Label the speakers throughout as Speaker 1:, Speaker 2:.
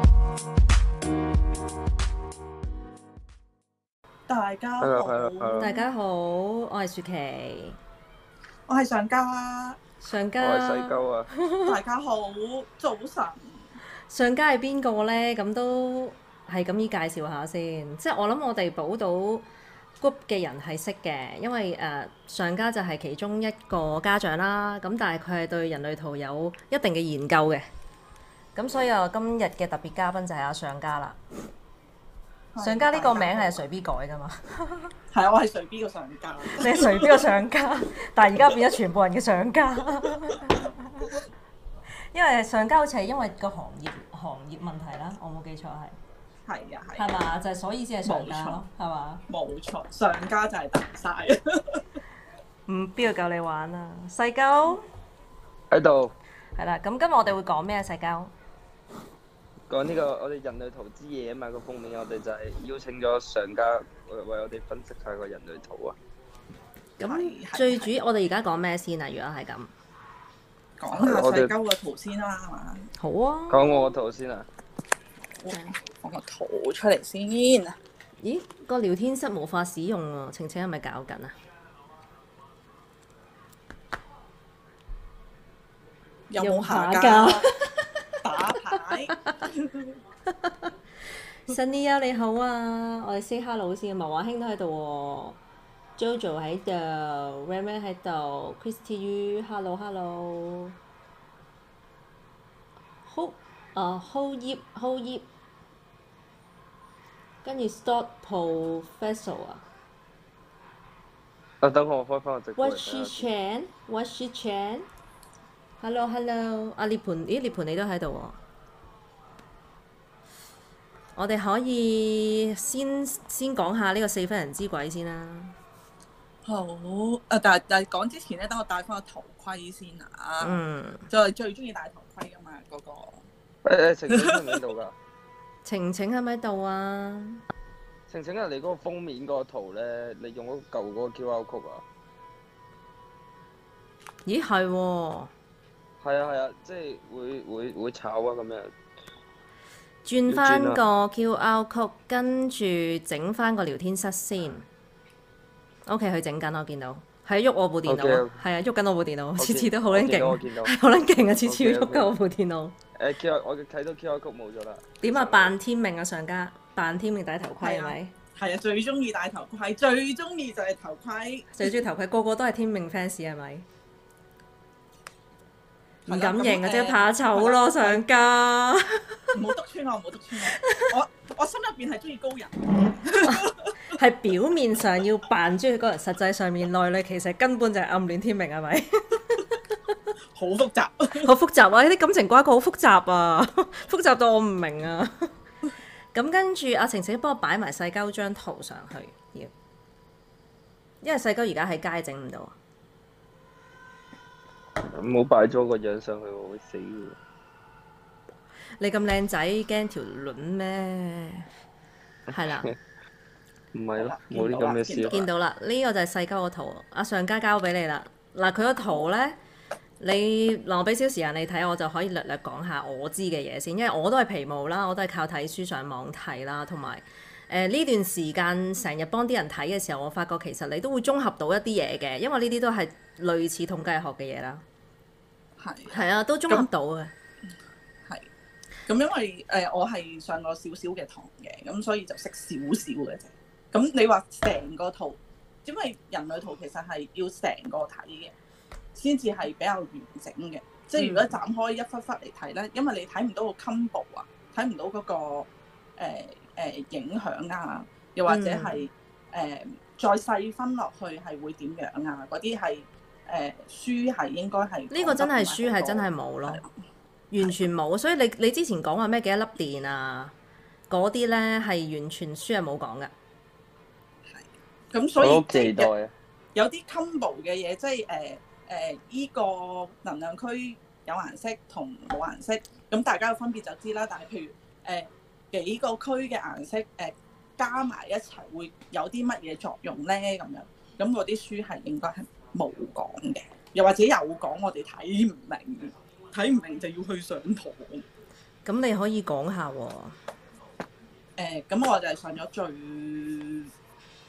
Speaker 1: 啊
Speaker 2: Hello，
Speaker 3: 大家好，我係雪琪，
Speaker 2: 我係上 家，
Speaker 3: 上
Speaker 1: 我
Speaker 3: 家
Speaker 1: 係西鳩啊，
Speaker 2: 大家好，早晨。
Speaker 3: 上家係邊個呢？咁都係咁依介紹下先。即係我諗我哋寶島 group 嘅人係識嘅，因為誒、呃上家就係其中一個家長啦。咁但係佢係對人類圖有一定嘅研究嘅。咁所以我今日嘅特別嘉賓就係阿上家啦。上家呢個名係隨便改㗎嘛？
Speaker 2: 係我係隨 B 個上家，
Speaker 3: 你係隨邊個上家？但係而家變咗全部人嘅上家，因為上家好似係因為個行業行業問題啦，我冇記錯係
Speaker 2: 係啊係
Speaker 3: 係
Speaker 2: 啊，
Speaker 3: 嘛？就係、所以先係上家咯，係嘛？
Speaker 2: 冇錯，上家就係大晒。
Speaker 3: 唔邊度夠你玩啊？細鳩
Speaker 1: 喺度
Speaker 3: 係啦，咁今日我哋會講咩啊？細鳩
Speaker 1: 講呢個我哋人類圖之夜啊嘛，個封面我哋就係邀請咗上家為為我哋分析下個人類圖啊。
Speaker 2: 係係
Speaker 3: 咁最主要我哋而家講咩先啊？如果係咁，
Speaker 2: 講下
Speaker 1: 我
Speaker 2: 細
Speaker 1: 哋
Speaker 2: 鳩個圖先啦，係嘛？
Speaker 3: 好啊。
Speaker 1: 講我個圖先啊，
Speaker 2: 講個圖出嚟先。
Speaker 3: 咦，個聊天室無法使用喎，晴晴係咪搞緊啊？
Speaker 2: 有
Speaker 3: 有
Speaker 2: 冇
Speaker 3: 冇
Speaker 2: 下
Speaker 3: 下
Speaker 2: 家
Speaker 3: 家？
Speaker 2: 打牌。
Speaker 3: Sunny 啊，你好啊！我哋 say hello 先，文華興都喺度喎，Jojo 喺度，Raymond 喺度，Christy Yu hello hello，好啊好葉好葉，跟住 Stop Professor 啊
Speaker 1: 啊等我開翻個直播嚟
Speaker 3: ，What she
Speaker 1: 睇下先
Speaker 3: Chan What she Chan hello hello，阿列盤咦列盤你都喺度喎。我哋可以先先講下呢個四分人之鬼先啦。
Speaker 2: 好，啊但係但係講之前咧，等我戴翻個頭盔先啊！
Speaker 3: 嗯，
Speaker 2: 就係最中意戴頭盔噶嘛，嗰個。
Speaker 1: 誒誒，晴晴喺唔喺度㗎？
Speaker 3: 晴晴喺咪度啊？
Speaker 1: 晴晴啊，你嗰個封面嗰個圖咧，你用嗰舊嗰個 QR code 啊？
Speaker 3: 咦係喎，
Speaker 1: 係啊係啊，即係會會會炒啊咁樣。
Speaker 3: 轉翻個 QR code，跟住整翻個聊天室先。OK，佢整緊，我見到係喐我部電腦
Speaker 1: OK，OK
Speaker 3: 啊，係啊，喐緊我部電腦，
Speaker 1: OK，
Speaker 3: 次次都好撚勁，
Speaker 1: 我見到我見到
Speaker 3: 係 好撚勁啊！次次要喐
Speaker 1: OK，OK
Speaker 3: 緊我部電腦。
Speaker 1: 誒 QR 我睇到 QR code 冇咗啦。
Speaker 3: 點啊？扮天命啊，上家扮天命戴頭盔係咪？
Speaker 2: 係啊，最中意戴頭盔，最中意就係頭盔。
Speaker 3: 最中意頭盔，個個都係天命 fans 係咪？唔敢
Speaker 2: 係
Speaker 3: 認
Speaker 2: 啦
Speaker 3: 啊，
Speaker 2: 咁
Speaker 3: 即係
Speaker 2: 誒
Speaker 3: 怕醜咯，上家。
Speaker 2: 唔好督穿我，唔好督穿我。我我心入邊係中意高人嘅，
Speaker 3: 係表面上要扮中意嗰個人，實際上面內裏其實根本就係暗戀天命，係咪？
Speaker 2: 好複雜。
Speaker 3: 好複雜啊！啲感情瓜葛好複雜啊， 複雜到我唔明啊。咁跟住阿晴晴幫我擺埋細鳩張圖上去，要，因為細鳩而家喺街整唔到啊。
Speaker 1: 唔好擺咗個樣上去喎，會死嘅。
Speaker 3: 你咁靚仔，驚條卵咩？係啦，
Speaker 1: 唔係咯，冇啲咁嘅事啊咯。
Speaker 3: 見到啦，呢、個就係細鳩個圖，阿上家交俾你啦。嗱，佢個圖呢，你嗱我俾少時間你睇，我就可以略略講下我知嘅嘢先，因為我都係皮毛啦，我都係靠睇書上網睇啦，同埋誒呢段時間成日幫啲人睇嘅時候，我發覺其實你都會綜合到一啲嘢嘅，因為呢啲都係類似統計學嘅嘢啦。
Speaker 2: 係
Speaker 3: 係啊，都綜合到嘅。
Speaker 2: 係。咁因為誒、呃我係上過少少嘅堂嘅，咁所以就識少少嘅啫。咁你話成個圖，因為人類圖其實係要成個睇嘅，先至係比較完整嘅。即係如果
Speaker 3: 嗯
Speaker 2: 斬開一忽忽嚟睇咧，因為你睇唔到個 combo 啊，睇唔到嗰、個誒、呃呃影響啊，又或者
Speaker 3: 嗯
Speaker 2: 係誒、呃再細分落去係會點樣啊？嗰啲係誒書係應該係
Speaker 3: 呢個真係書係真
Speaker 2: 係。
Speaker 3: 係啊冇咯
Speaker 2: 係，
Speaker 3: 完全冇。所以你你之前講話咩幾多粒電啊，嗰啲呢係完全書係冇講嘅。
Speaker 2: 咁所
Speaker 1: 我
Speaker 2: 以
Speaker 1: 好
Speaker 2: 即係
Speaker 1: 期待啊！
Speaker 2: 有啲 combo 嘅嘢，即係呃誒誒依個能量區有顏色同冇顏色，咁大家嘅分別就知啦。但係譬如誒、呃、幾個區嘅顏色誒、呃加埋一齊會有啲乜嘢作用咧？咁樣咁嗰啲書係應該係冇講嘅，又或者有講我哋睇唔明，睇唔明就要去上堂。
Speaker 3: 咁你可以講下喎、
Speaker 2: 呃誒咁、我就係上咗最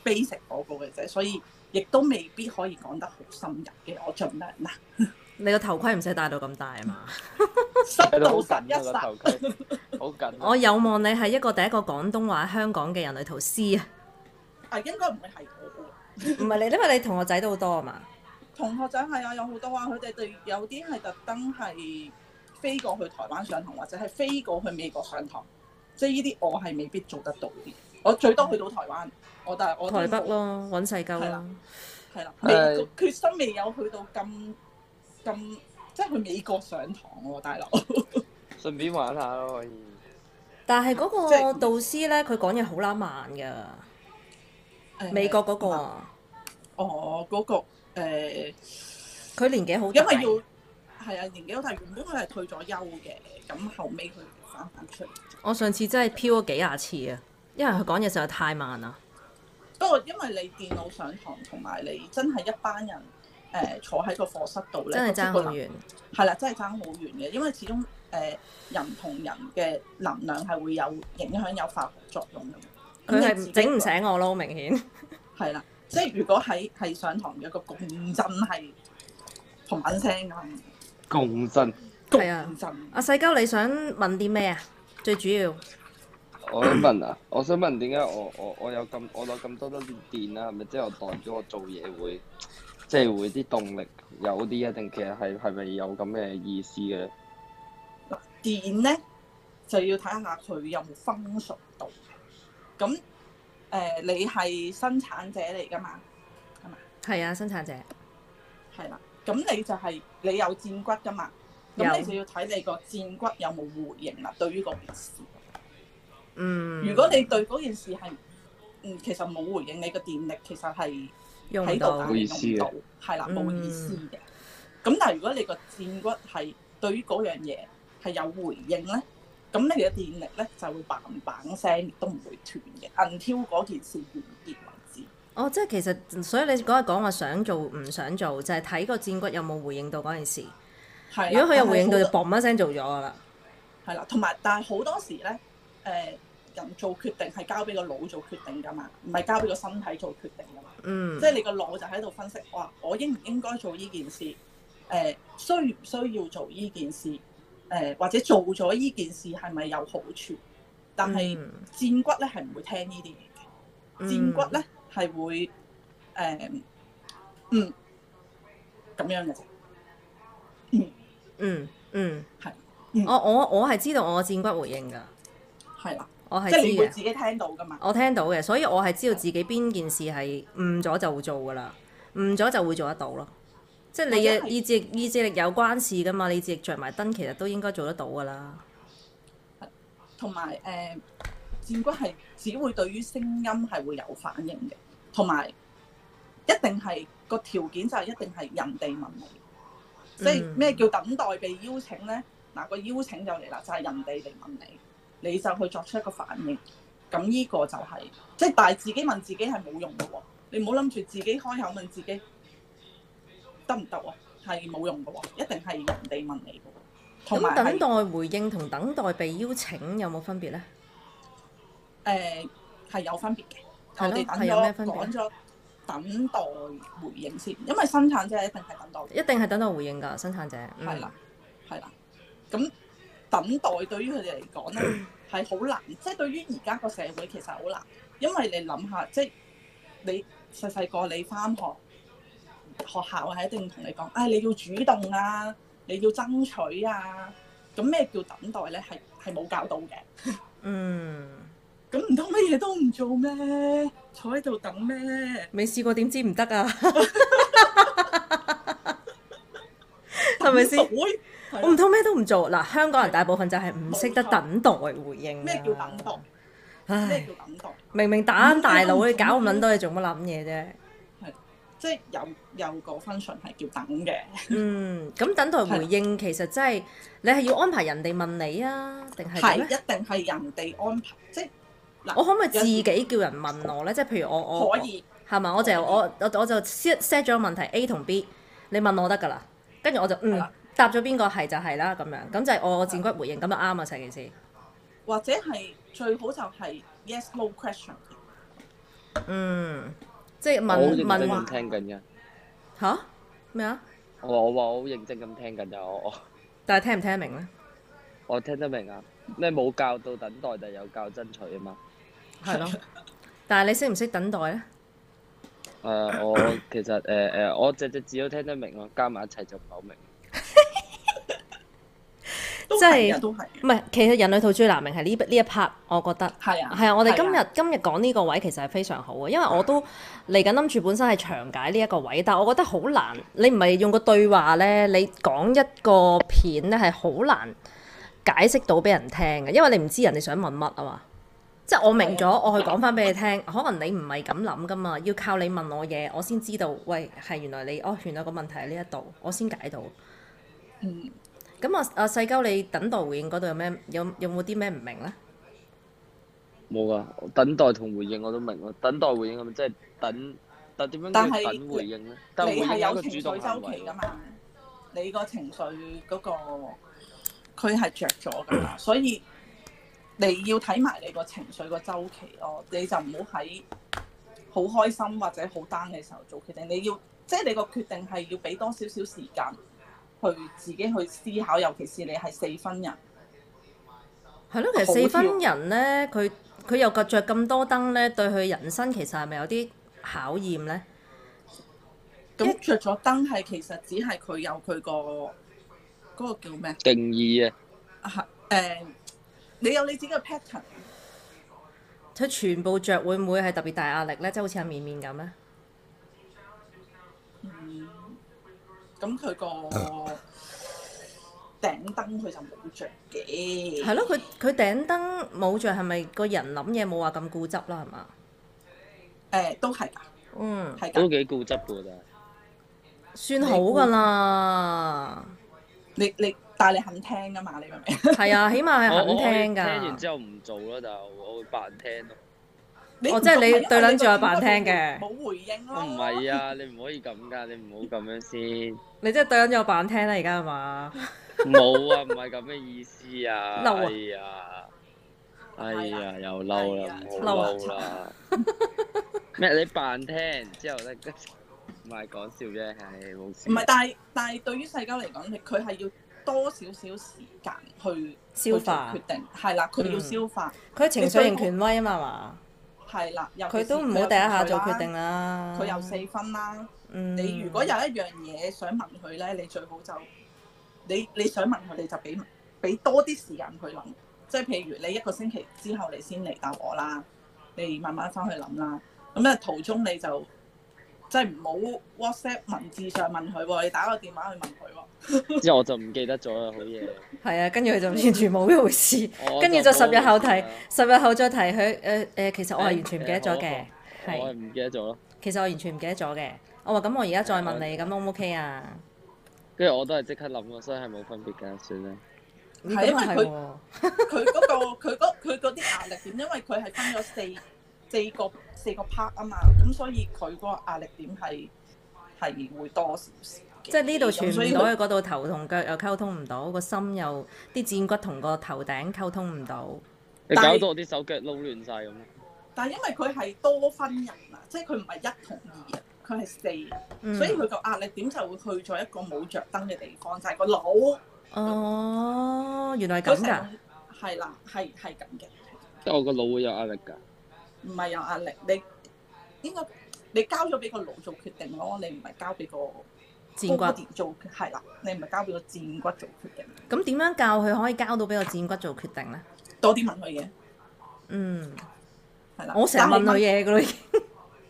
Speaker 2: basic 嗰個嘅啫，所以亦都未必可以講得好深入嘅。我盡量啦，
Speaker 3: 你個頭盔唔使戴到咁大啊嘛。
Speaker 2: 濕
Speaker 1: 睇到
Speaker 2: 到
Speaker 1: 好緊
Speaker 2: 神一
Speaker 1: 啊個
Speaker 2: 實。
Speaker 1: 頭盔，好緊啊。
Speaker 3: 我有望你係一個第一個廣東話香港嘅人類圖師啊，
Speaker 2: 啊，應該唔會係我。
Speaker 3: 唔係你，因為你同學仔都好多啊嘛。
Speaker 2: 同學仔係啊，有好多啊，佢哋對有啲係特登係飛過去台灣上堂，或者係飛過去美國上堂，即係呢啲我係未必做得到啲。我最多去到台灣，我但係我都
Speaker 3: 台北
Speaker 2: 冇，
Speaker 3: 咯，揾世鳩
Speaker 2: 係
Speaker 3: 咯
Speaker 2: 啦。係啦，未
Speaker 1: 係
Speaker 2: 決心未有去到咁咁，即係去美國上堂喎、大 佬。
Speaker 1: 順便玩下咯，可以。
Speaker 3: 但係嗰
Speaker 2: 即
Speaker 3: 個
Speaker 2: 係
Speaker 3: 導師咧，佢講嘢好撚慢㗎。美國嗰個
Speaker 2: 誒
Speaker 3: 啊，
Speaker 2: 哦，嗰、個、誒
Speaker 3: 佢年紀好
Speaker 2: 因
Speaker 3: 大，
Speaker 2: 為要係啊，年紀好大，原本佢係退咗休嘅，咁後尾佢翻返出嚟。
Speaker 3: 我上次真係飄咗幾廿次啊，因為佢講嘢實在太慢啊啦。
Speaker 2: 不過因為你電腦上堂同埋你真係一班人誒、呃坐喺個課室度咧，
Speaker 3: 真係爭好
Speaker 2: 個能
Speaker 3: 遠。
Speaker 2: 係啦，真係爭好遠嘅，因為始終誒、呃人同人嘅能量係會有影響、有化學作用嘅。
Speaker 3: 佢
Speaker 2: 咁你自己
Speaker 3: 係整唔醒我咯，好明顯。
Speaker 2: 係啦，即係如果喺係上堂有個共振係同品聲咁，
Speaker 1: 共振，
Speaker 2: 共
Speaker 3: 係啊
Speaker 2: 振
Speaker 3: 阿世鳩，你想問啲咩啊？最主要
Speaker 1: 我想問啊，我想問點解我我我有咁我攞咁多都電啊啦，係咪即係我代表我做嘢會即係會啲動力有啲啊？定其實係係咪有咁嘅意思嘅咧？
Speaker 2: 電咧就要睇下佢有冇 function 到。咁誒、呃你係生產者嚟㗎嘛？
Speaker 3: 係啊，生產者
Speaker 2: 係啦，咁你就係、你有戰骨噶嘛，
Speaker 3: 有
Speaker 2: 咁你就要睇你個戰骨有冇回應啦。對於嗰件事，
Speaker 3: 嗯，
Speaker 2: 如果你對嗰件事係嗯其實冇回應，你個電力其實係
Speaker 3: 用唔
Speaker 2: 喺度
Speaker 3: 到嗯
Speaker 2: 但
Speaker 1: 冇意
Speaker 2: 係
Speaker 1: 思
Speaker 2: 用
Speaker 1: 啊
Speaker 2: 唔
Speaker 1: 嘅
Speaker 2: 到，係啦冇意思嘅。咁但係如果你個戰骨係對於嗰樣嘢係有回應咧，咁你嘅電力咧就會砰砰聲，亦都唔會斷嘅，until 嗰件事完結為止。
Speaker 3: 哦，即係其實所以你嗰日講話想做唔想做，就係睇個戰骨有冇回應到嗰件事。
Speaker 2: 係啦
Speaker 3: 如果佢有回應到，
Speaker 2: 但係好啊
Speaker 3: 就
Speaker 2: 多
Speaker 3: 嘣一聲做咗噶啦。
Speaker 2: 係啦，同埋但係好多時咧，誒、人做決定係交俾個腦做決定㗎嘛，唔係交俾個身體做決定㗎嘛。
Speaker 3: 嗯
Speaker 2: 即，係你個腦就喺度分析，哇，我應唔應該做呢件事？誒、需唔需要做呢件事？誒、或者做咗呢件事係咪有好處？但係
Speaker 3: 嗯
Speaker 2: 戰骨咧係唔會聽呢啲嘢嘅。戰骨咧係會誒、嗯咁樣嘅啫。
Speaker 3: 嗯嗯，
Speaker 2: 係
Speaker 3: 嗯
Speaker 2: 嗯
Speaker 3: 我我我係知道我戰骨回應㗎，
Speaker 2: 係啦，
Speaker 3: 我
Speaker 2: 即
Speaker 3: 係知
Speaker 2: 係你會
Speaker 3: 嘅，
Speaker 2: 自己聽到㗎嘛？
Speaker 3: 我聽到嘅，所以我係知道自己邊件事係誤咗就會做㗎啦，誤咗就會做得到咯。即係你
Speaker 2: 或
Speaker 3: 嘅
Speaker 2: 者係
Speaker 3: 意志力意志力有關事㗎嘛，你意志力着埋燈，其實都應該做得到㗎啦。
Speaker 2: 同埋誒戰骨係呃只會對於聲音係會有反應嘅，同埋一定係個條件就係一定係人哋問你，即係
Speaker 3: 嗯
Speaker 2: 咩叫等待被邀請咧？嗱、個邀請就嚟啦，就係、人哋嚟問你，你就去作出一個反應。咁呢個就係、即係，但係自己問自己係冇用嘅喎，你唔好諗住自己開口問自己得唔得喎，係冇用嘅喎，一定係人哋問你嘅喎。同
Speaker 3: 咁
Speaker 2: 埋係
Speaker 3: 等待回應同等待被邀請有冇分別呢？
Speaker 2: 誒呃係有分別嘅。
Speaker 3: 係
Speaker 2: 我
Speaker 3: 咯
Speaker 2: 哋等
Speaker 3: 係有咩
Speaker 2: 咗
Speaker 3: 分別啊
Speaker 2: 講咗等待回應先，因為生產者一定係等待回應，
Speaker 3: 一定係等待回應㗎，生產者。嗯
Speaker 2: 係啦，，係啦。咁等待對於佢哋嚟講 咧係好難，即係對於而家個社會其實好難，因為你諗下，即係你細細個你翻學學校係一定同你講，唉、你要主動啊，你要爭取啊。咁咩叫等待咧？係係冇教到嘅。
Speaker 3: 嗯，
Speaker 2: 咁唔通乜嘢都唔做咩？坐喺度等咩？
Speaker 3: 未試過點知唔得 啊？係咪先？
Speaker 2: 會
Speaker 3: 我唔通咩都唔做嗱，香港人大部分就係唔識得等待回應㗎。
Speaker 2: 咩叫等待？咩
Speaker 3: 唉，
Speaker 2: 叫等待？
Speaker 3: 明明打緊大佬，你搞咁撚多嘢做乜撚嘢 啫？
Speaker 2: 即係有有個 function 係叫等嘅，
Speaker 3: 嗯，咁等待回應其實真係你係要安排人哋問你啊，定係
Speaker 2: 係
Speaker 3: 點
Speaker 2: 一
Speaker 3: 咧？
Speaker 2: 定係人哋安排，即係
Speaker 3: 我可唔可以自己叫人問我咧？即係譬如我我
Speaker 2: 可以
Speaker 3: 係嘛？我
Speaker 2: 可
Speaker 3: 就
Speaker 2: 以
Speaker 3: 我我我就 set set 咗個問題 A 同 B，你問我得㗎啦。跟住我就
Speaker 2: 係
Speaker 3: 嗯
Speaker 2: 啦
Speaker 3: 答咗邊個係就係啦咁樣，咁就係我戰骨回應咁就啱啊成件事。
Speaker 2: 或者係最好就係 yes no question。
Speaker 3: 嗯，即係
Speaker 1: 我好
Speaker 3: 問
Speaker 1: 認真啊
Speaker 3: 問
Speaker 1: 咁聽緊嘅。
Speaker 3: 吓咩啊？
Speaker 1: 我話我話我好認真咁聽緊㗎，我我
Speaker 3: 但係聽唔聽得明咧？
Speaker 1: 我聽得明啊。咩冇教到等待，但有教爭取啊嘛。
Speaker 3: 係咯，但係你識唔識等待咧？
Speaker 1: 誒、我其實誒誒、我隻隻字都聽得明咯，啊加埋一齊就唔係好明。
Speaker 2: 都
Speaker 3: 即
Speaker 2: 係
Speaker 3: 係
Speaker 2: 啊，都係
Speaker 3: 唔係，其實人類圖最難明係呢呢一 part，我覺得。
Speaker 2: 係啊，
Speaker 3: 係啊，我哋今
Speaker 2: 係啊
Speaker 3: 日今日講呢個位其實係非常好嘅，因為我都嚟緊諗住本身係長解呢一個位，但我覺得好難。你唔係用個對話咧，你講一個片咧係好難解釋到俾人聽嘅，因為你唔知人哋想問乜啊嘛。即係我明咗，我去講翻俾你聽，可能你唔係咁諗噶嘛，要靠你問我嘢，我先知道。喂，係原來你哦，原來個問題喺呢一度，我先解到。
Speaker 2: 嗯，
Speaker 3: 咁啊，阿細鳩，你等待回應嗰度有咩有有冇啲咩唔明咧？
Speaker 1: 冇啊，等待同回應我都明咯。等待回應係咪即係等？但點樣
Speaker 2: 但
Speaker 1: 叫
Speaker 2: 係
Speaker 1: 等回應咧？但回
Speaker 2: 你
Speaker 1: 應
Speaker 2: 係
Speaker 1: 係一
Speaker 2: 有
Speaker 1: 個
Speaker 2: 情
Speaker 1: 主
Speaker 2: 緒
Speaker 1: 動行
Speaker 2: 周
Speaker 1: 為
Speaker 2: 期
Speaker 1: 喎
Speaker 2: 噶。嘛？你個情緒嗰、個佢係着咗噶嘛，所以你要睇埋你個情緒個周期咯，你就唔好喺好開心或者好 down 嘅時候做決定，你要即係你個決定係要俾多少少時間去自己去思考，尤其是你係四分人，
Speaker 3: 係咯，其實
Speaker 2: 好
Speaker 3: 四分
Speaker 2: 跳
Speaker 3: 人咧，佢佢又着咁多燈咧，對佢人生其實係咪有啲考驗咧？
Speaker 2: 咁着咗燈係其實只係佢有佢個嗰個叫咩啊
Speaker 1: 定義啊，
Speaker 2: 係誒你有你自己嘅 pattern。
Speaker 3: 佢全部着會唔會係特別大壓力咧？即係好似阿面面咁咧？
Speaker 2: 嗯，咁佢個
Speaker 1: 啊
Speaker 2: 頂燈佢就冇着嘅。
Speaker 3: 係咯，佢佢頂燈冇着，係咪個人諗嘢冇話咁固執啦？係嘛？
Speaker 2: 誒，都係㗎，
Speaker 3: 嗯，
Speaker 2: 係
Speaker 1: 都
Speaker 2: 㗎。
Speaker 1: 幾固執㗎喎但係。
Speaker 3: 算好㗎啦，
Speaker 2: 你你，但係你肯聽㗎嘛？你明唔 明？
Speaker 3: 係啊，起碼係
Speaker 1: 我我
Speaker 3: 肯
Speaker 1: 我
Speaker 3: 聽㗎。
Speaker 1: 完之後唔做咯，但係我我會扮聽咯。
Speaker 2: 你
Speaker 3: 哦即係你
Speaker 2: 唔
Speaker 3: 對
Speaker 2: 因為
Speaker 3: 撚住阿
Speaker 2: 個
Speaker 3: 扮
Speaker 2: 主角
Speaker 3: 聽嘅
Speaker 2: 冇回應
Speaker 1: 我
Speaker 2: 咯。
Speaker 1: 唔係啊，你唔可以咁㗎，你唔好咁樣先。
Speaker 3: 你即係對緊咗我扮聽啦，而家係嘛？
Speaker 1: 冇啊，唔係咁嘅意思啊。
Speaker 3: 嬲啊
Speaker 1: 哎呀，哎呀，又嬲啦，唔
Speaker 3: 嬲啊
Speaker 1: 好嬲啦。咩？你扮聽之後咧，唔係講笑啫，係冇事。
Speaker 2: 唔係，但係但係對於細鳩嚟講，你佢係要多少少時間去
Speaker 3: 消化
Speaker 2: 去做決定，係啦，佢要
Speaker 3: 嗯
Speaker 2: 消化，
Speaker 3: 佢情緒型權威啊嘛係嘛，
Speaker 2: 係啦，尤其
Speaker 3: 佢
Speaker 2: 是
Speaker 3: 都唔好
Speaker 2: 有
Speaker 3: 第一下
Speaker 2: 情緒
Speaker 3: 做
Speaker 2: 啦
Speaker 3: 決定。啦。
Speaker 2: 佢有四分啦。
Speaker 3: 嗯，
Speaker 2: 你如果有一樣嘢想問佢咧，你最好就你你想問佢，你就俾俾多啲時間去諗。即係譬如你一個星期之後你先嚟答我啦，你慢慢翻去諗啦。咁咧途中你就即係唔好 WhatsApp 文字上問佢喎，你打個電話去問佢喎。
Speaker 1: 之後我就唔記得咗啦，好嘢。
Speaker 3: 係啊，跟住佢就完全冇呢回事，
Speaker 1: 我
Speaker 3: 跟住就十日後提
Speaker 1: 冇啦，
Speaker 3: 十日後再提佢誒誒，其實我係完全唔記得咗
Speaker 1: 誒
Speaker 3: 嘅，係
Speaker 1: 我係唔記得咗咯。
Speaker 3: 其實我完全唔記得咗嘅。我話咁，我而家再問你，咁 O 唔 OK 啊？
Speaker 1: 跟住我都係即刻諗咯，所以係冇分別㗎，算啦。
Speaker 3: 咦
Speaker 2: 係因為
Speaker 3: 咁啊係
Speaker 2: 佢
Speaker 3: 喎，
Speaker 2: 佢嗰、個佢嗰佢嗰啲壓力點，因為佢係分咗四四個四個 part 啊嘛，咁所以佢嗰個壓力點係係會多少少嘅。
Speaker 3: 即係呢度傳
Speaker 2: 咁所
Speaker 3: 唔
Speaker 2: 以
Speaker 3: 到，
Speaker 2: 佢
Speaker 3: 去嗰度頭同腳又溝通唔到，個心又啲戰骨同個頭頂溝通唔到。
Speaker 1: 你
Speaker 2: 但係
Speaker 1: 搞到我啲手腳撈亂晒咁。
Speaker 2: 但係因為佢係多分人啊，即係佢唔係一同二啊，佢係四啊，
Speaker 3: 嗯
Speaker 2: 所以佢個壓力點就會去咗一個冇着燈嘅地方，就係、個腦
Speaker 3: 哦，原來係
Speaker 2: 佢
Speaker 3: 咁
Speaker 2: 成
Speaker 3: 㗎。
Speaker 2: 個係啦，係係咁嘅，
Speaker 1: 即係我個腦會有壓力㗎。
Speaker 2: 唔係有壓力，你應該你交咗俾個腦做決定咯，你唔係交俾個
Speaker 3: 戰
Speaker 2: 高
Speaker 3: 骨
Speaker 2: 點做決係啦，你唔係交俾個戰骨做決定，
Speaker 3: 咁點樣教佢可以交到俾個戰骨做決定咧？
Speaker 2: 多啲問佢嘢
Speaker 3: 嗯，
Speaker 2: 係啦。
Speaker 3: 我成日問佢
Speaker 2: 嘢，
Speaker 3: 嘢㗎咯已經。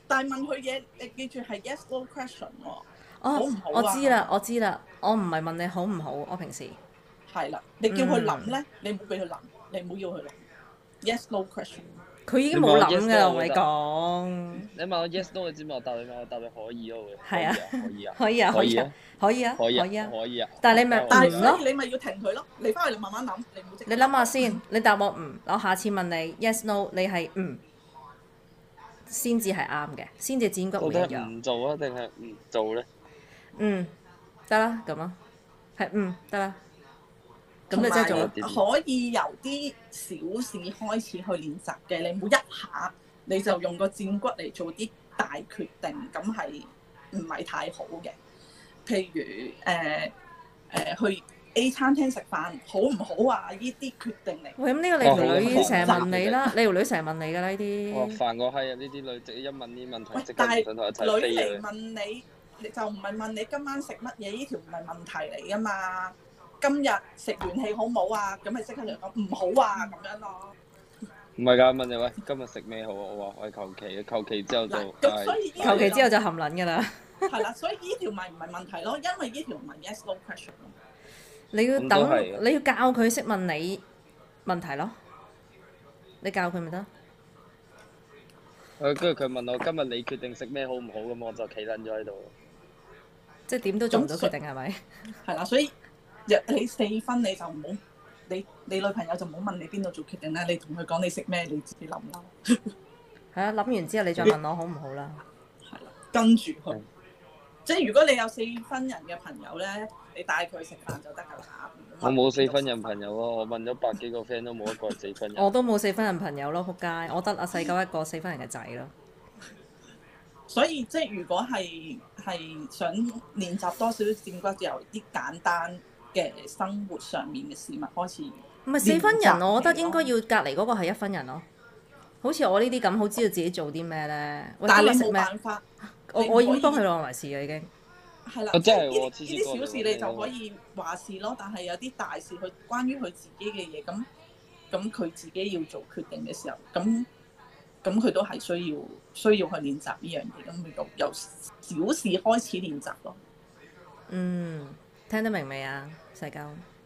Speaker 2: 但係問佢嘢，你記住係 yes no question 喎，
Speaker 3: 哦
Speaker 2: 好唔好，啊
Speaker 3: 我知啦，我知啦，我唔係問你好唔好，我平時
Speaker 2: 係啦，你叫佢
Speaker 3: 嗯
Speaker 2: 諗咧，你唔好俾佢諗，你唔好要佢諗 yes no question。
Speaker 3: 佢已經冇諗
Speaker 1: 你
Speaker 3: 㗎
Speaker 1: 問
Speaker 3: 啦，
Speaker 1: 我
Speaker 3: 我同你
Speaker 1: yes
Speaker 3: 講，
Speaker 1: 你問我 yes no 嘅知唔知我答你咩？我答你可以咯，會
Speaker 3: 係啊
Speaker 1: 可以啊，
Speaker 3: 可以啊，可
Speaker 1: 可
Speaker 3: 以
Speaker 1: 以
Speaker 3: 啊
Speaker 1: 啊，
Speaker 3: 可以啊，
Speaker 1: 可以啊，
Speaker 3: 可以啊，
Speaker 1: 可以啊。
Speaker 3: 但係你咪
Speaker 2: 但係
Speaker 3: 唔
Speaker 2: 所
Speaker 3: 咯
Speaker 2: 以你咪要停佢咯，你翻去你慢慢諗，你唔好即刻
Speaker 3: 你諗下先，你答我唔，我下次問你 yes no，你係唔先至係啱嘅，先至剪骨
Speaker 1: 到
Speaker 3: 回應
Speaker 1: 底係
Speaker 3: 咗，
Speaker 1: 唔做啊，定係唔做咧？
Speaker 3: 嗯，得啦，咁啊，係嗯，得啦，咁你
Speaker 2: 同
Speaker 3: 真係做
Speaker 2: 埋
Speaker 3: 啦，
Speaker 2: 可以由啲小事開始去練習嘅，你唔好一下你就用個薦骨嚟做啲大決定，咁係唔係太好嘅？譬如誒誒、呃呃去 A 餐廳食飯好唔好啊？呢啲決定嚟，
Speaker 3: 喂，咁呢個
Speaker 1: 哦
Speaker 3: 你條女成日問你啦，你條女成日問你㗎啦呢
Speaker 1: 哇，
Speaker 3: 啲。
Speaker 1: 煩過閪啊！呢啲女直一問呢啲問
Speaker 2: 喂
Speaker 1: 題，即刻
Speaker 2: 但
Speaker 1: 唔
Speaker 2: 係
Speaker 1: 想同佢一齊
Speaker 2: 女
Speaker 1: 飛
Speaker 2: 嚟
Speaker 1: 嘅。
Speaker 2: 問你，你就唔係問你今晚食乜嘢，呢條唔係問題嚟噶嘛。今日食完氣好唔好啊？咁咪即刻嚟講唔好啊咁樣咯。
Speaker 1: 唔係㗎，問你喂，今日食咩好啊？我話喂，求其，求其之後就
Speaker 2: 嗱，咁所
Speaker 1: 唉
Speaker 2: 以呢
Speaker 3: 求其之後
Speaker 2: 後
Speaker 3: 就含撚㗎啦。
Speaker 2: 係啦，所以呢條咪唔係問題咯，因為呢條唔係 yes no question 咯。
Speaker 3: 你要
Speaker 1: 咁都
Speaker 3: 等
Speaker 1: 係，
Speaker 3: 你要教佢識問你問題咯。你教佢咪得？
Speaker 1: 佢跟住佢問我今日你決定食咩好唔好咁，我就企撚咗喺度。
Speaker 3: 即係點都做唔
Speaker 2: 咁
Speaker 3: 到
Speaker 2: 所
Speaker 3: 決定係咪？
Speaker 2: 係啦，所以若你四分你就唔好，你你女朋友就唔好問你邊度做決定啦，你同佢講你食咩，你自己諗啦，
Speaker 3: 係啊，諗完之後你再問我好唔好啦。
Speaker 2: 係啦，跟住佢
Speaker 1: 嗯。
Speaker 2: 即係如果你有四分人嘅朋友咧，你帶佢食飯就得㗎啦。
Speaker 1: 我冇四分人朋友啊咯，我問咗百幾個 friend 都冇一個係四分人。
Speaker 2: 哦
Speaker 3: 我都冇四分人朋友咯，仆街！我得阿細狗一個四分人嘅仔咯。
Speaker 2: 所以即係如果係係想練習多少少戰骨，由啲簡單嘅生活上面嘅事物開始。
Speaker 3: 唔係四分人，
Speaker 2: 練習
Speaker 3: 我覺得應該要隔離嗰個係一分人咯。好似我呢啲咁，好知道自己做啲咩咧。喂
Speaker 2: 但
Speaker 3: 今
Speaker 2: 係
Speaker 3: 日
Speaker 2: 你
Speaker 3: 食
Speaker 2: 冇
Speaker 3: 咩？
Speaker 2: 辦法，
Speaker 3: 我
Speaker 2: 你唔
Speaker 3: 我已經
Speaker 2: 可以
Speaker 3: 幫佢攞埋事啦，已經。
Speaker 2: 係啦。
Speaker 1: 啊真
Speaker 2: 呢
Speaker 1: 係
Speaker 2: 啲
Speaker 1: 喎
Speaker 2: 呢
Speaker 1: 黐線
Speaker 2: 啲小事你就
Speaker 1: 過
Speaker 2: 可
Speaker 1: 我
Speaker 2: 以話事咯，但係有啲大事佢關於佢自己嘅嘢，咁咁佢自己要做決定嘅時候，咁咁佢都係需要需要去練習呢樣嘢，咁佢就由小事開始練習咯。
Speaker 3: 嗯，聽得明未啊，細狗？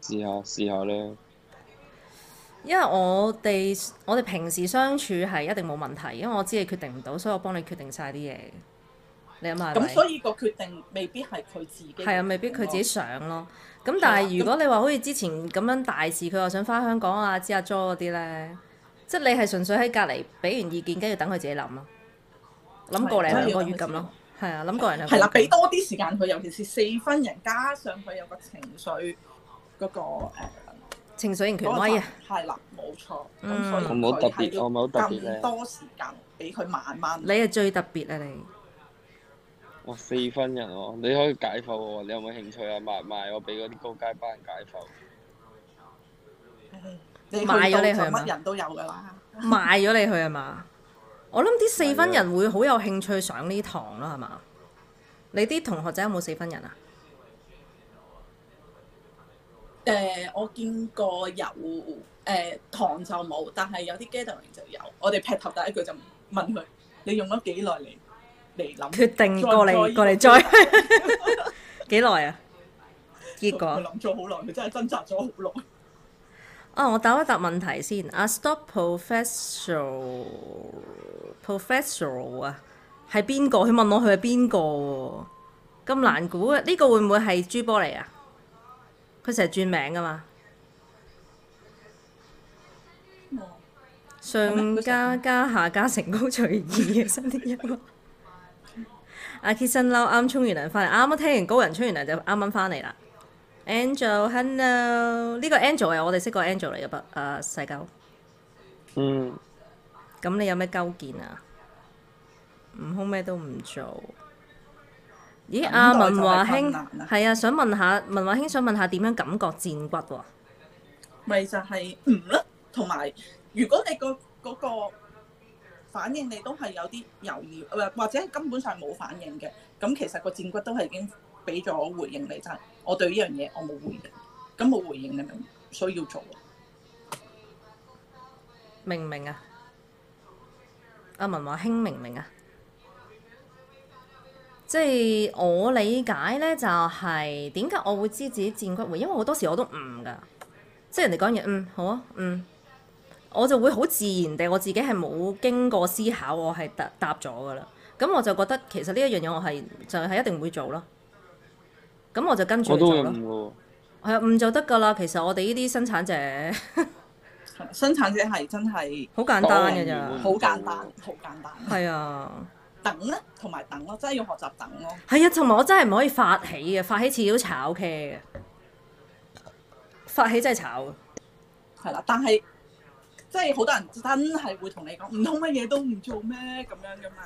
Speaker 1: 試下試下咧，
Speaker 3: 因為我哋我哋平時相處係一定冇問題，因為我知你決定唔到，所以我幫你決定晒啲嘢。你諗下係咪
Speaker 2: 咁所以個決定未必係佢自己嘅決定咯。
Speaker 3: 係啊，未必佢自己想咯。咁
Speaker 2: 啊
Speaker 3: 但係如果你話好似之前咁樣大事，佢又想翻香港啊、知阿 Jo 嗰啲咧，即係你係純粹喺隔離俾完意見，跟住等佢自己諗咯，諗過嚟兩個月咁咯。係啊，諗過嚟兩個
Speaker 2: 啊係
Speaker 3: 月
Speaker 2: 啦，俾
Speaker 3: 咁。
Speaker 2: 多啲時間佢，尤其是四分人，加上佢有個情緒嗰、個誒
Speaker 3: 情緒型權
Speaker 2: 嗰個
Speaker 3: 威啊！
Speaker 2: 係啦，冇錯。咁
Speaker 3: 嗯
Speaker 2: 所以
Speaker 1: 我冇特
Speaker 2: 佢係
Speaker 1: 別，
Speaker 2: 要
Speaker 1: 我冇特別
Speaker 2: 咁
Speaker 1: 咧。
Speaker 2: 多時間俾佢慢慢
Speaker 3: 你係最特別啊！ 你
Speaker 1: 我四分人喎，你可以解剖我，你有冇興趣啊？賣賣我俾嗰啲高階班解剖。
Speaker 2: 嗯你去到
Speaker 3: 賣咗你
Speaker 2: 就
Speaker 3: 佢嘛
Speaker 2: 乜人都有㗎啦。
Speaker 3: 賣咗你去係嘛？我諗啲四分
Speaker 2: 啊
Speaker 3: 人會好有興趣上呢堂咯，係嘛？你啲同學仔有冇四分人啊？
Speaker 2: 嗯誒、我見過有誒、堂就冇，但係有啲 gathering 就有。我哋劈頭第一句就問佢：你用咗幾耐嚟嚟諗？
Speaker 3: 決定過
Speaker 2: 再唔再
Speaker 3: 嚟過嚟
Speaker 2: 呢
Speaker 3: 再 幾耐啊？結
Speaker 2: 個佢
Speaker 3: 果。
Speaker 2: 諗咗好耐，佢真係掙扎咗好耐。
Speaker 3: 啊，我答一答問題先。阿 Stop Professor Professor 啊，係邊個？佢問我佢係邊個喎？咁難估啊！呢、個會唔會係朱波嚟啊？佢成日轉名噶嘛。
Speaker 2: 嗯
Speaker 3: 上加加下加成功隨意嘅新啲音樂。 阿 k i s o n 嬲啱沖完涼翻嚟，啱啱聽完高人沖完涼就啱啱翻嚟啦。Angel，hello，呢個 Angel 係我哋識個 Angel 嚟嘅噃，啊細狗。
Speaker 1: 嗯，
Speaker 3: 咁你有咩鳩見啊？悟空咩都唔做。咦？
Speaker 2: 等
Speaker 3: 阿
Speaker 2: 待
Speaker 3: 文
Speaker 2: 就係
Speaker 3: 華
Speaker 2: 困
Speaker 3: 興
Speaker 2: 難啊
Speaker 3: 係啊，想問下文華興想問下點樣感覺戰骨喎、
Speaker 2: 咪就係唔啦，同埋如果你個嗰個反應你都係有啲猶豫，或或者根本上冇反應嘅，咁其實個戰骨都係已經俾咗回應你，就係、我對呢樣嘢我冇回應，咁冇回應你咪唔需要做咯。
Speaker 3: 明唔明啊？阿文華興明唔明啊？即係我理解呢，就係點解我會知自己戰骨會，因為好多時我都唔㗎，即係人哋講嘢，嗯好啊，嗯，我就會好自然地我自己係冇經過思考，我係答答咗㗎啦。咁我就覺得其實呢一樣嘢我係就係、一定會做咯。咁我就跟住
Speaker 1: 我
Speaker 3: 去
Speaker 1: 都會
Speaker 3: 做咯
Speaker 1: 唔。喎。
Speaker 3: 係啊，唔就得㗎啦。其實我哋呢啲生產者
Speaker 2: 係啦生產者係真係
Speaker 3: 好簡單
Speaker 1: 講
Speaker 3: 㗎
Speaker 1: 完
Speaker 3: 咋
Speaker 1: 會。
Speaker 2: 好簡單，好簡單。
Speaker 3: 係啊。
Speaker 2: 等咧，同埋等咯，真係要學習等咯。
Speaker 3: 係啊，同埋我真係唔可以發起嘅，發起次都炒 K 嘅，發起真係炒嘅。
Speaker 2: 係啦，但係即係好多人真係會同你講，唔通乜嘢都唔做咩咁樣噶嘛？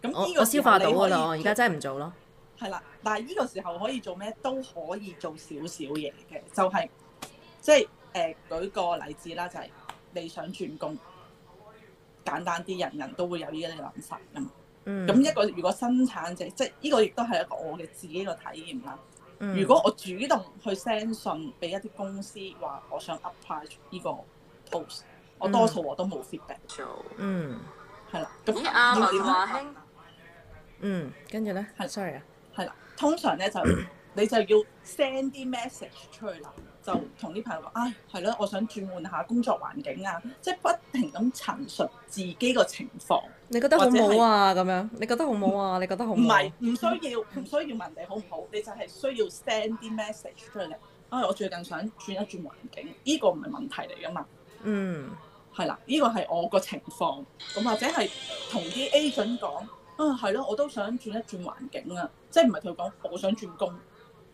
Speaker 2: 咁
Speaker 3: 我
Speaker 2: 呢
Speaker 3: 我
Speaker 2: 個時
Speaker 3: 消
Speaker 2: 候
Speaker 3: 化
Speaker 2: 你
Speaker 3: 到㗎啦，我
Speaker 2: 可以
Speaker 3: 而家真係唔做咯。
Speaker 2: 係啦，但係呢個時候可以做咩都可以做少少嘢嘅，就係、即係誒、呃、舉個例子啦，就係、你想轉工，簡單啲，人人都會有呢啲諗法噶嘛。
Speaker 3: 嗯，
Speaker 2: 咁一個如果生產者，即係呢個亦都係一個我嘅自己嘅體驗啦。
Speaker 3: 嗯
Speaker 2: 如果我主動去 send 信俾一啲公司話我想 apply 呢個 post，我多數我都冇 feedback，
Speaker 4: 做。
Speaker 3: 嗯
Speaker 2: 係啦。咁
Speaker 4: 咦啱啊
Speaker 2: 要點
Speaker 4: 同阿
Speaker 2: 咧
Speaker 4: 興？
Speaker 3: 嗯，跟住咧
Speaker 2: 係
Speaker 3: ，sorry 啊，
Speaker 2: 係啦，通常咧就你就要 send 啲 message 出去啦，就同啲朋友話：，唉，係咯，我想轉換下工作環境啊，即係不停咁陳述自己個情況，
Speaker 3: 你覺得好
Speaker 2: 或者係
Speaker 3: 冇啊？咁樣你覺得好冇啊？你覺得好
Speaker 2: 唔
Speaker 3: 冇啊
Speaker 2: 係唔需要唔需要問你好唔好，你就係需要 send 啲 message 出去。唉，我最近想轉一轉環境，呢、個唔係問題嚟噶嘛。
Speaker 3: 嗯
Speaker 2: 係啦，呢個係我個情況，咁或者係同啲 agent 講，啊係咯，我都想轉一轉環境啊，即係唔係同佢講我想轉工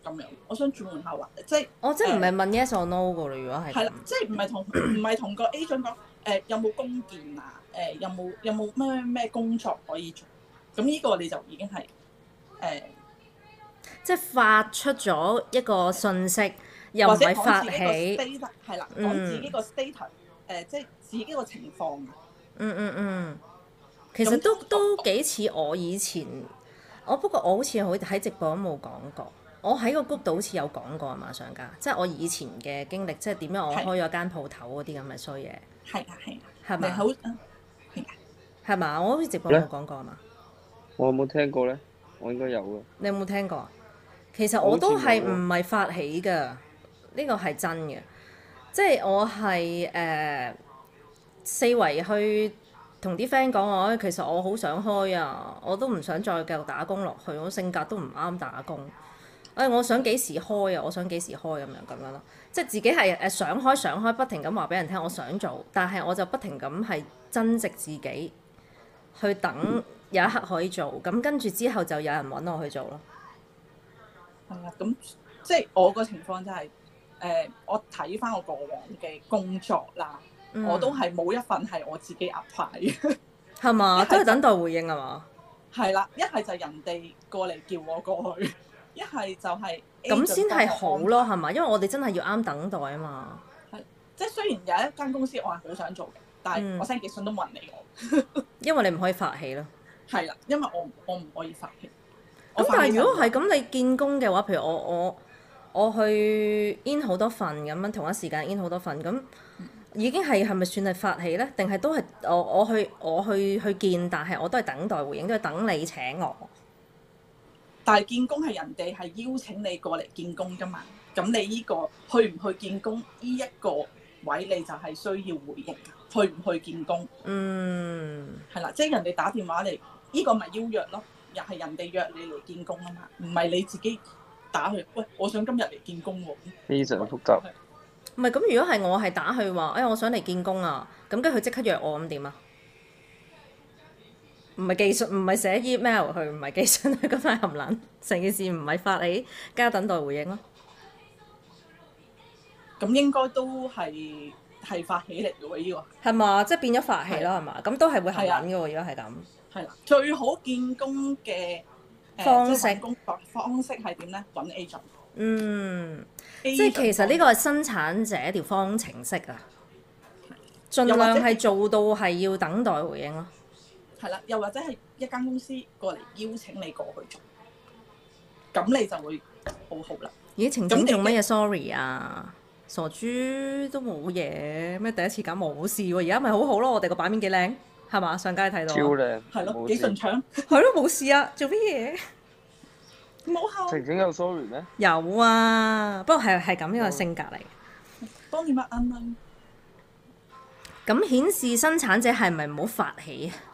Speaker 2: 咁樣，我想轉換下環，即係
Speaker 3: 我即係唔係問 yes or no 噶啦？如果
Speaker 2: 係
Speaker 3: 係咁
Speaker 2: 啦，即係唔係 同唔係同個 agent 講，誒、有冇工建啊，誒、有冇有冇咩咩工作可以做，咁呢個你就已經係誒、
Speaker 3: 即係發出咗一個信息，又唔
Speaker 2: 或者
Speaker 3: 係
Speaker 2: 講
Speaker 3: 發
Speaker 2: 自己個
Speaker 3: 起，
Speaker 2: status 係啦，
Speaker 3: 嗯
Speaker 2: 講自己個 status，誒、即係自己個情況啊。
Speaker 3: 嗯嗯嗯，其實都都幾似我以前，我不過我好似好喺直播都冇講過，我喺個 group 度好似有講過啊嘛上架，即係我以前嘅經歷，即係點樣我
Speaker 2: 係
Speaker 3: 開咗間鋪頭嗰啲咁嘅衰嘢，
Speaker 2: 係啊係
Speaker 3: 係
Speaker 2: 啊，你
Speaker 3: 嘛
Speaker 2: 好啊
Speaker 3: 係嘛？我好似直播冇講過啊嘛，
Speaker 1: 我有冇聽過咧？我應該有嘅。
Speaker 3: 你有冇聽過啊？其實
Speaker 1: 好
Speaker 3: 我
Speaker 1: 似
Speaker 3: 都係
Speaker 1: 冇喎
Speaker 3: 唔係發起㗎，呢個係真嘅，即係我係誒、呃四圍去同啲 friend 講我，其實我好想開啊，我都唔想再繼續打工落去，我性格都唔啱打工。誒、我想幾時開啊？我想幾時開咁樣咁樣咯，即係自己係誒想開想開，不停咁話俾人聽我想做，但係我就不停咁係增值自己，去等有一刻可以做，咁跟住之後就有人揾我去做咯。
Speaker 2: 係啊，咁即係我個情況就係、誒、我睇翻我過往嘅工作啦，
Speaker 3: 嗯
Speaker 2: 我都係冇一份係我自己 apply 嘅，
Speaker 3: 係嘛，
Speaker 2: 一係
Speaker 3: 都係等待回應啊嘛。
Speaker 2: 係啦，一係就人哋過嚟叫我過去， 一係就係
Speaker 3: 咁
Speaker 2: agent
Speaker 3: 先係好
Speaker 2: 幫我
Speaker 3: 咯，係嘛？因為我哋真係要啱等待啊嘛。
Speaker 2: 安排。即係雖然有一間公司我係好想做嘅，但
Speaker 3: 嗯
Speaker 2: 係我 send 幾信都冇人理我，
Speaker 3: 因為你唔可以發起咯。
Speaker 2: 係啦，因為我我唔可以發脾。我
Speaker 3: 咁
Speaker 2: 發
Speaker 3: 但
Speaker 2: 脾
Speaker 3: 係如果
Speaker 2: 就
Speaker 3: 係咁，你見工嘅話，譬如我我我去 in 好多份咁樣，同一時間 in 好多份咁，
Speaker 2: 嗯
Speaker 3: 已經係係咪算係發起呢？定係都係我我去我去去見，但係我都係等待回應，都係等你請我。
Speaker 2: 但係見工係人哋係邀請你過嚟見工噶嘛，咁你呢、個去唔去見工呢一個位你就係需要回應㗎，去唔去見工？
Speaker 3: 嗯，
Speaker 2: 係啦，即係人哋打電話嚟，呢、個咪邀約咯，又係人哋約你嚟見工啊嘛，唔係你自己打佢，喂，我想今日嚟見工喎，
Speaker 1: 非常複雜。
Speaker 3: 唔係咁，如果係我係打去話，哎，我想嚟見工啊，咁跟住佢即刻約我，咁點啊？唔係寄信，唔係寫 email 去，唔係寄 信去，咁係含撚。成件事唔係發你加等待回應咯。
Speaker 2: 咁應該都係係發起嚟嘅喎，呢、
Speaker 3: 係嘛？即係變咗發氣咯，係嘛？咁都係會含
Speaker 2: 係啊
Speaker 3: 撚嘅喎。如果係咁，
Speaker 2: 個係啦，最好見工嘅、呃
Speaker 3: 方
Speaker 2: 即
Speaker 3: 式
Speaker 2: 係搵工作方式係點咧？揾 agent，
Speaker 3: 嗯，即係其實呢個係生產者條方程式啊，盡
Speaker 2: 又或
Speaker 3: 量
Speaker 2: 者
Speaker 3: 係做到係要等待回應咯。
Speaker 2: 個係啦，又或者係一間公司過嚟邀請你過去做，咁你就會好好啦。
Speaker 3: 咦，晴晴
Speaker 2: 咁你
Speaker 3: 做乜嘢？Sorry 啊，傻豬都冇嘢，咩第一次搞冇事喎、而家咪好好咯，我哋個版面幾靚，係嘛？上街睇到
Speaker 1: 超
Speaker 3: 啊，
Speaker 1: 靚，
Speaker 2: 係咯，
Speaker 1: 冇
Speaker 2: 幾
Speaker 1: 事
Speaker 2: 順暢，
Speaker 3: 係咯，冇事啊，做乜嘢？
Speaker 2: 冇效，
Speaker 1: 晴晴有 sorry 咩？
Speaker 3: 有啊，不過係係咁樣嘅
Speaker 1: 嗯
Speaker 3: 性格嚟。
Speaker 2: 當然乜啱啦，
Speaker 3: 咁顯示生產者係咪唔好發起啊？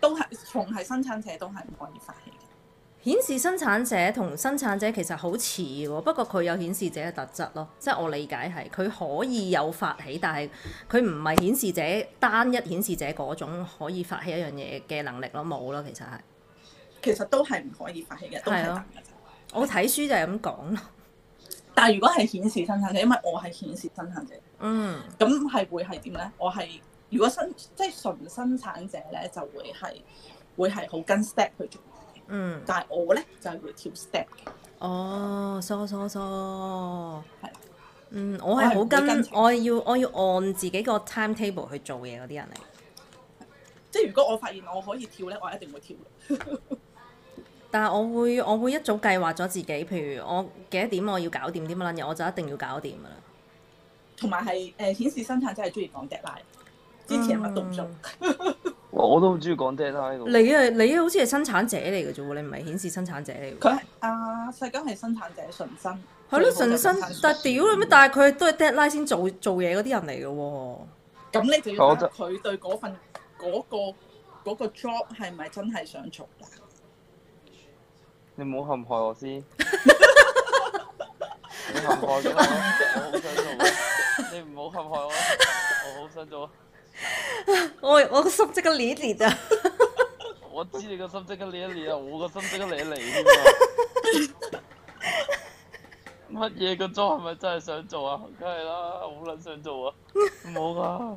Speaker 2: 都係從係生產者都係唔可以發起嘅。
Speaker 3: 顯示生產者同生產者其實好似喎，不過佢有顯示者嘅特質咯，即係我理解係佢可以有發起，但係佢唔係顯示者單一顯示者嗰種可以發起一樣嘢嘅能力咯，冇咯，其實係。
Speaker 2: 其實都係唔可以發起嘅，都係
Speaker 3: 係
Speaker 2: 得
Speaker 3: 咯
Speaker 2: 嘅啫。
Speaker 3: 我睇書就係咁講咯。
Speaker 2: 但係如果係顯示生產者，因為我係顯示生產者，
Speaker 3: 嗯
Speaker 2: 咁係會係點咧？我係如果生即係純生產者咧，就會係會係好跟 step 去做，
Speaker 3: 嗯，
Speaker 2: 但係我咧就係、會跳 step 嘅，
Speaker 3: 哦，疏疏疏，
Speaker 2: 係
Speaker 3: 嗯，我
Speaker 2: 我
Speaker 3: 係
Speaker 2: 係
Speaker 3: 好
Speaker 2: 唔會跟
Speaker 3: 跟，
Speaker 2: 團
Speaker 3: 我要我要按自己個 timetable 去做嘢嗰啲人嚟。
Speaker 2: 即係如果我發現我可以跳咧，我一定會跳嘅。
Speaker 3: 但係我會我會一早計劃咗自己，譬如我幾多點我要搞掂啲乜撚嘢，我就一定要搞掂噶啦。
Speaker 2: 同埋係誒顯示生產者係中意講 deadline，之前乜都唔做，
Speaker 3: 嗯
Speaker 1: 我我都好中意講 deadline 㗎喎
Speaker 3: 你啊你好似係生產者嚟嘅啫喎，你唔係顯示生產者嚟
Speaker 2: 佢
Speaker 3: 喎。
Speaker 2: 係啊世間係生產者純真，
Speaker 3: 係
Speaker 2: 最好
Speaker 3: 咯，純
Speaker 2: 就
Speaker 3: 身
Speaker 2: 純真
Speaker 3: 但屌你咩？但係佢都係 deadline 先做做嘢嗰啲人嚟嘅喎。
Speaker 2: 咁你就
Speaker 1: 我
Speaker 2: 要睇
Speaker 1: 覺
Speaker 2: 下
Speaker 1: 得
Speaker 2: 佢對嗰份嗰、個嗰個 job 係咪真係想做啦？
Speaker 1: 你唔好陷害我先。你陷害咗我，我好想做啊。你唔好陷害我，我好想做啊。
Speaker 3: 我我個心即刻裂一裂啊！
Speaker 1: 我知你個心即刻嚟一嚟啊！我個心即刻嚟一嚟添啊！乜嘢個 job 係咪真係想做啊？梗係啦，好撚想做啊！冇噶，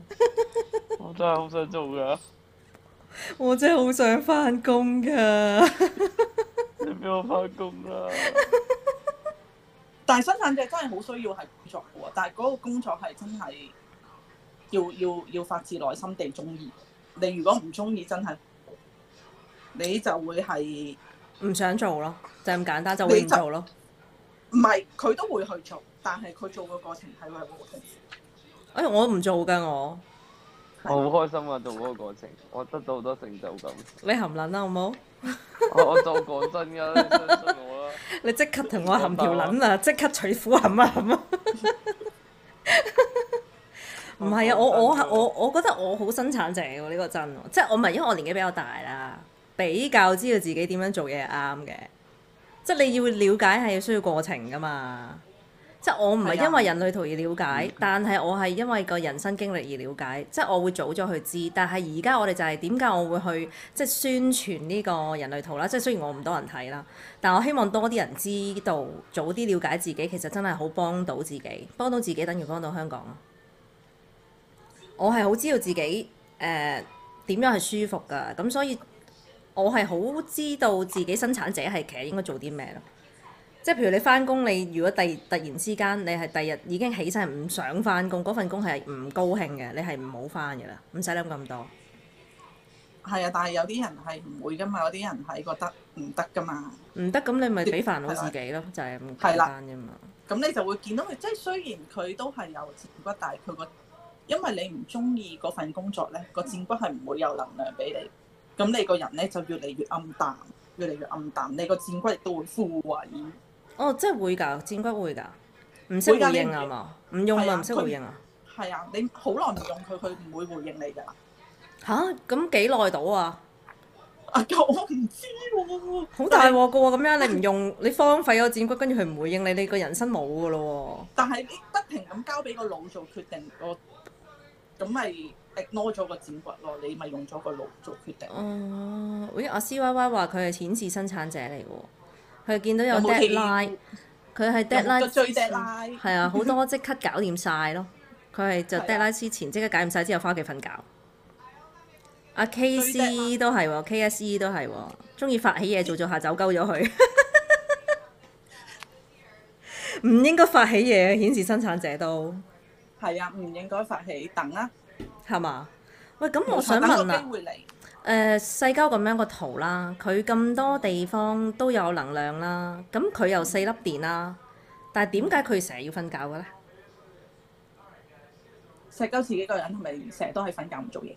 Speaker 1: 我真係好想做噶。
Speaker 3: 我真係好想翻工㗎。
Speaker 1: 你俾我翻工啦！
Speaker 2: 但係生產者真係好需要係工作嘅喎，但係嗰個工作係真係要要要發自內心地中意。你如果唔中意，真係你就會係
Speaker 3: 唔想做咯，就咁簡單，就會唔做咯。
Speaker 2: 唔係佢都會去做，但係佢做嘅過程係會好痛苦。
Speaker 3: 哎，我唔做㗎我，
Speaker 1: 我好開心啊！做嗰個過程，我得到好多成就感。
Speaker 3: 你含撚啦好冇？
Speaker 1: 我我就講真㗎，你相信我啊啦。
Speaker 3: 你即刻同我含條撚啊！即刻取苦含啊含啊！唔係 啊，我我我我覺得我好生產者喎，呢、個真喎，即係我唔係因為我年紀比較大啦，比較知道自己點樣做嘢係啱嘅，即係你要了解係需要過程噶嘛。即係我唔
Speaker 2: 係
Speaker 3: 係
Speaker 2: 啊
Speaker 3: 因為人類圖而了解，但係我係因為個人生經歷而了解，即係我會早咗去知。但係而家我哋就係點解我會去即係宣傳呢個人類圖啦？即係雖然我唔多人睇啦，但我希望多啲人知道，早啲了解自己，其實真係好幫到自己，幫到自己等於幫到香港咯。我係好知道自己誒點樣係舒服㗎，咁所以我係好知道自己生產者係其實應該做啲咩咯。即係譬如你翻工，你如果第突然之間你係第日已經起身唔想翻工，嗰份工係唔高興嘅，你係唔好翻嘅啦，唔使諗咁多。
Speaker 2: 係啊，但係有啲人係唔會噶嘛，有啲人係覺得唔得噶嘛。
Speaker 3: 唔得咁你咪俾煩惱自己咯，就係咁簡
Speaker 2: 係啦
Speaker 3: 單啫嘛。
Speaker 2: 咁你就會見到佢，即係雖然佢都係有戰骨，但係佢個因為你唔中意嗰份工作咧，個戰骨係唔會有能量俾你，咁你個人咧就越嚟越暗淡，越嚟越暗淡，你個戰骨亦都會枯萎。
Speaker 3: 哦，真係會㗎，戰骨會㗎，唔識
Speaker 2: 會㗎
Speaker 3: 回應
Speaker 2: 你唔
Speaker 3: 啊嘛，唔用
Speaker 2: 係
Speaker 3: 咪
Speaker 2: 啊
Speaker 3: 唔識
Speaker 2: 佢
Speaker 3: 回應啊。
Speaker 2: 係啊，你好耐唔用佢，佢唔會回應你㗎啦。
Speaker 3: 吓？咁幾耐到啊？
Speaker 2: 啊，咁我唔知喎、
Speaker 3: 好大鑊啊噶喎！咁樣你唔用，你荒廢咗戰骨，跟住佢唔回應你，你個人生冇噶咯
Speaker 2: 但係你不停咁交俾個腦做決定，個咁咪 ignore 咗個戰骨咯，你咪用咗個腦做決定
Speaker 3: 喎。。哦，喂，阿 C Y Y 話佢係顯示生產者嚟喎，佢見到有
Speaker 2: 有冇
Speaker 3: deadline，佢
Speaker 2: 有
Speaker 3: 係
Speaker 2: 冇
Speaker 3: deadline
Speaker 2: 個追 deadline
Speaker 3: 係啊，好多即刻搞掂晒咯。佢係就
Speaker 2: 係啊
Speaker 3: deadline 之前即刻搞掂晒之後翻屋企瞓覺。阿 K C 都係喎，K S E 都係喎，中意發起嘢做做下走鳩咗佢。 唔應該發起嘢，顯示生產者都。
Speaker 2: 係啊，唔應該發起等啊。
Speaker 3: 係嘛？喂，咁我
Speaker 2: 冇
Speaker 3: 想
Speaker 2: 錯
Speaker 3: 問啊
Speaker 2: 等個機
Speaker 3: 啦，
Speaker 2: 會嚟。
Speaker 3: 誒呃細鳩咁樣個圖啦，佢咁多地方都有能量啦，咁佢有四粒電啦，但係點解佢成日要瞓覺嘅咧？
Speaker 2: 石鳩自己個人係咪成日都係瞓覺唔做嘢？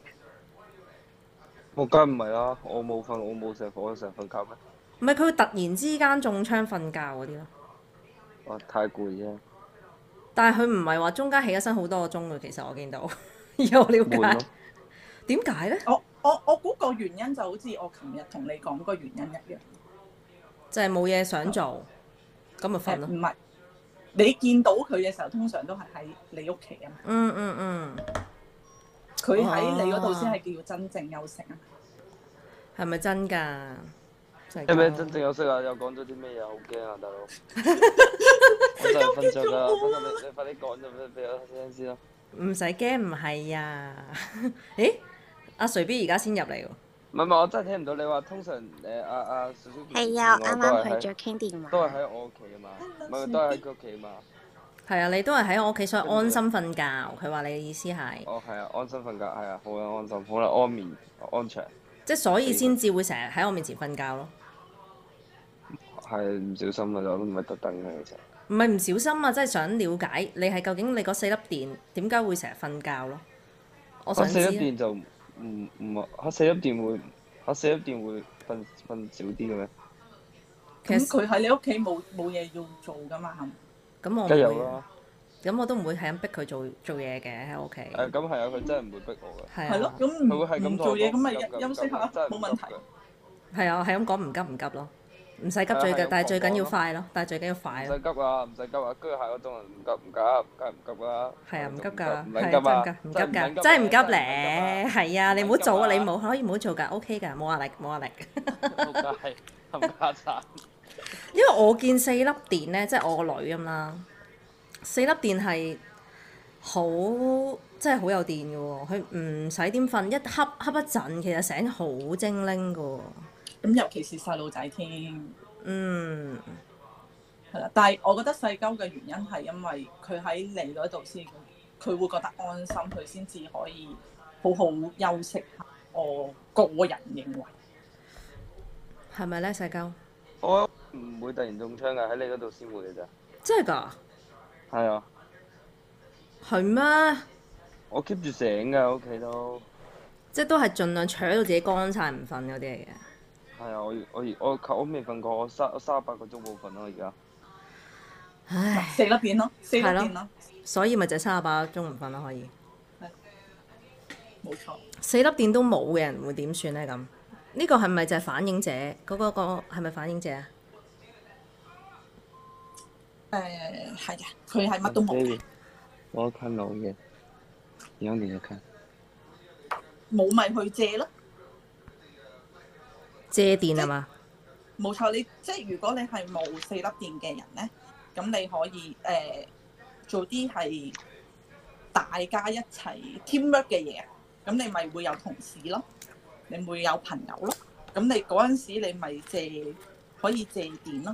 Speaker 1: 我梗係唔係啦，我冇瞓，我冇成日我成日瞓覺咩？
Speaker 3: 唔係佢會突然之間中槍瞓覺嗰啲咯，
Speaker 1: 我太攰啫，
Speaker 3: 但係佢唔係話中間起咗身好多個鐘嘅，其實我見到 有
Speaker 1: 悶
Speaker 3: 了
Speaker 1: 咯
Speaker 3: 解。。點解咧？
Speaker 2: 我我我估個原因就好似我琴日同你講個原因一樣，
Speaker 3: 就係冇嘢想做，
Speaker 1: 啊
Speaker 3: 咁咪瞓
Speaker 2: 誒
Speaker 3: 咯。
Speaker 2: 唔係你見到佢嘅時候，通常都係喺你屋企啊嘛，
Speaker 3: 嗯嗯嗯，
Speaker 2: 佢喺你嗰
Speaker 3: 哦
Speaker 2: 度先係叫真正休息啊嘛。
Speaker 3: 係咪真㗎？細
Speaker 1: 有咩
Speaker 3: 鳩
Speaker 1: 真正有識啊？又講咗啲咩嘢？好驚啊，大佬！我真係瞓着㗎啦，不過你你快啲講咗俾俾我聽先啦。
Speaker 3: 唔使驚，唔係啊。 咦？阿隨 B 而家先入嚟喎。
Speaker 1: 唔係唔係，我真係聽唔到你話通常誒阿阿小小
Speaker 4: 係啊，我啱啱去
Speaker 1: 去
Speaker 4: 咗傾電話。
Speaker 1: 都係喺我屋企啊嘛，唔係都係喺佢屋企嘛。
Speaker 3: 係啊，你都係喺我屋企，所以
Speaker 1: 對唔住
Speaker 3: 安心瞓覺。佢話你嘅意思係，
Speaker 1: 哦，係啊，安心瞓覺係啊，好啦，安心，好啦，安眠安詳，
Speaker 3: 即係所以先至會成日喺我面前瞓覺咯。
Speaker 1: 係唔小心啊，我都唔係特登嘅其實。
Speaker 3: 唔係唔小心啊，真係想了解你係究竟你嗰四粒電點解會成日瞓覺咯？我
Speaker 1: 我
Speaker 3: 想知
Speaker 1: 哦四
Speaker 3: 啊
Speaker 1: 粒電就唔唔唔我四粒電會我四粒電會瞓瞓少啲嘅咩？
Speaker 3: 其
Speaker 2: 咁佢
Speaker 3: 實
Speaker 2: 喺你屋企冇冇嘢要做噶嘛？係咪
Speaker 3: 咁我唔
Speaker 1: 梗係有
Speaker 3: 會
Speaker 1: 啦，
Speaker 3: 咁我都唔會係咁逼佢做做嘢嘅喺屋企。
Speaker 1: 誒咁係啊，佢真係唔會逼我嘅。
Speaker 3: 係
Speaker 2: 係咯
Speaker 3: 啊，，
Speaker 2: 咁
Speaker 1: 佢會係
Speaker 2: 唔
Speaker 1: 咁
Speaker 2: 唔
Speaker 1: 同我
Speaker 2: 做嘢咁咪
Speaker 1: 講
Speaker 2: 休息下
Speaker 1: 真係唔
Speaker 2: 冇問
Speaker 1: 急
Speaker 2: 題
Speaker 1: 嘅。
Speaker 3: 係啊，係咁講唔急唔急咯，唔使急
Speaker 1: 係啊
Speaker 3: 最
Speaker 1: 係
Speaker 3: 緊
Speaker 1: 咁，
Speaker 3: 但係最緊
Speaker 1: 講
Speaker 3: 要
Speaker 1: 咯
Speaker 3: 快咯，但係最緊要
Speaker 1: 唔
Speaker 3: 快咯
Speaker 1: 使。急啊，唔使急啊，跟住下個鐘唔急唔急，梗係唔急啦。
Speaker 3: 係啊，唔急㗎，
Speaker 1: 唔緊
Speaker 3: 係
Speaker 1: 急啊，
Speaker 3: 真唔急唔急㗎，
Speaker 1: 㗎，
Speaker 3: 真係唔急咧
Speaker 1: 咧。，
Speaker 3: 係啊，你唔好做啊，
Speaker 1: 唔緊急啊
Speaker 3: 你冇可以唔好做㗎，OK 㗎，冇壓力冇壓力。
Speaker 1: 仆街，冚家鏟。
Speaker 3: 因為我見四粒電咧，即係我個女咁啦，四粒電係好即係好有電嘅喎，佢唔使點瞓，一瞌瞌一陣，其實醒好精靈嘅喎。
Speaker 2: 咁尤其是細路仔添，
Speaker 3: 嗯，
Speaker 2: 係啦。但係我覺得細鳩嘅原因係因為佢喺你嗰度先，佢會覺得安心，佢先至可以好好休息下。我個人認為，
Speaker 3: 係咪咧，細鳩？
Speaker 1: 我唔會突然中槍㗎，喺你嗰度先會嘅咋。
Speaker 3: 真係㗎？
Speaker 1: 係啊，
Speaker 3: 係咩？
Speaker 1: 我 keep 住醒㗎，屋企都。
Speaker 3: 即係都係盡量扯到自己乾晒唔瞓嗰啲嚟嘅。
Speaker 1: 係啊，我我我我未瞓過，我三我三十八個鐘冇瞓咯，而家。
Speaker 3: 唉，
Speaker 2: 四粒電咯，四粒
Speaker 3: 係咯
Speaker 2: 電咯，
Speaker 3: 所以咪就係三十八個鐘唔瞓咯，可以。
Speaker 2: 冇錯。
Speaker 3: 四粒電都冇嘅人會點算咧？咁呢個係咪就係反映者？嗰、個、個係咪反映者啊？
Speaker 2: 誒係啊，佢係乜都冇嘅，。
Speaker 1: 我看老嘅，然後你也看。
Speaker 2: 冇咪去借咯。
Speaker 3: 借電係嘛？
Speaker 2: 冇錯，你即係如果你係冇四粒電嘅人咧，咁你可以誒、呃做啲係大家一齊 teamwork 嘅嘢，咁你咪會有同事咯，你會有朋友咯，咁你嗰陣時你咪借可以借電咯，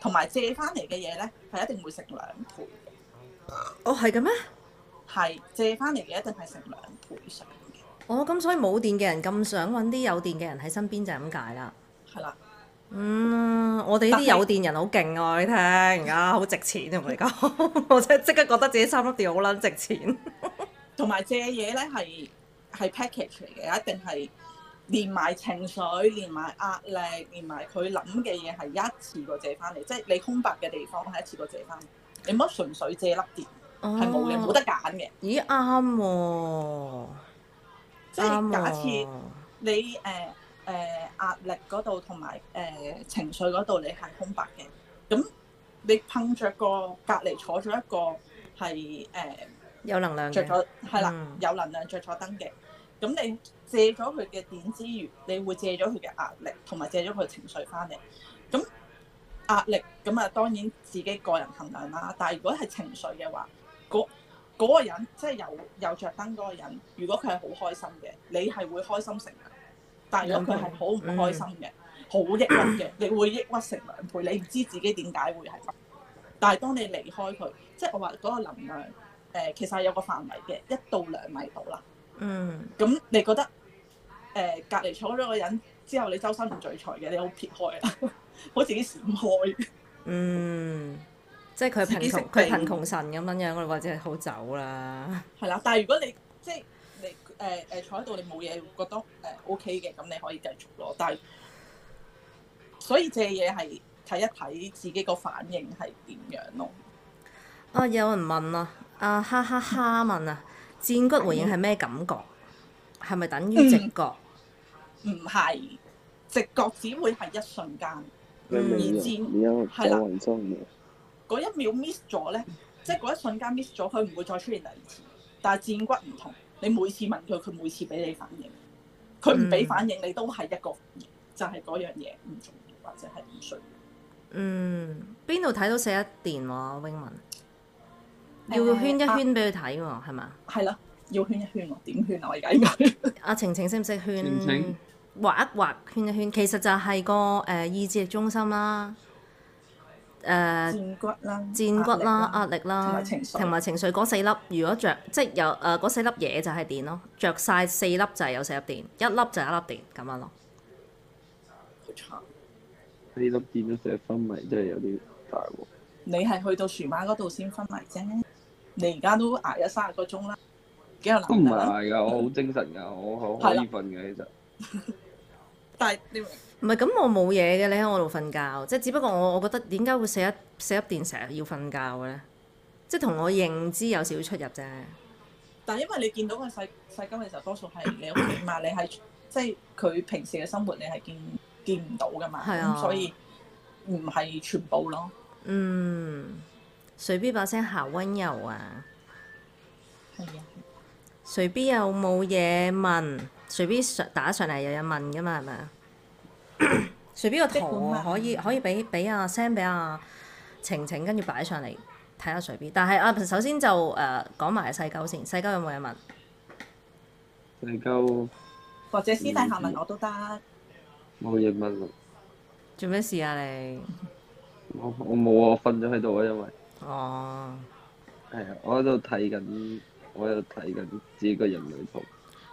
Speaker 2: 同埋借翻嚟嘅嘢咧係一定會成兩倍嘅，
Speaker 3: 哦，係嘅咩？
Speaker 2: 係借翻嚟嘅一定係成兩倍上嘅，
Speaker 3: 哦，咁所以冇電嘅人咁想揾啲有電嘅人喺身邊就係咁解啦。
Speaker 2: 係啦。
Speaker 3: 嗯，我哋呢啲
Speaker 2: 但係
Speaker 3: 有電人好勁啊！你聽，而家好值錢啊！我哋講， 我真係即刻覺得自己三粒電好撚值錢。
Speaker 2: 同埋借嘢咧係係 package 嚟嘅，一定係連埋情緒、連埋壓力、連埋佢諗嘅嘢係一次過借翻嚟，即係你空白嘅地方係一次過借翻嚟。你唔好純粹借粒電，
Speaker 3: 哦
Speaker 2: 係冇嘅，冇得。揀嘅。
Speaker 3: 咦，啱喎、
Speaker 2: 即係假
Speaker 3: 啱啊
Speaker 2: 設
Speaker 3: 喎
Speaker 2: 你誒誒、呃、壓力嗰度同埋誒情緒嗰度你係空白嘅，咁你碰着個隔離坐咗一個係誒。呃
Speaker 3: 有能量
Speaker 2: 着
Speaker 3: 嘅。
Speaker 2: 咗係啦
Speaker 3: 嗯，
Speaker 2: 有能量着咗燈嘅。咁你借咗佢嘅電之餘，你會借咗佢嘅壓力，同埋借咗佢情緒翻嚟。咁壓力咁啊，當然自己個人衡量啦。但係如果係情緒嘅話，嗰嗰、個人即係有有著燈嗰個人，如果佢係好開心嘅，你係會開心成兩倍。但係如果佢係好唔開心嘅，好、抑鬱嘅，你會抑鬱成兩倍，你唔知自己點解會係咁。但係當你離開佢，即係我話嗰個能量。誒、其實係有個範圍嘅，一到兩米度啦。
Speaker 3: 嗯，
Speaker 2: 咁你覺得誒、隔離坐咗個人之後，你周身唔聚財嘅，你好撇開啦， 好自己閃開。
Speaker 3: 嗯，即係佢
Speaker 2: 自
Speaker 3: 貧
Speaker 2: 己
Speaker 3: 窮，
Speaker 2: 食
Speaker 3: 佢
Speaker 2: 定
Speaker 3: 貧窮神咁樣樣，我哋或者係好走啦。
Speaker 2: 係啦，但係如果你即係你誒誒、坐喺度，你冇嘢覺得誒 O K 嘅，咁你可以繼續咯。但係所以借嘢係睇一睇自己個反應係點樣咯。
Speaker 3: 啊，有人問啊，啊哈哈哈問啊，戰骨回應係咩感覺？係咪等於直覺？
Speaker 2: 唔係直覺只會係一瞬間，
Speaker 3: 你明
Speaker 2: 而
Speaker 1: 知，
Speaker 2: 戰
Speaker 1: 嗯你有
Speaker 2: 係啦
Speaker 1: 雲中嘅。
Speaker 2: 嗰一秒 miss 咗咧，即係嗰一瞬間 miss 咗，佢唔會再出現第二次。但係戰骨唔同，你每次問佢，佢每次俾你反應，佢
Speaker 3: 嗯
Speaker 2: 唔俾反應，你都係一個反應，就係、嗰樣嘢唔重要或者係唔需要。
Speaker 3: 嗯，邊度睇到四一電話？永文要圈
Speaker 2: 啊
Speaker 3: 一圈俾佢睇喎，係嘛？
Speaker 2: 係咯，要圈一圈喎，點圈啊？我而家應該
Speaker 3: 阿晴晴識唔識圈？
Speaker 1: 晴晴
Speaker 3: 畫一畫圈一圈，其實就係個誒、呃意志力中心啦，誒、
Speaker 2: 戰骨 啦，啊
Speaker 3: 戰啊骨啦、壓力啦，
Speaker 2: 同埋情緒
Speaker 3: 同埋情緒嗰四粒，如果着即係有誒嗰、四粒嘢就係電咯，着晒四粒就係有四粒電，一粒就係一粒電咁樣咯。
Speaker 2: 好慘
Speaker 1: 呢粒電都成昏迷，真係有啲大鑊。
Speaker 2: 你係去到船碼嗰度先昏迷啫，你而家都捱咗三十個鐘啦，幾有啊
Speaker 1: 都
Speaker 2: 難
Speaker 1: 唔
Speaker 2: 得啦。
Speaker 1: 係㗎，我好精神㗎，我好可
Speaker 2: 係啦
Speaker 1: 以瞓㗎，其實。
Speaker 2: 但係你明
Speaker 3: 唔係咁，我冇嘢嘅，你喺我度瞓覺，即係只不過我我覺得點解會四粒四粒電成日要瞓覺嘅咧？即係同我認知有少少出入啫。
Speaker 2: 但係因為你見到佢細細金嘅時候，多數 係你屋企嘛，你係即係佢平時嘅生活，你係見見唔到噶嘛，
Speaker 3: 係啊
Speaker 2: 咁所以唔係全部咯。
Speaker 3: 嗯，水 B 把聲好温柔啊！
Speaker 2: 係啊，
Speaker 3: 水 B 有冇嘢問？水 B 上打上嚟又有問噶嘛，係咪啊？ 水 B 個
Speaker 2: 即管
Speaker 3: 圖
Speaker 2: 問
Speaker 3: 可以可以俾俾阿 Sam 俾阿晴晴，跟住擺上嚟睇下水 B。但係啊，首先就誒、呃、講埋細狗先，細狗有冇嘢問？
Speaker 1: 你鳩
Speaker 2: 或者私底下
Speaker 3: 嗯
Speaker 2: 問我都得，
Speaker 1: 冇嘢問啊啦，
Speaker 3: 做咩事啊你？
Speaker 1: 我我冇啊，我瞓咗喺度啊，因為
Speaker 3: 哦，
Speaker 1: 係啊，我喺度睇緊，我喺度睇緊自己個人類圖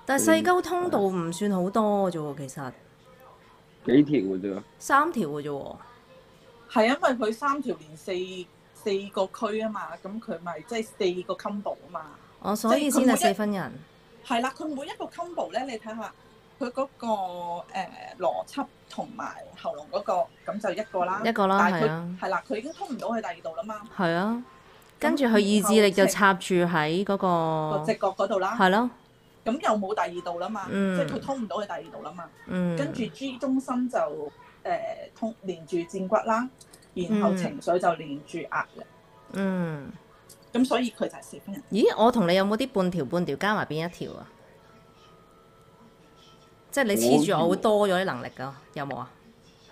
Speaker 3: 但係細鳩通道唔算好多啫喎，其實
Speaker 1: 幾條㗎啫喎。
Speaker 3: 三條嘅啫喎。
Speaker 2: 係因為佢三條連四四個區啊嘛，咁佢咪即係四個 combo 啊嘛。
Speaker 3: 我哦所以
Speaker 2: 即係
Speaker 3: 先
Speaker 2: 佢
Speaker 3: 係
Speaker 2: 每一
Speaker 3: 四分人。
Speaker 2: 係啦，佢每一個 combo 咧，你睇下佢嗰個誒邏輯同埋喉嚨嗰個，咁就一個啦。
Speaker 3: 一個啦
Speaker 2: 但係
Speaker 3: 係啊
Speaker 2: 佢係啦，佢已經通唔到去第二度啦嘛，
Speaker 3: 係啊，跟住佢意志力就插住喺嗰
Speaker 2: 個
Speaker 3: 個
Speaker 2: 直，覺嗰度啦。
Speaker 3: 係咯，
Speaker 2: 咁又冇第二度啦嘛，
Speaker 3: 嗯
Speaker 2: 即係佢通唔到去第二度啦嘛。
Speaker 3: 嗯，
Speaker 2: 跟住 G 中心就誒、呃通連住戰骨啦，然後
Speaker 3: 嗯
Speaker 2: 情緒就連住壓力，咁、
Speaker 3: 嗯，
Speaker 2: 所以佢就係四分人。
Speaker 3: 咦，我同你有冇啲半條半條加埋邊一條啊？即係你黐住我會多咗啲能力㗎，有冇啊？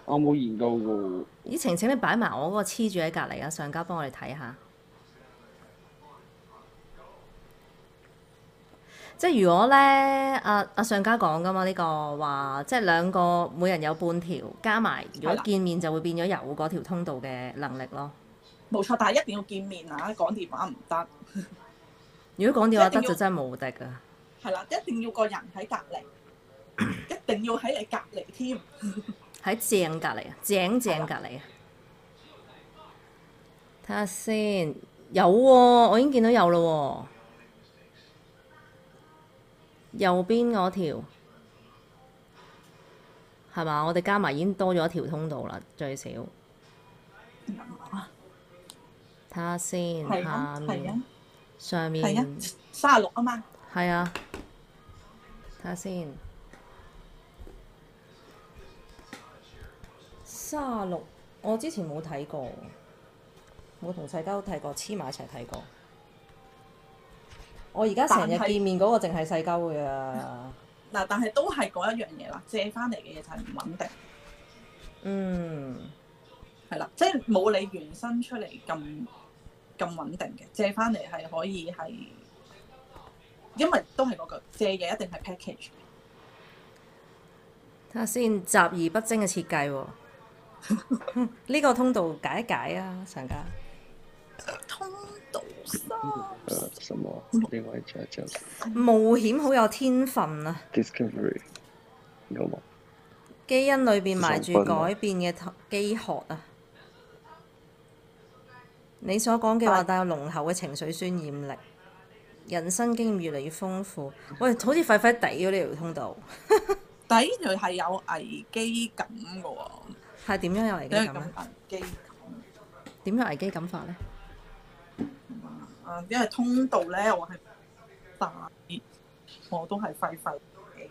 Speaker 1: 我冇研究過，
Speaker 3: 咦，晴晴你擺埋我嗰個黐住喺隔離啊，上家幫我哋睇下。即係如果咧，阿、阿、上家講噶嘛，呢、個話即係兩個每人有半條，加埋如果
Speaker 2: 係啦
Speaker 3: 見面就會變咗有嗰條通道嘅能力咯。
Speaker 2: 冇錯，但係一定要見面啊，講電話唔得，
Speaker 3: 如果講電話得
Speaker 2: 一定
Speaker 3: 就
Speaker 2: 要
Speaker 3: 真係無敵啊！
Speaker 2: 係啦，一定要個人喺隔 離，一定要喺你隔離添。
Speaker 3: 喺正隔離啊，井正隔離啊。睇下先，有喎、我已經見到有咯喎、右邊嗰條係嘛？我哋加埋已經多咗一條通道啦，最少。睇下先，
Speaker 2: 係
Speaker 3: 下
Speaker 2: 啊，係
Speaker 3: 面
Speaker 2: 啊，
Speaker 3: 上
Speaker 2: 係啊
Speaker 3: 面，
Speaker 2: 三十六啊嘛，
Speaker 3: 係啊，睇下先，三十六，我之前冇睇過，冇同世交睇過，黐埋一齊睇過。我而家成日
Speaker 2: 但係
Speaker 3: 見面嗰個淨係世交嘅 啊，
Speaker 2: 嗱，但係都係嗰一樣嘢啦，借翻嚟嘅嘢就係唔穩定，
Speaker 3: 嗯，
Speaker 2: 係啦，即係冇你原生出嚟咁咁穩定嘅，借翻嚟係可以係，因為都係嗰句，借嘢一定係 package 嘅。
Speaker 3: 睇下先，雜而不精嘅設計喎、 呢個通道解一解啊，常家。
Speaker 2: 通道三
Speaker 1: 誒什麼？
Speaker 2: 嗯
Speaker 1: 另外一隻叫
Speaker 3: 冒險好有天分啊！
Speaker 1: Discovery，有冇？
Speaker 3: 基因裏邊埋住
Speaker 1: 想分啊
Speaker 3: 改變嘅頭機殼啊！你所講嘅話帶有濃厚嘅情緒渲染力，人生經驗越嚟越豐富。喂，好似廢廢地喎呢條通道，
Speaker 2: 但係呢條係有危機感嘅喎，
Speaker 3: 係點樣有危機
Speaker 2: 點解
Speaker 3: 感
Speaker 2: 咁危機
Speaker 3: 咧？
Speaker 2: 感
Speaker 3: 點樣危機感法咧？
Speaker 2: 啊？因為通道咧，我係大，我都係廢廢地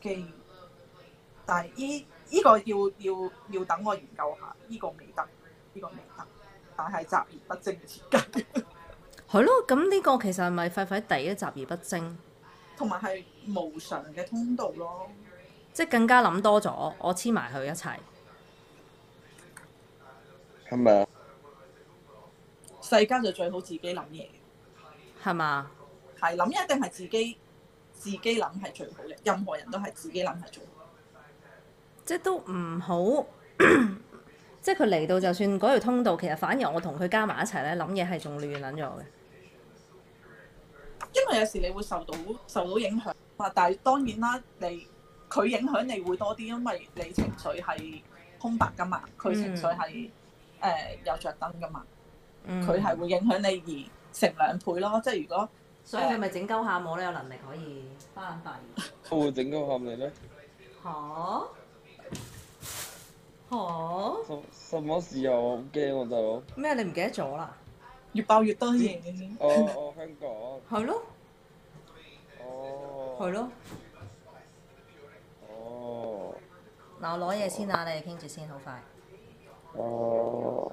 Speaker 2: 機，但係依依個要要要等我研究下，依、個未得，依、個未得，但係雜而不精嘅設計，
Speaker 3: 係咯，咁呢個其實係咪廢廢地咧？雜而不精，
Speaker 2: 同埋係無常嘅通道咯。
Speaker 3: 即係更加諗多咗，我黐埋佢一齊。
Speaker 1: 係咪啊？
Speaker 2: 世間就最好自己諗嘢，
Speaker 3: 係嘛？
Speaker 2: 係諗一定係自己自己諗係最好嘅，任何人都係自己諗係最好。
Speaker 3: 即係都唔好， 即係佢嚟到就算嗰條通道，其實反而我同佢加埋一齊咧，諗嘢係仲亂撚咗嘅。
Speaker 2: 因為有時你會受到受到影響啊，但係當然啦，你佢影響你會多啲，因為你情緒係空白噶嘛，佢情緒係誒、呃有着燈噶嘛，
Speaker 3: 嗯
Speaker 2: 佢係會影響你而成兩倍咯。即係如果
Speaker 3: 所以佢咪整鳩下我咧，有能力可以翻翻
Speaker 1: 我會整到喊你咧？
Speaker 3: 嚇嚇
Speaker 1: 什什麼時候我好驚喎，大佬！
Speaker 3: 咩？你唔記得咗啦？
Speaker 2: 越爆越多嘢，咁
Speaker 1: 哦哦，香港，
Speaker 3: 係咯，
Speaker 1: 哦，
Speaker 3: 係，咯。
Speaker 1: 哦
Speaker 3: 嗱，我攞嘢先啊，你哋傾住先，好快。
Speaker 1: 哦，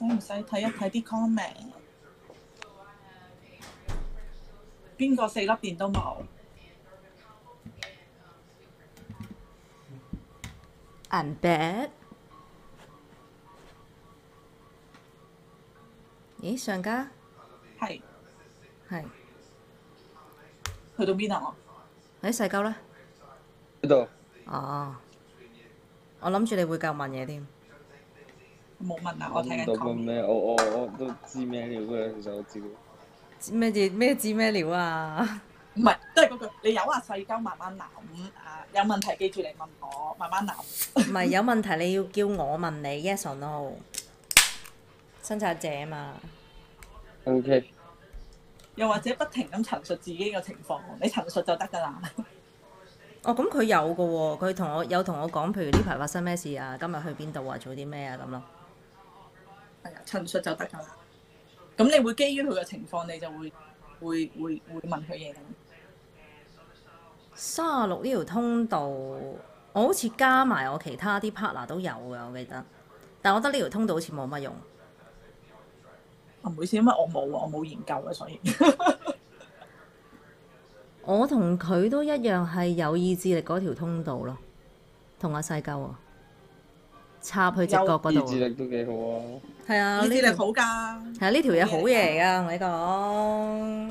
Speaker 2: 唔使睇一睇啲 comment。邊個四粒電都冇？
Speaker 3: I'm bad。咦，上家
Speaker 2: 係
Speaker 3: 係
Speaker 2: 去到邊啊？
Speaker 3: 喺細鳩咧？
Speaker 1: 呢度
Speaker 3: 哦，我諗住你會夠問嘢添。
Speaker 2: 我冇問啊，我睇緊
Speaker 1: 諗嗯到乜
Speaker 2: comment。
Speaker 1: 咩？我我我哦都知咩料嘅，其實我知道。
Speaker 3: 咩字咩字咩料啊？
Speaker 2: 唔係，都係嗰句，你有啊細鳩慢慢諗啊，有問題記住嚟問我，慢慢諗。
Speaker 3: 唔係有問題，你要叫我問你 yes or no。生產者啊嘛，
Speaker 1: O K，
Speaker 2: 又或者不停咁陳述自己嘅情況，你陳述就得㗎啦。
Speaker 3: 哦咁佢有嘅喎、佢同我有同我講，譬如呢排發生咩事啊，今日去邊度啊，做啲咩啊咁咯。
Speaker 2: 係啊，陳述就得㗎啦。咁你會基於佢嘅情況，你就會會會會問佢嘢咁。
Speaker 3: 三十六呢條通道，我好似加埋我其他啲 partner 都有嘅，我記得。但我覺得呢條通道好似冇乜用。
Speaker 2: 啊唔好意思，因為我冇啊，我冇研究啊，所以
Speaker 3: 我同佢都一樣係有意志力嗰條通道咯，同阿細鳩啊，插去直角嗰
Speaker 1: 意志
Speaker 3: 度啊。
Speaker 1: 力都幾好啊！
Speaker 3: 係啊，
Speaker 2: 意志
Speaker 3: 呢
Speaker 2: 力
Speaker 3: 條
Speaker 2: 好㗎。
Speaker 3: 係啊呢條嘢好嘢嚟㗎，
Speaker 2: 啊
Speaker 3: 同你講。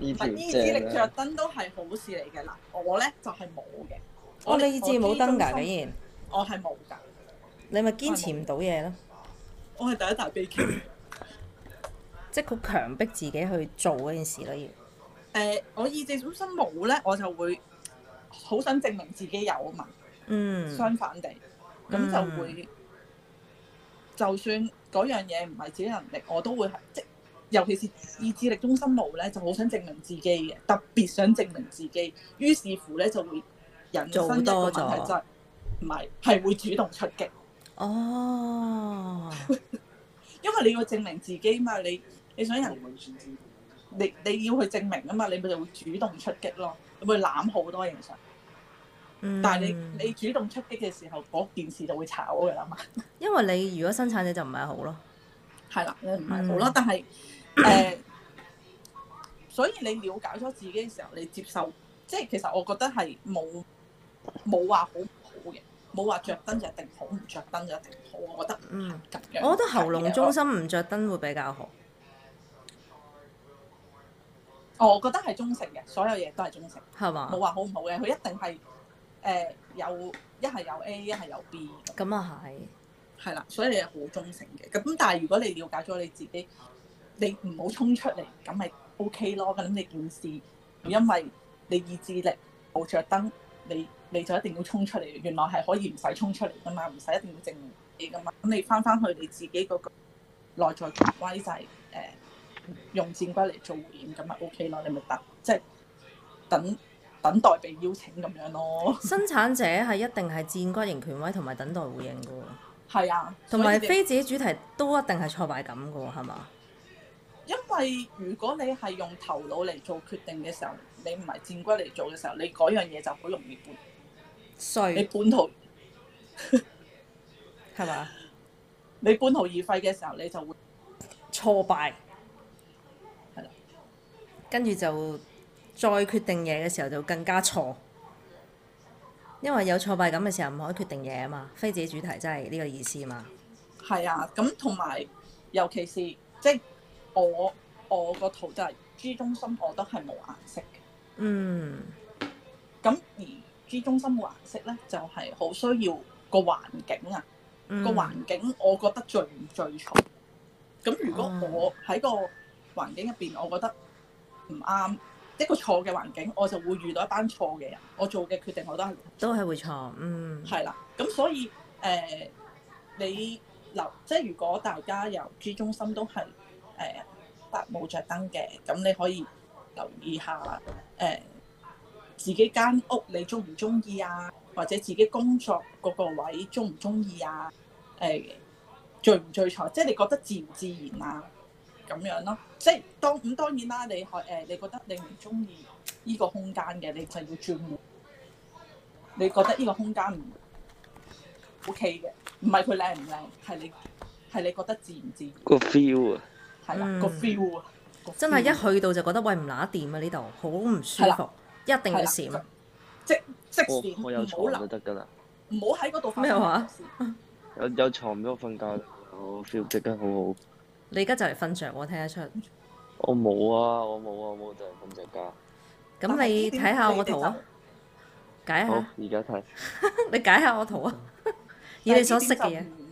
Speaker 1: 呢條
Speaker 2: 但意志力
Speaker 1: 正
Speaker 2: 着
Speaker 1: 啊！
Speaker 2: 燈都係好事嚟嘅嗱，我咧就係冇嘅。
Speaker 3: 我哦你意志冇燈㗎，
Speaker 2: 我
Speaker 3: 竟然
Speaker 2: 我係冇㗎，
Speaker 3: 你咪堅持唔到嘢
Speaker 2: 啊
Speaker 3: 咯，
Speaker 2: 我係第一大悲劇。
Speaker 3: 即係佢強迫自己去做嗰件事咯，要
Speaker 2: 誒、呃我意志中心冇咧，我就會好想證明自己有啊嘛。
Speaker 3: 嗯
Speaker 2: 相反地，咁就會、就算嗰樣嘢唔係自己能力，我都會係即尤其是意志力中心冇咧，就好想證明自己嘅，特別想證明自己。於是乎咧就會人生一個
Speaker 3: 做
Speaker 2: 問
Speaker 3: 多
Speaker 2: 題
Speaker 3: 咗
Speaker 2: 就係唔係係會主動出擊，
Speaker 3: 哦，
Speaker 2: 因為你要證明自己嘛，你你想人你你要去證明啊嘛，你咪就會主動出擊咯，你會攬好多嘢上。
Speaker 3: 嗯
Speaker 2: 但係你你主動出擊嘅時候，嗰件事就會炒㗎啦嘛。
Speaker 3: 因為你如果生產者就唔係好咯，
Speaker 2: 係啦，唔係好啦
Speaker 3: 嗯，
Speaker 2: 但 係誒、呃所以你了解咗自己嘅時候，你接受，即係其實我覺得係冇冇話好唔好嘅，冇話着燈就一定好，唔着燈就一定唔好，我覺得唔
Speaker 3: 嗯，
Speaker 2: 係咁啊樣。
Speaker 3: 我覺得喉嚨中心唔着燈會比較好，
Speaker 2: 我，我覺得係中性嘅，所有嘢都係中性，
Speaker 3: 係嘛
Speaker 2: 冇？啊話好唔好嘅，佢一定係誒、呃有一係有 A，一係有 B 咁
Speaker 3: 咁啊係，
Speaker 2: 係啦，所以你係好中性嘅。咁但係如果你了解咗你自己，你唔好衝出嚟，咁咪 O K 咯。咁你件事，因為你意志力冇着燈，你你就一定要衝出嚟。原來係可以唔使衝出嚟噶嘛，唔使一定要證明自己噶嘛。咁你翻翻去你自己嗰個內在權威就係、誒用戰龜嚟做回應，咁咪 O K 咯。你咪等即係等等待被邀請咁樣咯。
Speaker 3: 生產者係一定係戰骨型權威同埋等待回應嘅喎，
Speaker 2: 係啊，
Speaker 3: 同埋
Speaker 2: 所以你
Speaker 3: 非自己主題都一定係挫敗感嘅喎，係嘛？
Speaker 2: 因為如果你係用頭腦嚟做決定嘅時候，你唔係戰骨嚟做嘅時候，你嗰樣嘢就好容易半，你
Speaker 3: 衰
Speaker 2: 半途
Speaker 3: 係嘛？
Speaker 2: 你半途而廢嘅時候，你就會
Speaker 3: 挫敗，
Speaker 2: 係啦，
Speaker 3: 跟住就再決定嘢嘅時候就更加錯，因為有挫敗感嘅時候唔可以決定嘢啊嘛，非自己主題真係呢個意思嘛。
Speaker 2: 係啊，咁同埋尤其是即係我我個圖就係 G 中心，我都係冇顏色嘅。
Speaker 3: 嗯，
Speaker 2: 咁而 G 中心冇顏色咧，就係、好需要個環境啊，
Speaker 3: 個
Speaker 2: 個、環境我覺得最唔最重。咁如果
Speaker 3: 哦
Speaker 2: 我喺個環境入邊，我覺得唔啱一個錯嘅環境，我就會遇到一班錯嘅人，我做嘅決定我都係
Speaker 3: 都係會錯，嗯，
Speaker 2: 係啦，咁所以誒、呃你留即係如果大家由 G 中心都係誒白冇着燈嘅，咁你可以留意下誒、呃自己間屋你中唔中意啊，或者自己工作嗰個位中唔中意啊，誒、聚唔聚財，即係你覺得自唔自然啊，咁樣咯。即係當咁當然啦，你可誒、你覺得你唔中意呢個空間嘅，你就要轉換。你覺得呢個空間唔 OK 嘅，唔係佢靚唔靚，係你係你覺得自唔自然，
Speaker 1: 個 feel 啊，
Speaker 2: 係啦、
Speaker 3: 嗯
Speaker 2: 個 feel 啊，個
Speaker 3: 真係
Speaker 2: feel
Speaker 3: 一去到就覺得喂唔乸掂啊呢度，好唔舒
Speaker 2: 係
Speaker 3: 服，一定要
Speaker 2: 係
Speaker 3: 閃
Speaker 2: 啦。即即
Speaker 1: 我
Speaker 2: 時
Speaker 1: 我有
Speaker 2: 唔好
Speaker 1: 床就
Speaker 2: 留，
Speaker 1: 得㗎啦，
Speaker 2: 唔好喺嗰度發生
Speaker 3: 咩話
Speaker 2: 事
Speaker 1: 有有床俾我瞓覺，我 feel 即刻好好。
Speaker 3: 你而家就嚟瞓着，我聽得出。
Speaker 1: 我冇啊，我冇啊，我冇就係咁就家。
Speaker 2: 但
Speaker 3: 咁
Speaker 2: 係
Speaker 3: 你
Speaker 2: 呢啲
Speaker 3: 睇下
Speaker 2: 你
Speaker 3: 我圖啊，解
Speaker 1: 好
Speaker 3: 下，，
Speaker 1: 而家睇。
Speaker 3: 你解下我圖啊，
Speaker 2: 你
Speaker 3: 以
Speaker 2: 就
Speaker 3: 你所識
Speaker 2: 嗯但係
Speaker 3: 嘅。嘢
Speaker 2: 呢。點就唔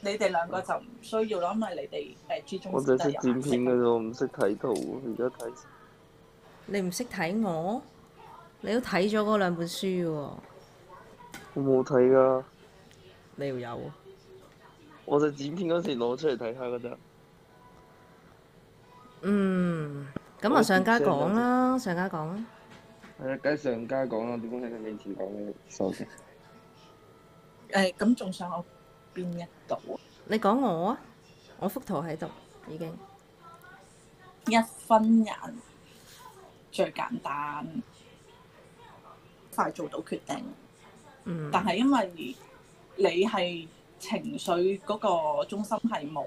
Speaker 2: 你哋兩個就唔需要咯，因為你哋誒注重
Speaker 1: 我就識剪片嘅
Speaker 2: 嘅。
Speaker 1: 啫，我唔識睇圖。啊而家睇
Speaker 3: 你唔識睇我，你都睇咗嗰兩本書喎，
Speaker 1: 我冇睇㗎，
Speaker 3: 你要有。
Speaker 1: 我就剪片嗰時攞出嚟睇下㗎啫。
Speaker 3: 嗯，咁
Speaker 1: 我
Speaker 3: 啊上家
Speaker 1: 知
Speaker 3: 講啦，上家講啦。
Speaker 1: 係啊，梗係上家講啦，點解喺你面前講咧？傻嘅。
Speaker 2: 誒咁仲想我邊一度啊？
Speaker 3: 你講我啊，我幅圖喺度已經。
Speaker 2: 一分人最簡單，快做到決定。
Speaker 3: 嗯，
Speaker 2: 但係因為你係情緒嗰個中心係冇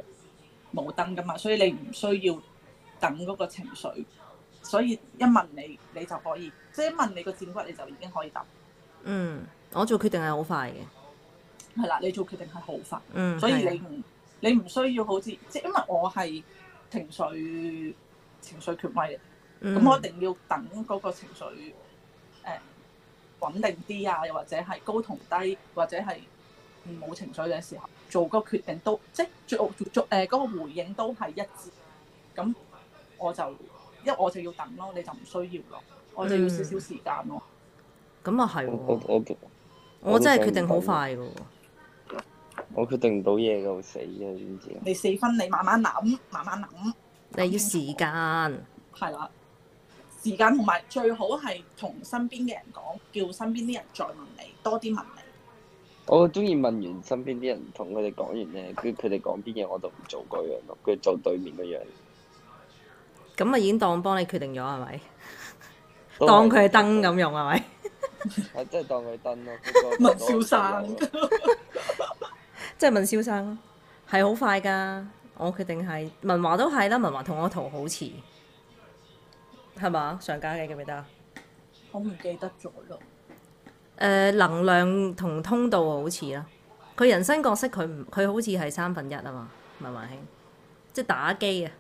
Speaker 2: 冇燈噶嘛，所以你唔需要等嗰個情緒，所以一問你你就可以，即係一問你個戰骨你就已經可以答，
Speaker 3: 嗯，我做決定係好快嘅。
Speaker 2: 係啦，你做決定係好快，
Speaker 3: 嗯，
Speaker 2: 所以
Speaker 3: 係啊
Speaker 2: 你唔你唔需要好似即係因為我係情緒情緒權威嚟
Speaker 3: 嗯
Speaker 2: 咁我一定要等嗰個情緒誒、穩定啲啊，又或者係高同低，或者係冇情緒嘅時候，做個決定都即係做做做誒嗰個回應都係一致。咁我就因為我就要等咯，你就唔需要咯，我就要少少時間咯。
Speaker 3: 咁啊係
Speaker 1: 我我
Speaker 3: 喎，
Speaker 1: 我
Speaker 3: 我真係決定好快嘅喎。
Speaker 1: 我決定唔到嘢㗎，會死嘅，知唔知啊？
Speaker 2: 你四分，你慢慢諗，慢慢諗，
Speaker 3: 你要時間，
Speaker 2: 係啦。時間同埋最好係同身邊嘅人講，叫身邊啲人再問你，多啲問你。
Speaker 1: 我中意問完身邊啲人，同佢哋講完咧，跟住佢哋講邊嘢我就唔做嗰樣咯，佢做對面嗰樣。
Speaker 3: 咁啊已經當幫你決定咗係咪？
Speaker 1: 都係
Speaker 3: 當佢係燈咁用係咪？
Speaker 1: 係真係當佢燈咯。 嗰個
Speaker 2: 問小生。
Speaker 3: 即係問蕭生，係好快㗎。我決定係文華都係啦，文華同我圖好似，係嘛？上家嘅記唔記得啊？
Speaker 2: 我唔記得咗咯。
Speaker 3: 誒、能量同通道好似啦，佢人生角色佢唔佢好似係三分一啊嘛，文華兄，即係打機啊，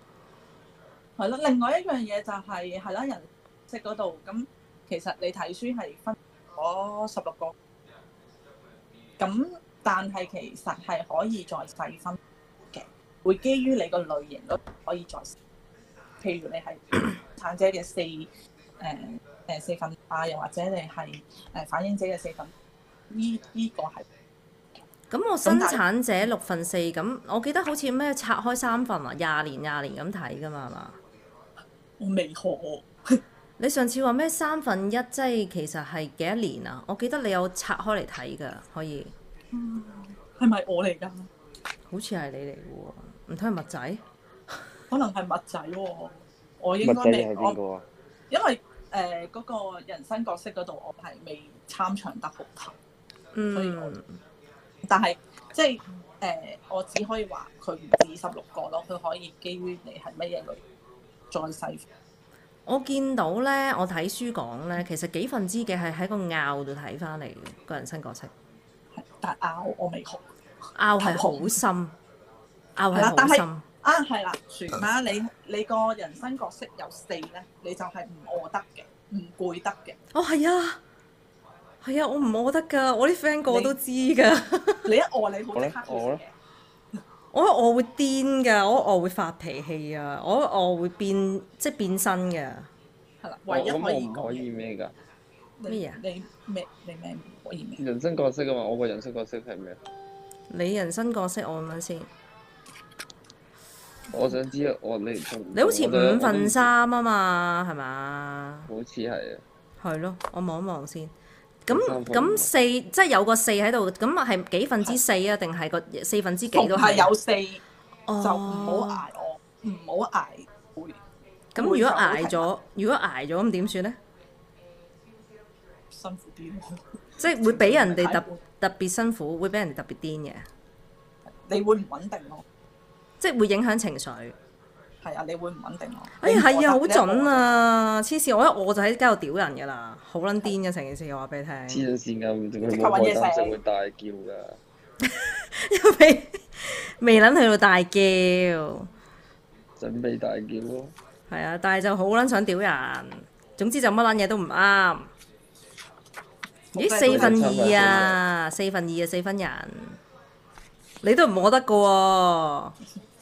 Speaker 2: 係咯，另外一樣嘢就係係啦，人識嗰度咁，其實你睇書係分咗十六個，咁但係其實係可以再細分嘅，會基於你個類型都可以再細，譬如你係產者嘅四誒誒四分化，又或者你係誒反應者嘅四分，呢呢、個係
Speaker 3: 咁我生產者六分四咁，我記得好似咩拆開三份啊，廿年廿年咁睇㗎嘛，係嘛？
Speaker 2: 我未學，
Speaker 3: 你上次話咩三分一，即係其實係幾多年啊？我記得你有拆開嚟睇㗎，可以，
Speaker 2: 係咪我嚟㗎？
Speaker 3: 好似係你嚟嘅喎，唔通係麥仔？
Speaker 2: 可能係麥仔喎，我 應
Speaker 1: 物
Speaker 2: 該
Speaker 1: 仔你係
Speaker 2: 未我
Speaker 1: 邊個啊？
Speaker 2: 因為誒嗰、個人生角色嗰度，我係未參詳得好透，所以我
Speaker 3: 嗯，
Speaker 2: 但係即係誒、我只可以話佢唔止十六個咯，佢可以基於你係乜嘢類再細。
Speaker 3: 我見到咧，我睇書講咧，其實幾分之幾係喺個拗度睇翻嚟嘅個人生角色，
Speaker 2: 係但拗我未學
Speaker 3: 拗係好深，拗係
Speaker 2: 但
Speaker 3: 好
Speaker 2: 係
Speaker 3: 深，
Speaker 2: 啊，係啦，
Speaker 1: 嗯
Speaker 2: 船啦，你你個人生角色有四咧，你就係唔餓得嘅，唔攰得嘅，
Speaker 3: 哦係啊，係啊，我唔餓得㗎，我啲 friend 個個都知㗎，
Speaker 2: 你一餓你好即刻
Speaker 1: 我
Speaker 2: 餓
Speaker 1: 呢
Speaker 2: 嘅。
Speaker 3: 我我會癲㗎，我我會發脾氣啊，我我會變即係變身㗎，
Speaker 2: 係啦，
Speaker 1: 我
Speaker 2: 唯一
Speaker 1: 咁
Speaker 2: 可
Speaker 1: 我
Speaker 2: 以
Speaker 1: 唔可以咩㗎？
Speaker 2: 你
Speaker 3: 咩啊
Speaker 2: 你咩？你咩唔可以咩？
Speaker 1: 人生角色啊嘛，我個人生角色係咩？
Speaker 3: 你人生角色我諗諗先，
Speaker 1: 我想知啊我你
Speaker 3: 你好似五
Speaker 1: 分
Speaker 3: 分，三啊嘛，係嘛？
Speaker 1: 好似係啊，
Speaker 3: 係咯，我望一望先。咁
Speaker 1: 三分五
Speaker 3: 咁四即係有個四喺度，咁係幾分之四啊？定係個四分之幾
Speaker 2: 同
Speaker 3: 都
Speaker 2: 係
Speaker 3: 係
Speaker 2: 有四就
Speaker 3: 哦
Speaker 2: 唔好捱我，唔好捱攰。
Speaker 3: 咁如果捱
Speaker 2: 會就
Speaker 3: 咗，如果捱咗咁點算呢？
Speaker 2: 辛苦啲咯，
Speaker 3: 即係會俾人哋
Speaker 2: 太
Speaker 3: 特特別辛苦，會俾人哋特別癲嘅，
Speaker 2: 你會唔穩定咯，
Speaker 3: 即係會影響情緒。
Speaker 2: 係啊，你會唔穩定咯。
Speaker 3: 哎呀，
Speaker 2: 你唔
Speaker 3: 係啊，好
Speaker 2: 覺得
Speaker 3: 準！啊！黐線，我一我就喺街度屌人㗎啦，好撚癲嘅成件事，我話俾你 聽。
Speaker 1: 黐咗線㗎，佢
Speaker 2: 即刻
Speaker 1: 冇
Speaker 2: 搵嘢
Speaker 1: 開
Speaker 2: 食
Speaker 1: 心就會大叫㗎。
Speaker 3: 因為未撚去到大叫。
Speaker 1: 準備大叫咯，
Speaker 3: 係啊，但係就好撚想屌人。總之就乜撚嘢都唔啱。咦，
Speaker 2: 真係
Speaker 3: 四分二啊，四分二啊，四分人，你都唔摸得噶喎。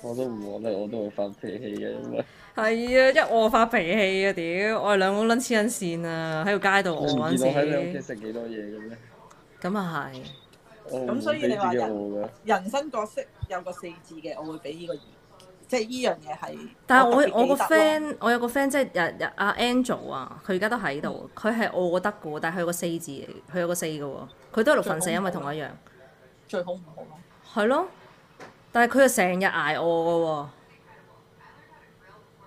Speaker 1: 我都唔我得，我都會發脾氣嘅，因為
Speaker 3: 係啊，一我發脾氣啊，屌！我哋兩個撚黐撚線啊，喺條街度
Speaker 1: 我
Speaker 3: 我
Speaker 1: 唔見我
Speaker 3: 嗰
Speaker 1: 喺你屋
Speaker 3: 陣
Speaker 1: 企
Speaker 3: 時，
Speaker 1: 食幾多嘢嘅咩？
Speaker 3: 咁啊係。
Speaker 1: 我唔
Speaker 2: 咁所以
Speaker 1: 俾
Speaker 2: 你話
Speaker 1: 自己
Speaker 2: 人
Speaker 1: 我㗎，
Speaker 2: 人生角色有個四字嘅，我會俾呢個二，即係呢樣嘢係。
Speaker 3: 但係
Speaker 2: 特別
Speaker 3: 我我
Speaker 2: 記
Speaker 3: 個
Speaker 2: 得咯
Speaker 3: friend，我有個 friend 即係日日阿 Angel 啊，佢而家都喺度，佢係我得噶喎，但係佢有個四字嚟，佢有個四噶喎，佢都係六分四，因為同我一樣。
Speaker 2: 最好唔好咯。
Speaker 3: 係咯，但係佢又成日捱餓嘅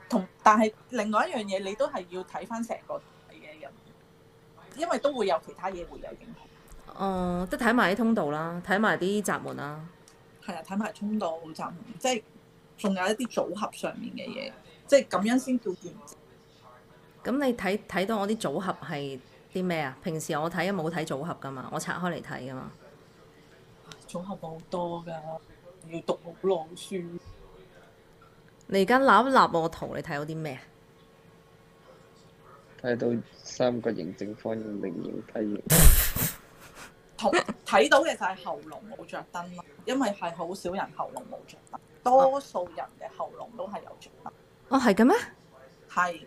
Speaker 2: 同但係另外一樣嘢，你都係要睇翻成個嘅人，因為都會有其他嘢會有影響。
Speaker 3: 喎。哦，都睇埋啲通道啦，睇埋啲閘門啦。
Speaker 2: 係啊，睇埋通道站，即係仲有一啲組合上面嘅嘢，即係咁樣先叫完整。
Speaker 3: 咁你睇睇到我啲組合係啲咩啊？平時我睇冇睇組合噶嘛，我拆開嚟睇噶嘛。
Speaker 2: 組合好多㗎，要讀好耐書。
Speaker 3: 你而家立一立我圖，你睇到啲咩啊？
Speaker 1: 睇到三角形、正方形、菱形、梯形。
Speaker 2: 同睇到嘅就係喉嚨冇着燈咯，因為係好少人喉嚨冇着燈，多數人嘅喉嚨都係有着燈。
Speaker 3: 哦，係嘅咩？
Speaker 2: 係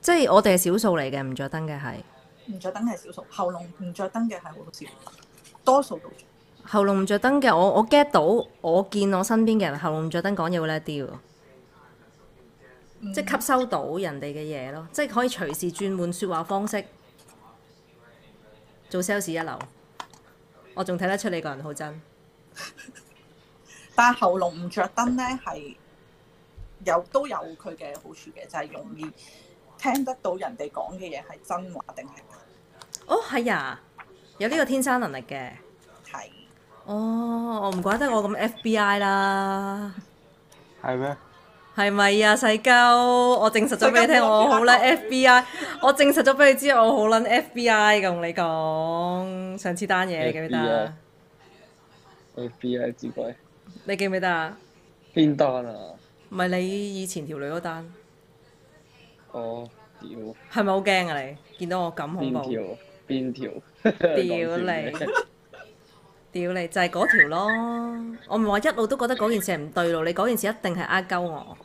Speaker 3: 即係我哋係少數嚟嘅，唔着燈嘅係。
Speaker 2: 唔着燈係少數，喉嚨唔着燈嘅係好少，多數都着。
Speaker 3: 喉嚨唔着燈嘅，我我 get 到，我見我身邊嘅人喉嚨唔着燈講嘢會叻啲喎，即係
Speaker 2: 嗯
Speaker 3: 吸收到人哋嘅嘢咯，即係可以隨時轉換説話方式，做 sales 一流。我仲睇得出你個人好真，
Speaker 2: 但係喉嚨唔着燈咧，係有都有佢嘅好處嘅，就係、容易聽得到人哋講嘅嘢係真話定係
Speaker 3: 哦係啊，有呢個天生能力嘅。
Speaker 2: 係
Speaker 3: 哦，我唔怪得我咁 FBI 啦，
Speaker 1: 係咩？
Speaker 3: 係咪啊細鳩？我證實咗俾你聽，我好撚 FBI，我證實咗俾你知我好撚 FBI 咁你講上次單嘢你記唔記得啊？
Speaker 1: FBI 之鬼
Speaker 3: 你記唔記得啊？
Speaker 1: 邊單啊？
Speaker 3: 唔係你以前條女嗰單，
Speaker 1: 哦，屌
Speaker 3: 係咪好驚啊你？見到我咁恐
Speaker 1: 邊
Speaker 3: 怖，屌
Speaker 1: 條邊條？
Speaker 3: 你
Speaker 1: 講笑啫！
Speaker 3: 屌你就係嗰條咯！我唔係話一路都覺得嗰件事係唔對路，你嗰件事一定係呃鳩我。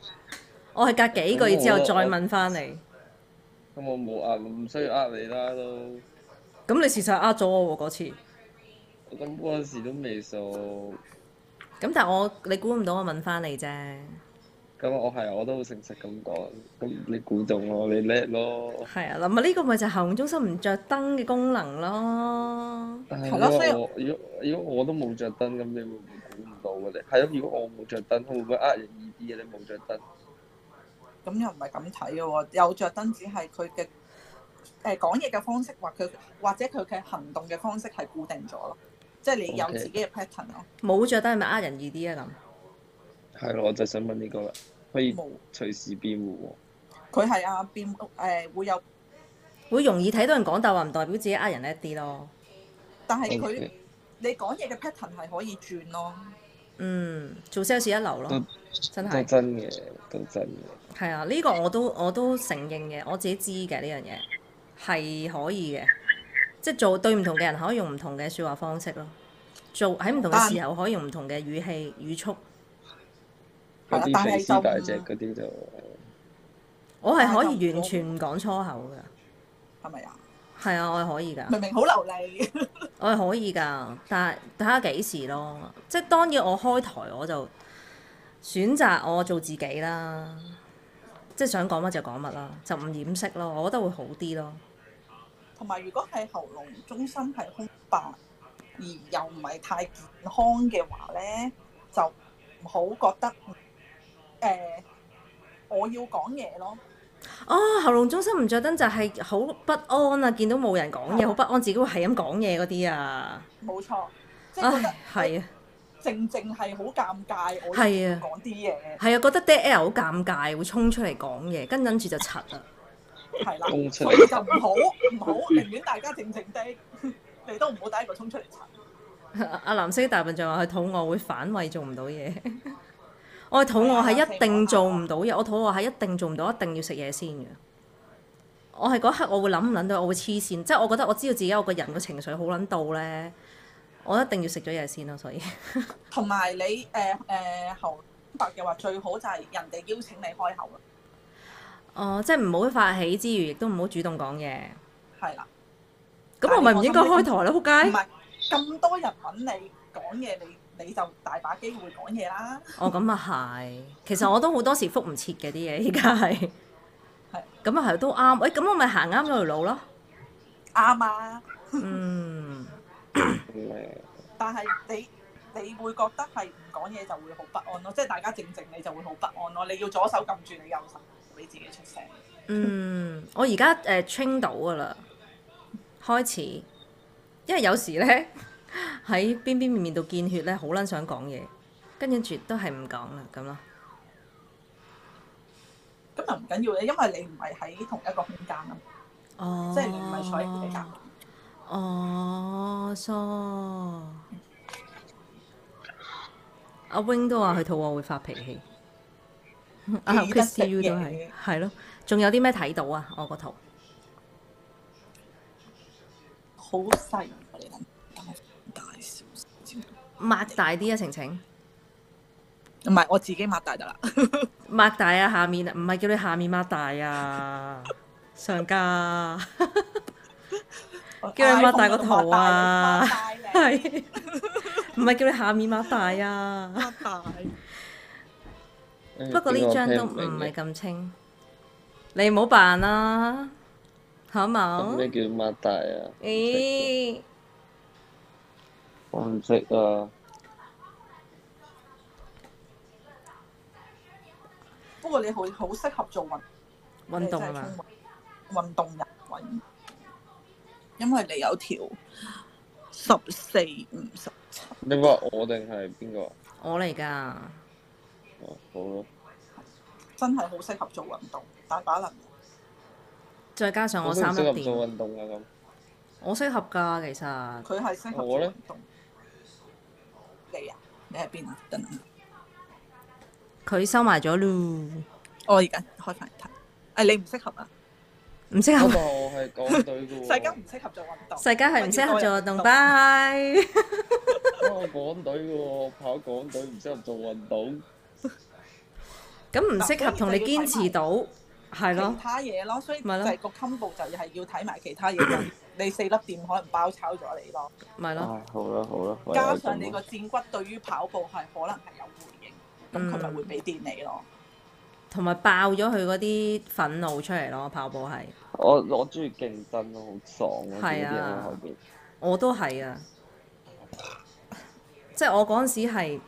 Speaker 3: 我係隔幾個月之後再問翻你，
Speaker 1: 咁我冇呃，唔需要呃你啦都。
Speaker 3: 咁你事實係呃咗我喎嗰次。
Speaker 1: 我咁嗰陣時都未數，
Speaker 3: 咁但係我你估唔到我問翻你啫，
Speaker 1: 咁我係我都好誠實咁講，咁你估中我，你叻咯。
Speaker 3: 係啊，嗱咪呢個咪就係喉嚨中心唔着燈嘅功能咯。
Speaker 1: 係
Speaker 2: 係咯所以
Speaker 1: 我如果如果我都冇着燈，咁你會唔會估唔到嘅你？係咯，如果我冇着燈，會唔會呃人易啲嘅？你冇着燈，
Speaker 2: 咁又唔係咁睇嘅喎，有着燈只係佢嘅誒講嘢嘅方式或佢或者佢嘅行動嘅方式係固定咗咯，即係你有
Speaker 1: OK
Speaker 2: 自己嘅 pattern 咯，
Speaker 3: 冇着燈係咪呃人易啲啊咁？
Speaker 1: 係咯，我就想問呢個啦，可以
Speaker 2: 冇
Speaker 1: 隨時變換喎。
Speaker 2: 佢係啊變誒、呃、會有，
Speaker 3: 會容易睇到人講大話，唔代表自己呃人叻啲咯。
Speaker 2: 但係佢
Speaker 1: OK
Speaker 2: 你講嘢嘅 pattern 係可以轉咯。
Speaker 3: 嗯，做 sales 一流咯
Speaker 2: 嗯
Speaker 1: 都，
Speaker 3: 真
Speaker 1: 都
Speaker 3: 係
Speaker 1: 真嘅，都真嘅。
Speaker 3: 係啊！呢、個我都我都承認嘅，我自己知嘅呢樣嘢係可以嘅，即係做對唔同嘅人可以用唔同嘅説話方式咯，做喺唔同嘅
Speaker 2: 但
Speaker 3: 時候可以用唔同嘅語氣語速。
Speaker 2: 係
Speaker 1: 嗰
Speaker 2: 啦
Speaker 1: 啲
Speaker 2: 但係
Speaker 1: 肥
Speaker 2: 就
Speaker 1: 絲
Speaker 2: 唔
Speaker 1: 大隻嗰啲就
Speaker 3: 我係可
Speaker 2: 但係
Speaker 3: 以
Speaker 2: 就
Speaker 3: 完全唔講粗口㗎，
Speaker 2: 係咪啊？
Speaker 3: 係啊，我係可以㗎。
Speaker 2: 明明好流利，
Speaker 3: 我係可以㗎，但係睇下幾時咯。即係當然我開台我就選擇我做自己啦，即係想講乜就講乜啦，就唔掩飾咯。我覺得會好啲咯。
Speaker 2: 同埋如果係喉嚨中心係空白，而又唔係太健康嘅話咧，就唔好覺得誒、呃我要講嘢咯。
Speaker 3: 哦，喉嚨中心唔着燈就係好不安啊！見到冇人講 嘢，好不安，自己會係咁講嘢嗰啲啊。
Speaker 2: 冇錯，即係覺
Speaker 3: 唉，係
Speaker 2: 得
Speaker 3: 啊，
Speaker 2: 正正係好尷尬，我
Speaker 3: 係啊
Speaker 2: 要講啲嘢
Speaker 3: 係啊，覺得 dead air 好尷尬，會衝出嚟講嘢，跟跟住就柒啊啦。
Speaker 2: 係啦，
Speaker 1: 公出
Speaker 2: 所以
Speaker 1: 嚟
Speaker 2: 就唔好唔好，寧願大家靜靜的，你都唔好第一個衝出嚟查。
Speaker 3: 阿藍色大笨象話佢肚餓會反胃做唔到嘢， 我係肚餓係一定做唔到嘢，我肚餓係一定做唔到，一定要食嘢先嘅。我係嗰刻我會諗唔諗到，我會黐線，即係我覺得我知道自己我個人個情緒好撚到咧，我一定要食咗嘢先咯，所以
Speaker 2: 同埋你誒誒喉白嘅話，最好就係人哋邀請你開口啦，
Speaker 3: 哦、即係唔好發起之餘，亦都唔好主動講嘢。
Speaker 2: 係啦，
Speaker 3: 咁我咪唔應該開台咯，
Speaker 2: 唔
Speaker 3: 仆街！
Speaker 2: 係咁多人揾你講嘢，你你就大把機會講嘢啦。
Speaker 3: 哦，咁啊係，其實我都好多時覆唔切嘅啲嘢，而家係
Speaker 2: 係，
Speaker 3: 咁啊係都啱。喂、咁我咪行啱咗條路咯。
Speaker 2: 啱啊！
Speaker 3: 嗯。
Speaker 1: 咁誒
Speaker 2: 但係你你會覺得係唔講嘢就會好不安咯，即係大家靜靜你就會好不安咯。你要左手撳住你右手，唔俾自己出聲。
Speaker 3: 嗯，我而家誒 train 到噶啦，開始，因為有時咧 喺邊邊面面度見血咧，好撚想講嘢，跟住都係唔講啦咁咯。
Speaker 2: 咁又唔緊要嘅，因為你唔係喺同一個空間啊，
Speaker 3: 哦，
Speaker 2: 即係你唔係坐喺佢哋隔離。
Speaker 3: 哦，so，阿 Wing 都話佢肚餓會發脾 氣，阿
Speaker 2: 啊記得
Speaker 3: Christy U
Speaker 2: 食嘢
Speaker 3: 都係，係咯。仲有啲咩睇到啊？我個圖
Speaker 2: 好細
Speaker 3: 啊
Speaker 2: 我哋等大少少。
Speaker 3: 擘大啲啊，晴晴。
Speaker 2: 唔係，我自己擘大得 啦。
Speaker 3: 擘大啊，下面啊，唔係叫你下面擘大啊，上家叫你擘大個頭啊， 係唔係叫你下面擘大啊？
Speaker 2: 擘大。
Speaker 3: 不過呢張都唔係咁清，你唔好扮啦，好
Speaker 1: 咁
Speaker 3: 冇
Speaker 1: 咩？叫擘大啊？
Speaker 3: 咦，
Speaker 1: 我唔識啊，
Speaker 2: 不過你好好適合做運
Speaker 3: 運動啊啦，
Speaker 2: 你真係聰明運動人運，因為你有條十四五十七，
Speaker 1: 你話我定係邊個啊？
Speaker 3: 我嚟㗎，
Speaker 1: 哦，好咯，
Speaker 2: 真係好適合做運動，大把能力。
Speaker 3: 再加上我
Speaker 1: 都唔
Speaker 3: 三
Speaker 1: 適
Speaker 3: 粒
Speaker 1: 合做
Speaker 3: 電，
Speaker 1: 運動啊咁。
Speaker 3: 我適合㗎，其實
Speaker 2: 佢係適合
Speaker 1: 我
Speaker 2: 做
Speaker 1: 呢
Speaker 2: 運動。你啊？你喺邊啊？等等，
Speaker 3: 佢收埋咗咯，
Speaker 2: 我而家開翻嚟睇。誒、你唔適合啊？
Speaker 3: 唔適
Speaker 1: 不
Speaker 3: 合，
Speaker 1: 過我係港隊嘅
Speaker 2: 世間
Speaker 1: 喎，
Speaker 2: 唔適合做運動。
Speaker 3: 世界係唔適合
Speaker 1: 啊
Speaker 3: 做運動，
Speaker 2: 吧？
Speaker 3: 拜。
Speaker 1: 我港隊嘅喎，我跑港隊唔適合做運動。
Speaker 3: 咁唔適合同你堅持到，係咯
Speaker 2: 其，他嘢咯，所以就
Speaker 3: 咪咯
Speaker 2: 係個 combo 就係要睇埋其他嘢。就你四粒店可能包抄咗你咯，
Speaker 3: 咪咯，
Speaker 1: 唉，好啦好啦，唯有
Speaker 2: 加
Speaker 1: 咁啊
Speaker 2: 上你
Speaker 1: 啦
Speaker 2: 個戰骨對於跑步係可能係有回應，咁佢咪
Speaker 3: 嗯
Speaker 2: 會俾電你咯。
Speaker 3: 同埋爆咗佢嗰啲憤怒出嚟咯，跑步係，
Speaker 1: 我我中意競爭咯，好爽啊！見
Speaker 3: 係
Speaker 1: 到啲人喺
Speaker 3: 啊
Speaker 1: 後邊，
Speaker 3: 我都係啊，即係我嗰陣時係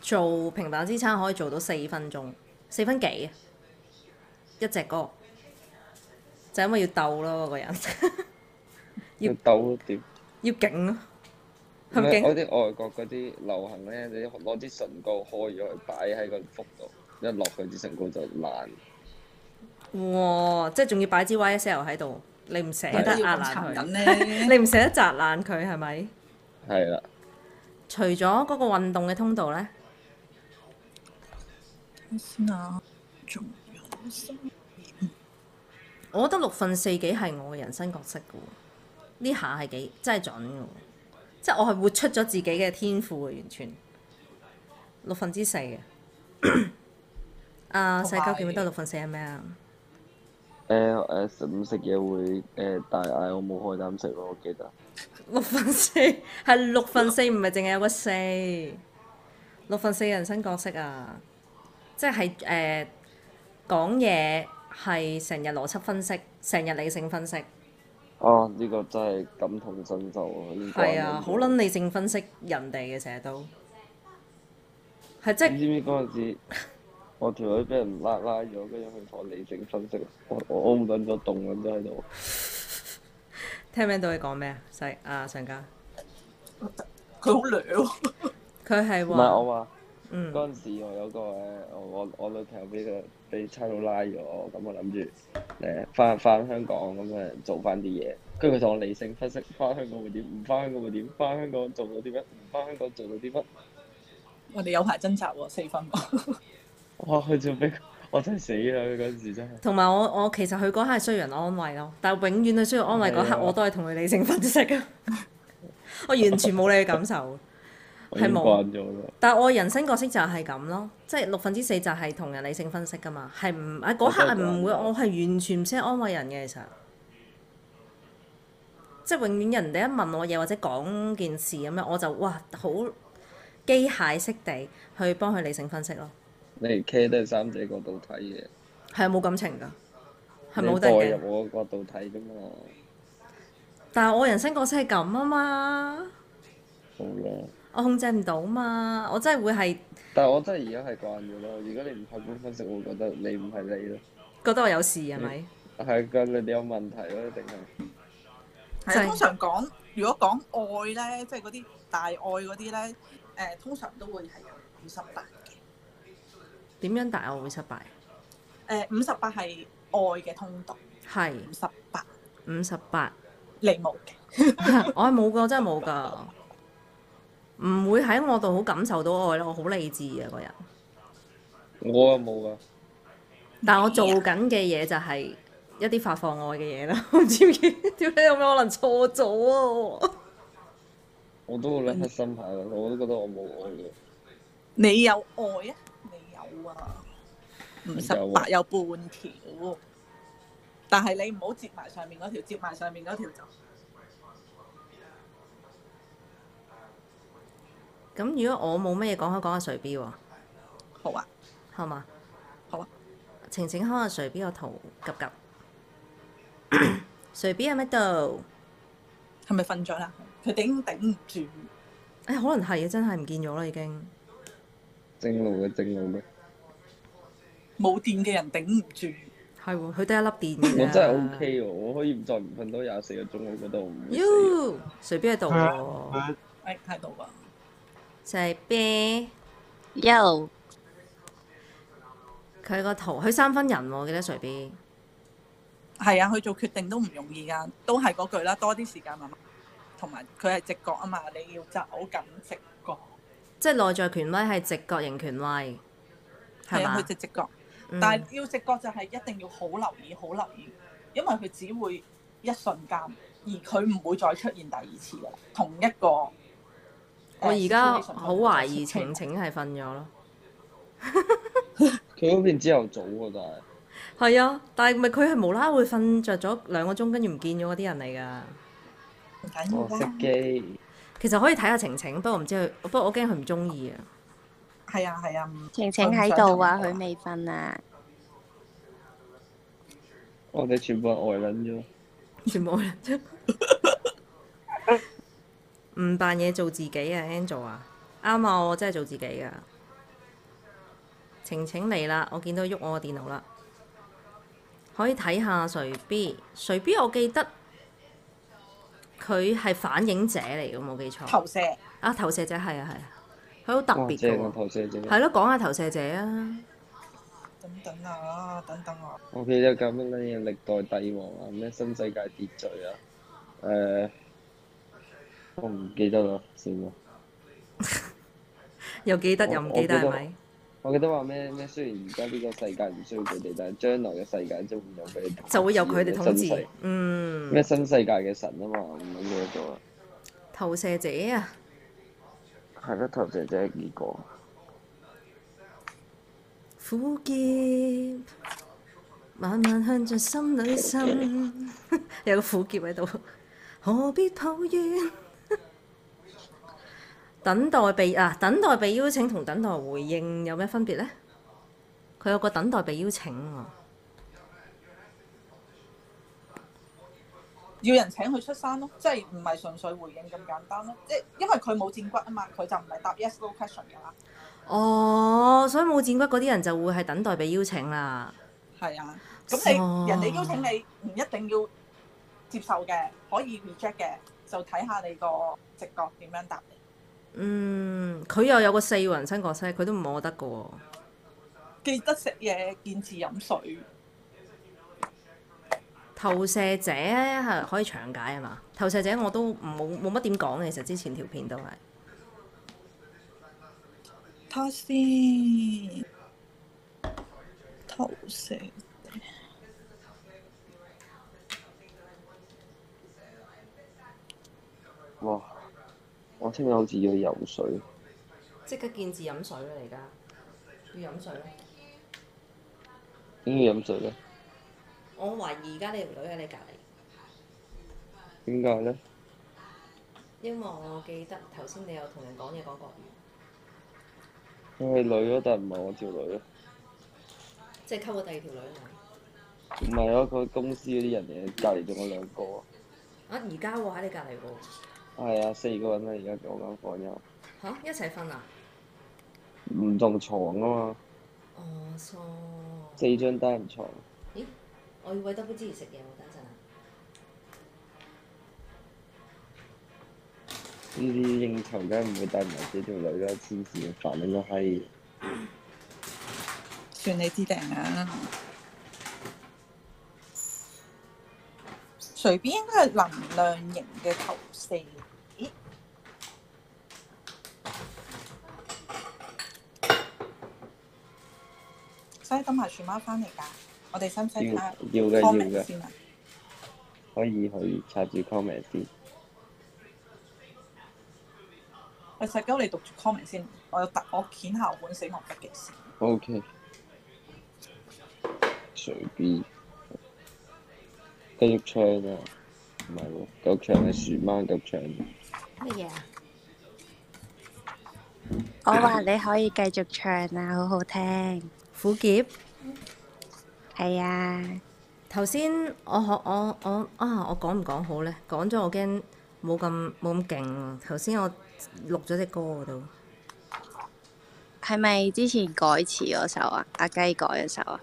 Speaker 3: 做平板支撐可以做到四分鐘，四分幾啊，一隻歌，就因為要鬥咯個人，
Speaker 1: 要鬥點？
Speaker 3: 要勁咯，係咪
Speaker 1: 咩我
Speaker 3: 勁？
Speaker 1: 啲外國嗰啲流行咧，你攞啲唇膏開咗去擺喺個腹度，一落佢支唇膏就爛。
Speaker 3: 哇！即係仲要擺支 YSL 喺度，你唔捨
Speaker 1: 係
Speaker 3: 得
Speaker 2: 要
Speaker 3: 壓
Speaker 2: 咁殘
Speaker 3: 爛佢，
Speaker 2: 忍咧？
Speaker 3: 你唔捨得砸爛佢係咪？
Speaker 1: 係啦，
Speaker 3: 除咗嗰個運動嘅通道咧，
Speaker 2: 你先啊，仲有心
Speaker 3: 我覺得六分四幾係我嘅人生角色嘅喎，呢下係幾真係準嘅喎，即係我係活出咗自己嘅天賦嘅，完全六分之四嘅。啊，細
Speaker 2: 同埋
Speaker 3: 鳩記唔記得六分四係咩啊？
Speaker 1: 誒誒食唔食嘢會誒大嗌我冇開膽食咯，我記得。
Speaker 3: 六分四 係六分四，唔係淨係有個四。六分四人生角色啊，即係誒講嘢係成日邏輯分析，成日理性分析，
Speaker 1: 啊！呢、個真係感同身受啊！呢個
Speaker 3: 係啊，好撚理性分析人哋嘅成日都係即
Speaker 1: 你
Speaker 3: 係
Speaker 1: 知唔知嗰陣時，我條女俾人拉拉咗，跟住佢同我理性分析，我我唔撚咗凍撚咗喺度。
Speaker 3: 聽唔聽到佢講咩啊？細啊上家，
Speaker 2: 佢好掠喎，
Speaker 3: 佢係
Speaker 1: 唔係我
Speaker 3: 話
Speaker 1: 話
Speaker 3: 嗯
Speaker 1: 嗰陣時，我有個誒，我我我女朋友俾個俾差佬拉咗，咁我諗住誒翻翻香港咁誒做翻啲嘢，跟住佢同我理性分析翻香港會點，唔翻香港會點，翻香港做到啲乜，唔翻香港做到啲乜。
Speaker 2: 我哋有排掙扎喎，四分喎。
Speaker 1: 哇！佢 仲俾我真係死啦！佢嗰陣時真係。
Speaker 3: 同埋我我其實佢嗰刻係需要人安慰咯，但係永遠佢需要安慰嗰
Speaker 1: 係
Speaker 3: 刻，
Speaker 1: 啊
Speaker 3: 我都係同佢理性分析啊， 我完全冇你嘅感受。
Speaker 1: 我已經
Speaker 3: 係冇
Speaker 1: 慣咗啦。
Speaker 3: 但我人生角色就係咁咯，即係六分之四就係同人理性分析噶嘛，係唔啊嗰刻係唔會，我係完全唔識安慰人嘅其實，即係永遠人哋一問我嘢或者講件事咁樣，我就哇好機械式地去幫佢理性分析咯，
Speaker 1: 你哋企都係三者角度睇嘅，
Speaker 3: 係冇感情㗎，係冇
Speaker 1: 你
Speaker 3: 得
Speaker 1: 代
Speaker 3: 嘅。
Speaker 1: 入我角度睇啫嘛。
Speaker 3: 但係我人生角色係咁啊嘛，
Speaker 1: 好啦，
Speaker 3: 我控制唔到嘛，我真係會係
Speaker 1: 但係我真係而家係慣咗咯。如果你唔客觀分析，我會覺得你唔係你咯。
Speaker 3: 覺得我有事係咪？
Speaker 1: 係㗎，你哋有問題咯，一定係。
Speaker 3: 就係
Speaker 2: 係通常講，如果講愛咧，即係嗰啲大愛嗰啲咧，誒通常都會係有五十八嘅。
Speaker 3: 點樣大我會失敗？
Speaker 2: 誒五十八係愛嘅通道，
Speaker 3: 係
Speaker 2: 五十八
Speaker 3: 五十八。
Speaker 2: 你冇嘅。
Speaker 3: 我係冇噶，真係冇噶，唔會喺我度好感受到愛咯。我好理智嘅個人，
Speaker 1: 我啊冇啊，
Speaker 3: 但我做緊嘅嘢就係一啲發放愛嘅嘢 啦。唔知點解屌你有咩可能錯咗啊 我？
Speaker 1: 我都好撚黑心下㗎，我都覺得我冇愛嘅。
Speaker 2: 你有愛啊？你有啊？五十
Speaker 1: 有啊
Speaker 2: 八有半條，但係你唔好接埋上面嗰條，接埋上面嗰條就
Speaker 3: 咁如果我冇乜嘢講，可以講下垂標喎，
Speaker 2: 好啊。
Speaker 3: 好嘛？
Speaker 2: 好啊。
Speaker 3: 晴晴開下垂標個圖，急急。 垂標喺乜度？
Speaker 2: 係咪瞓咗啦？佢頂頂唔住，
Speaker 3: 誒、可能係啊，真係唔見咗啦已經。
Speaker 1: 正路嘅正路嘅，
Speaker 2: 冇電嘅人頂唔住。
Speaker 3: 係喎，佢得一粒電嘅啫。
Speaker 1: 我真係 OK 喎，我可以唔再唔瞓到廿四個鐘，我覺得我唔會死。
Speaker 3: 喲，垂標喺度
Speaker 1: 啊
Speaker 3: 喎，
Speaker 2: 誒喺度啊！
Speaker 3: 垂標。
Speaker 4: Yo，
Speaker 3: 佢個圖，佢三分人喎，我記得隨便。
Speaker 2: 係啊，佢做決定都唔容易噶，都係嗰句啦，多啲時間慢慢。同埋佢係直覺啊嘛，你要走緊直覺，
Speaker 3: 即係內在權威係直覺型權威，係
Speaker 2: 係啊，
Speaker 3: 嘛
Speaker 2: 佢？直直覺。
Speaker 3: 嗯
Speaker 2: 但係要直覺就係一定要好留意，好留意，因為佢只會一瞬間，而佢唔會再出現第二次嘅同一個。
Speaker 3: 我而家
Speaker 2: situation
Speaker 3: 好懷疑
Speaker 2: 再出現
Speaker 3: 晴晴係瞓咗咯。
Speaker 1: 佢嗰邊朝頭早喎，但係
Speaker 3: 係啊，但係咪佢係無啦啦會瞓着咗兩個鐘，跟住唔見咗嗰啲人嚟㗎？
Speaker 2: 唔緊
Speaker 1: 我
Speaker 2: 要啦
Speaker 1: 哦熄，機。
Speaker 3: 其實可以睇下晴晴，不過唔知佢，不過我驚佢唔中意啊。
Speaker 2: 係啊係啊，唔
Speaker 4: 晴晴喺度啊，佢未瞓啊。
Speaker 1: 我哋全部人呆撚咗。
Speaker 3: 全部人唔扮嘢做自己啊，Angel 啊，啱啊，我真係做自己㗎。晴晴嚟啦，我見到喐我個電腦啦，可以睇下誰 B，誰 B 我記得佢係反映者嚟嘅，冇記錯
Speaker 2: 投射
Speaker 3: 啊，投射者係啊係啊，佢好特
Speaker 1: 哇！
Speaker 3: 別
Speaker 1: 正啊，
Speaker 3: 㗎喎，
Speaker 1: 投射者。
Speaker 3: 係咯，講下投射者啊，
Speaker 2: 等等啊，等等啊，
Speaker 1: 我記得咁乜嘢歷代帝王啊，咩新世界秩序啊，誒、我唔記得啦，算啦。
Speaker 3: 又記得
Speaker 1: 我
Speaker 3: 又唔記得
Speaker 1: 我覺得
Speaker 3: 係咪？
Speaker 1: 我記得話咩咩，雖然而家呢個世界唔需要佢哋，但係將來嘅世界就會有佢哋統治
Speaker 3: 就會有佢哋統
Speaker 1: 新世
Speaker 3: 治。嗯
Speaker 1: 咩，新世界嘅神啊嘛，唔記得咗啦。
Speaker 3: 投射者啊，
Speaker 1: 係咯，頭姐姐呢個
Speaker 3: 苦澀，慢慢向着心裏滲， 有個苦澀喺度，何必抱怨？等待被啊，等待被邀請同等待回應有咩分別呢？佢有個等待被邀請喎、
Speaker 2: 要人請佢出山咯，即係唔係純粹回應咁簡單咯，即係因為佢冇戰骨啊嘛，佢就唔係答 yes no question 㗎啦，
Speaker 3: 哦，所以冇剪骨嗰啲人就會係等待被邀請啦。
Speaker 2: 係啊，咁你
Speaker 3: 哦
Speaker 2: 人哋邀請你唔一定要接受嘅，可以 reject 嘅，就睇下你個直覺點樣答你。
Speaker 3: 嗯，佢又有個四個人生角色，佢都唔摸得嘅喎。
Speaker 2: 記得食嘢，見字飲水，
Speaker 3: 投射者係可以長解啊嘛。投射者我都冇冇乜點講嘅，其實之前條片都係。
Speaker 2: 睇下先，投射。
Speaker 1: 哇！我聽日好似要游水，
Speaker 3: 即刻見字飲水啦！而家要飲水啦。
Speaker 1: 點解飲水咧？
Speaker 3: 我懷疑而家你條女喺你隔離，
Speaker 1: 點解咧？
Speaker 3: 因為我記得頭先你有同人講嘢講國語，
Speaker 1: 佢係女咯，但係唔係我條女咯。
Speaker 3: 即係溝咗第二條女啊啦。
Speaker 1: 唔係啊，佢公司嗰啲人嚟，隔離仲有兩個啊。
Speaker 3: 啊！而家喎喺你隔離喎，
Speaker 1: 係啊，四個人啊，而家我間房有
Speaker 3: 嚇、一齊瞓啊！
Speaker 1: 唔同床啊嘛，
Speaker 3: 哦，疏。
Speaker 1: 四張單人床。
Speaker 3: 咦？我要喂 W 之前食嘢喎，等陣
Speaker 1: 呢
Speaker 3: 啊！
Speaker 1: 啲應酬梗係唔會帶埋幾條女啦，黐線煩你個閪！
Speaker 2: 算你知定啊！隨便應該係能量型嘅投射，咦？使唔使等埋樹貓翻嚟㗎，我哋使唔使睇下
Speaker 1: 要要嘅
Speaker 2: comment
Speaker 1: 要嘅
Speaker 2: 先啊？
Speaker 1: 可以去插住 comment 先。
Speaker 2: 喂，石鳩，你讀住 comment 先，我有特我掀下本死亡筆記先。
Speaker 1: OK，隨便繼續唱啊！唔係喎，夠唱啊係樹貓夠唱。
Speaker 4: 乜嘢啊？我話你可以繼續唱啊，好好聽。
Speaker 3: 苦澀。
Speaker 4: 係啊，
Speaker 3: 頭先我學我我啊，我講唔講好咧？講咗我驚冇咁冇咁勁啊！頭先我錄咗只歌嗰度，
Speaker 4: 係咪之前改詞嗰首啊？阿雞改嗰首啊？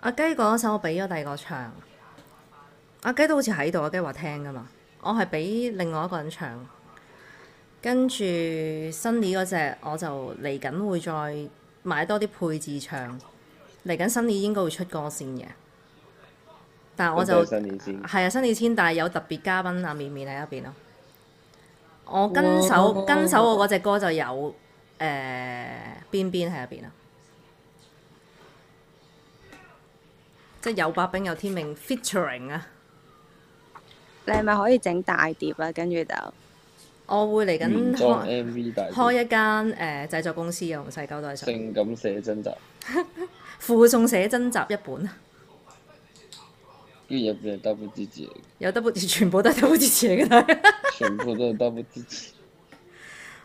Speaker 3: 阿雞嗰首我俾咗第二個唱，阿雞都好似喺度，阿雞話聽噶嘛，我係俾另外一個人唱，跟住 Sunny 嗰只我就嚟緊會再買多啲配置唱，嚟緊 Sunny 應該會出歌先嘅，但我就
Speaker 1: 多謝。新年先。
Speaker 3: 係啊，新李千，但係有特別嘉賓阿綿綿喺入邊咯。我跟手
Speaker 2: 哇
Speaker 3: 跟手我嗰只歌就有誒、邊邊喺入邊啊，即係有白冰有天命 featuring 啊！
Speaker 4: 你係咪可以整大碟啊？跟住就
Speaker 3: 我會嚟緊
Speaker 2: 嗯
Speaker 1: 原裝
Speaker 3: 開
Speaker 1: MV 大碟
Speaker 3: 開一間誒、製作公司啊，同細鳩都係想
Speaker 1: 性感寫真集，
Speaker 3: 附送寫真集一本，啊
Speaker 1: 跟住入邊係 double 支持，
Speaker 3: 有 double 全部都係 double 支持嚟嘅。
Speaker 1: 全部都係 double 支持。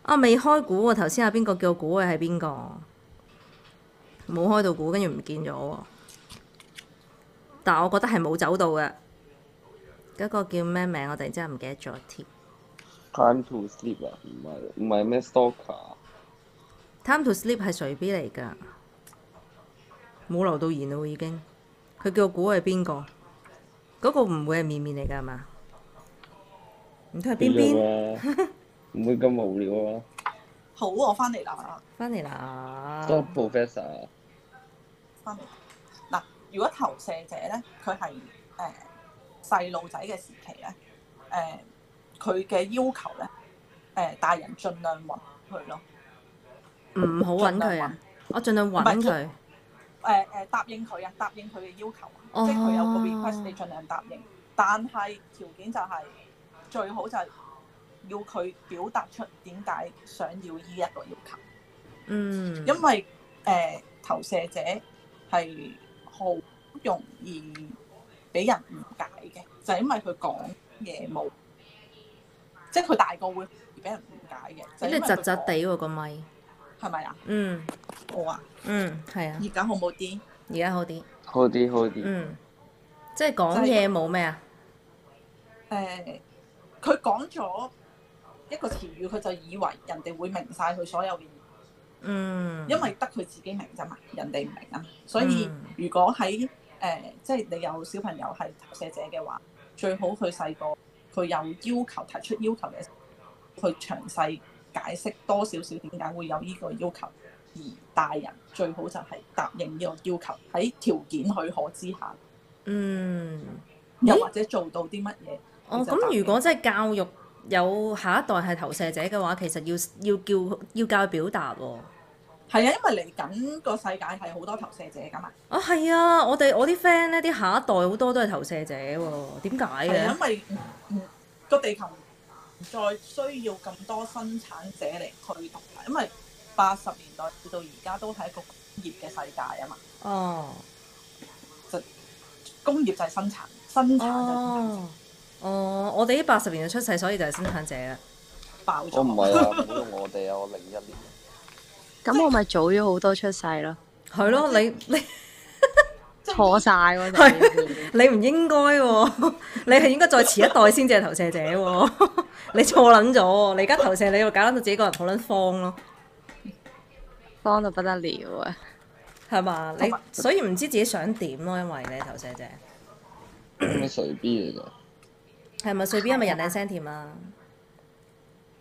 Speaker 3: 啊，未開估喎！頭先阿邊個叫我估嘅係邊個？冇開到估，跟住唔見咗喎。但我覺得係冇走到嘅。嗰個叫咩名？我突然之間唔記得咗添。
Speaker 1: Time to sleep 啊，唔係唔係咩 stalker 啊
Speaker 3: Time to sleep 係隨 B 嚟㗎，冇留到言咯已經。佢叫我估係邊個？嗰、個唔會係面面嚟㗎係嘛？唔通係邊邊？
Speaker 1: 邊？唔會咁無聊啊
Speaker 2: 好，我翻嚟啦。
Speaker 3: 翻嚟啦！啊
Speaker 1: ！Stop professor，
Speaker 2: 翻嚟。嗱，如果投射者咧，佢係誒細路仔嘅時期咧，誒佢嘅要求咧，誒、大人盡量揾佢咯，
Speaker 3: 唔好揾佢啊！我盡量揾
Speaker 2: 唔係
Speaker 3: 佢。
Speaker 2: 誒、誒、答應佢啊，答應佢嘅要求啊，
Speaker 3: 哦
Speaker 2: 即係佢有個 request，你盡量答應，但係條件就係、最好就係要佢表達出點解想要呢一個要求。
Speaker 3: 嗯，
Speaker 2: 因為誒、呃投射者係好容易俾人誤解嘅，就係、因為佢講嘢冇，即係佢大個會俾人誤解嘅。就係
Speaker 3: 咁你
Speaker 2: 因為
Speaker 3: 窒
Speaker 2: 佢
Speaker 3: 窒
Speaker 2: 講
Speaker 3: 地喎個咪。
Speaker 2: 係咪啊？
Speaker 3: 嗯
Speaker 2: 我啊，
Speaker 3: 嗯，係啊，
Speaker 2: 而家好冇啲？
Speaker 3: 而家好啲。
Speaker 1: 好啲好啲，
Speaker 3: 嗯，即係講嘢冇咩啊？
Speaker 2: 誒，佢講咗一個詞語，佢就以為人哋會明晒佢所有嘅嘢。
Speaker 3: 嗯，
Speaker 2: 因為得佢自己明啫嘛，人哋唔明啊。所以
Speaker 3: 嗯
Speaker 2: 如果喺誒、呃即係你有小朋友係投射者嘅話，最好佢細個佢有要求提出要求嘅時候，去詳細解釋多少少點解會有呢個要求，而大人最好就係答應呢個要求，喺條件許可之下，
Speaker 3: 嗯。
Speaker 2: 又
Speaker 3: 咦
Speaker 2: 或者做到啲乜嘢。
Speaker 3: 哦，
Speaker 2: 其實答
Speaker 3: 咁
Speaker 2: 應
Speaker 3: 如果真係教育有下一代係投射者嘅話，其實要要叫要教佢表達喎、
Speaker 2: 係啊，因為嚟緊個世界係好多投射者㗎嘛，
Speaker 3: 啊，係啊！我哋我啲 friend 咧，啲下一代好多都係投射者喎、點
Speaker 2: 係
Speaker 3: 解
Speaker 2: 啊
Speaker 3: 嘅
Speaker 2: 因？為唔唔個地球唔再需要咁多生產者嚟驅動啦，因為八十年代至到而家都係一個工業嘅世界啊嘛，
Speaker 3: 哦，
Speaker 2: 工業就係生產，生產就係生產
Speaker 3: 哦，哦，我哋啲八十年代出世，所以就係生產者啦。
Speaker 2: 爆
Speaker 1: 我唔
Speaker 2: 咗。
Speaker 1: 係啊，唔好用我哋啊，我零一年。
Speaker 4: 咁我咪早咗好多出世咯，
Speaker 3: 係
Speaker 2: 啊
Speaker 3: 咯，你你
Speaker 2: 即係
Speaker 4: 錯晒嗰陣。
Speaker 3: 你唔應該喎、 你係應該再遲一代先至係投射者喎、 你錯撚咗喎！你而家投射，你又搞撚到自己個人好撚慌咯，
Speaker 4: 慌到不得了啊！
Speaker 3: 係嘛？你
Speaker 2: 同埋
Speaker 3: 所以唔知自己想點咯，因為你係投射者。
Speaker 1: 咩隨 B 嚟㗎？
Speaker 3: 係咪隨便係咪人靚聲甜啊？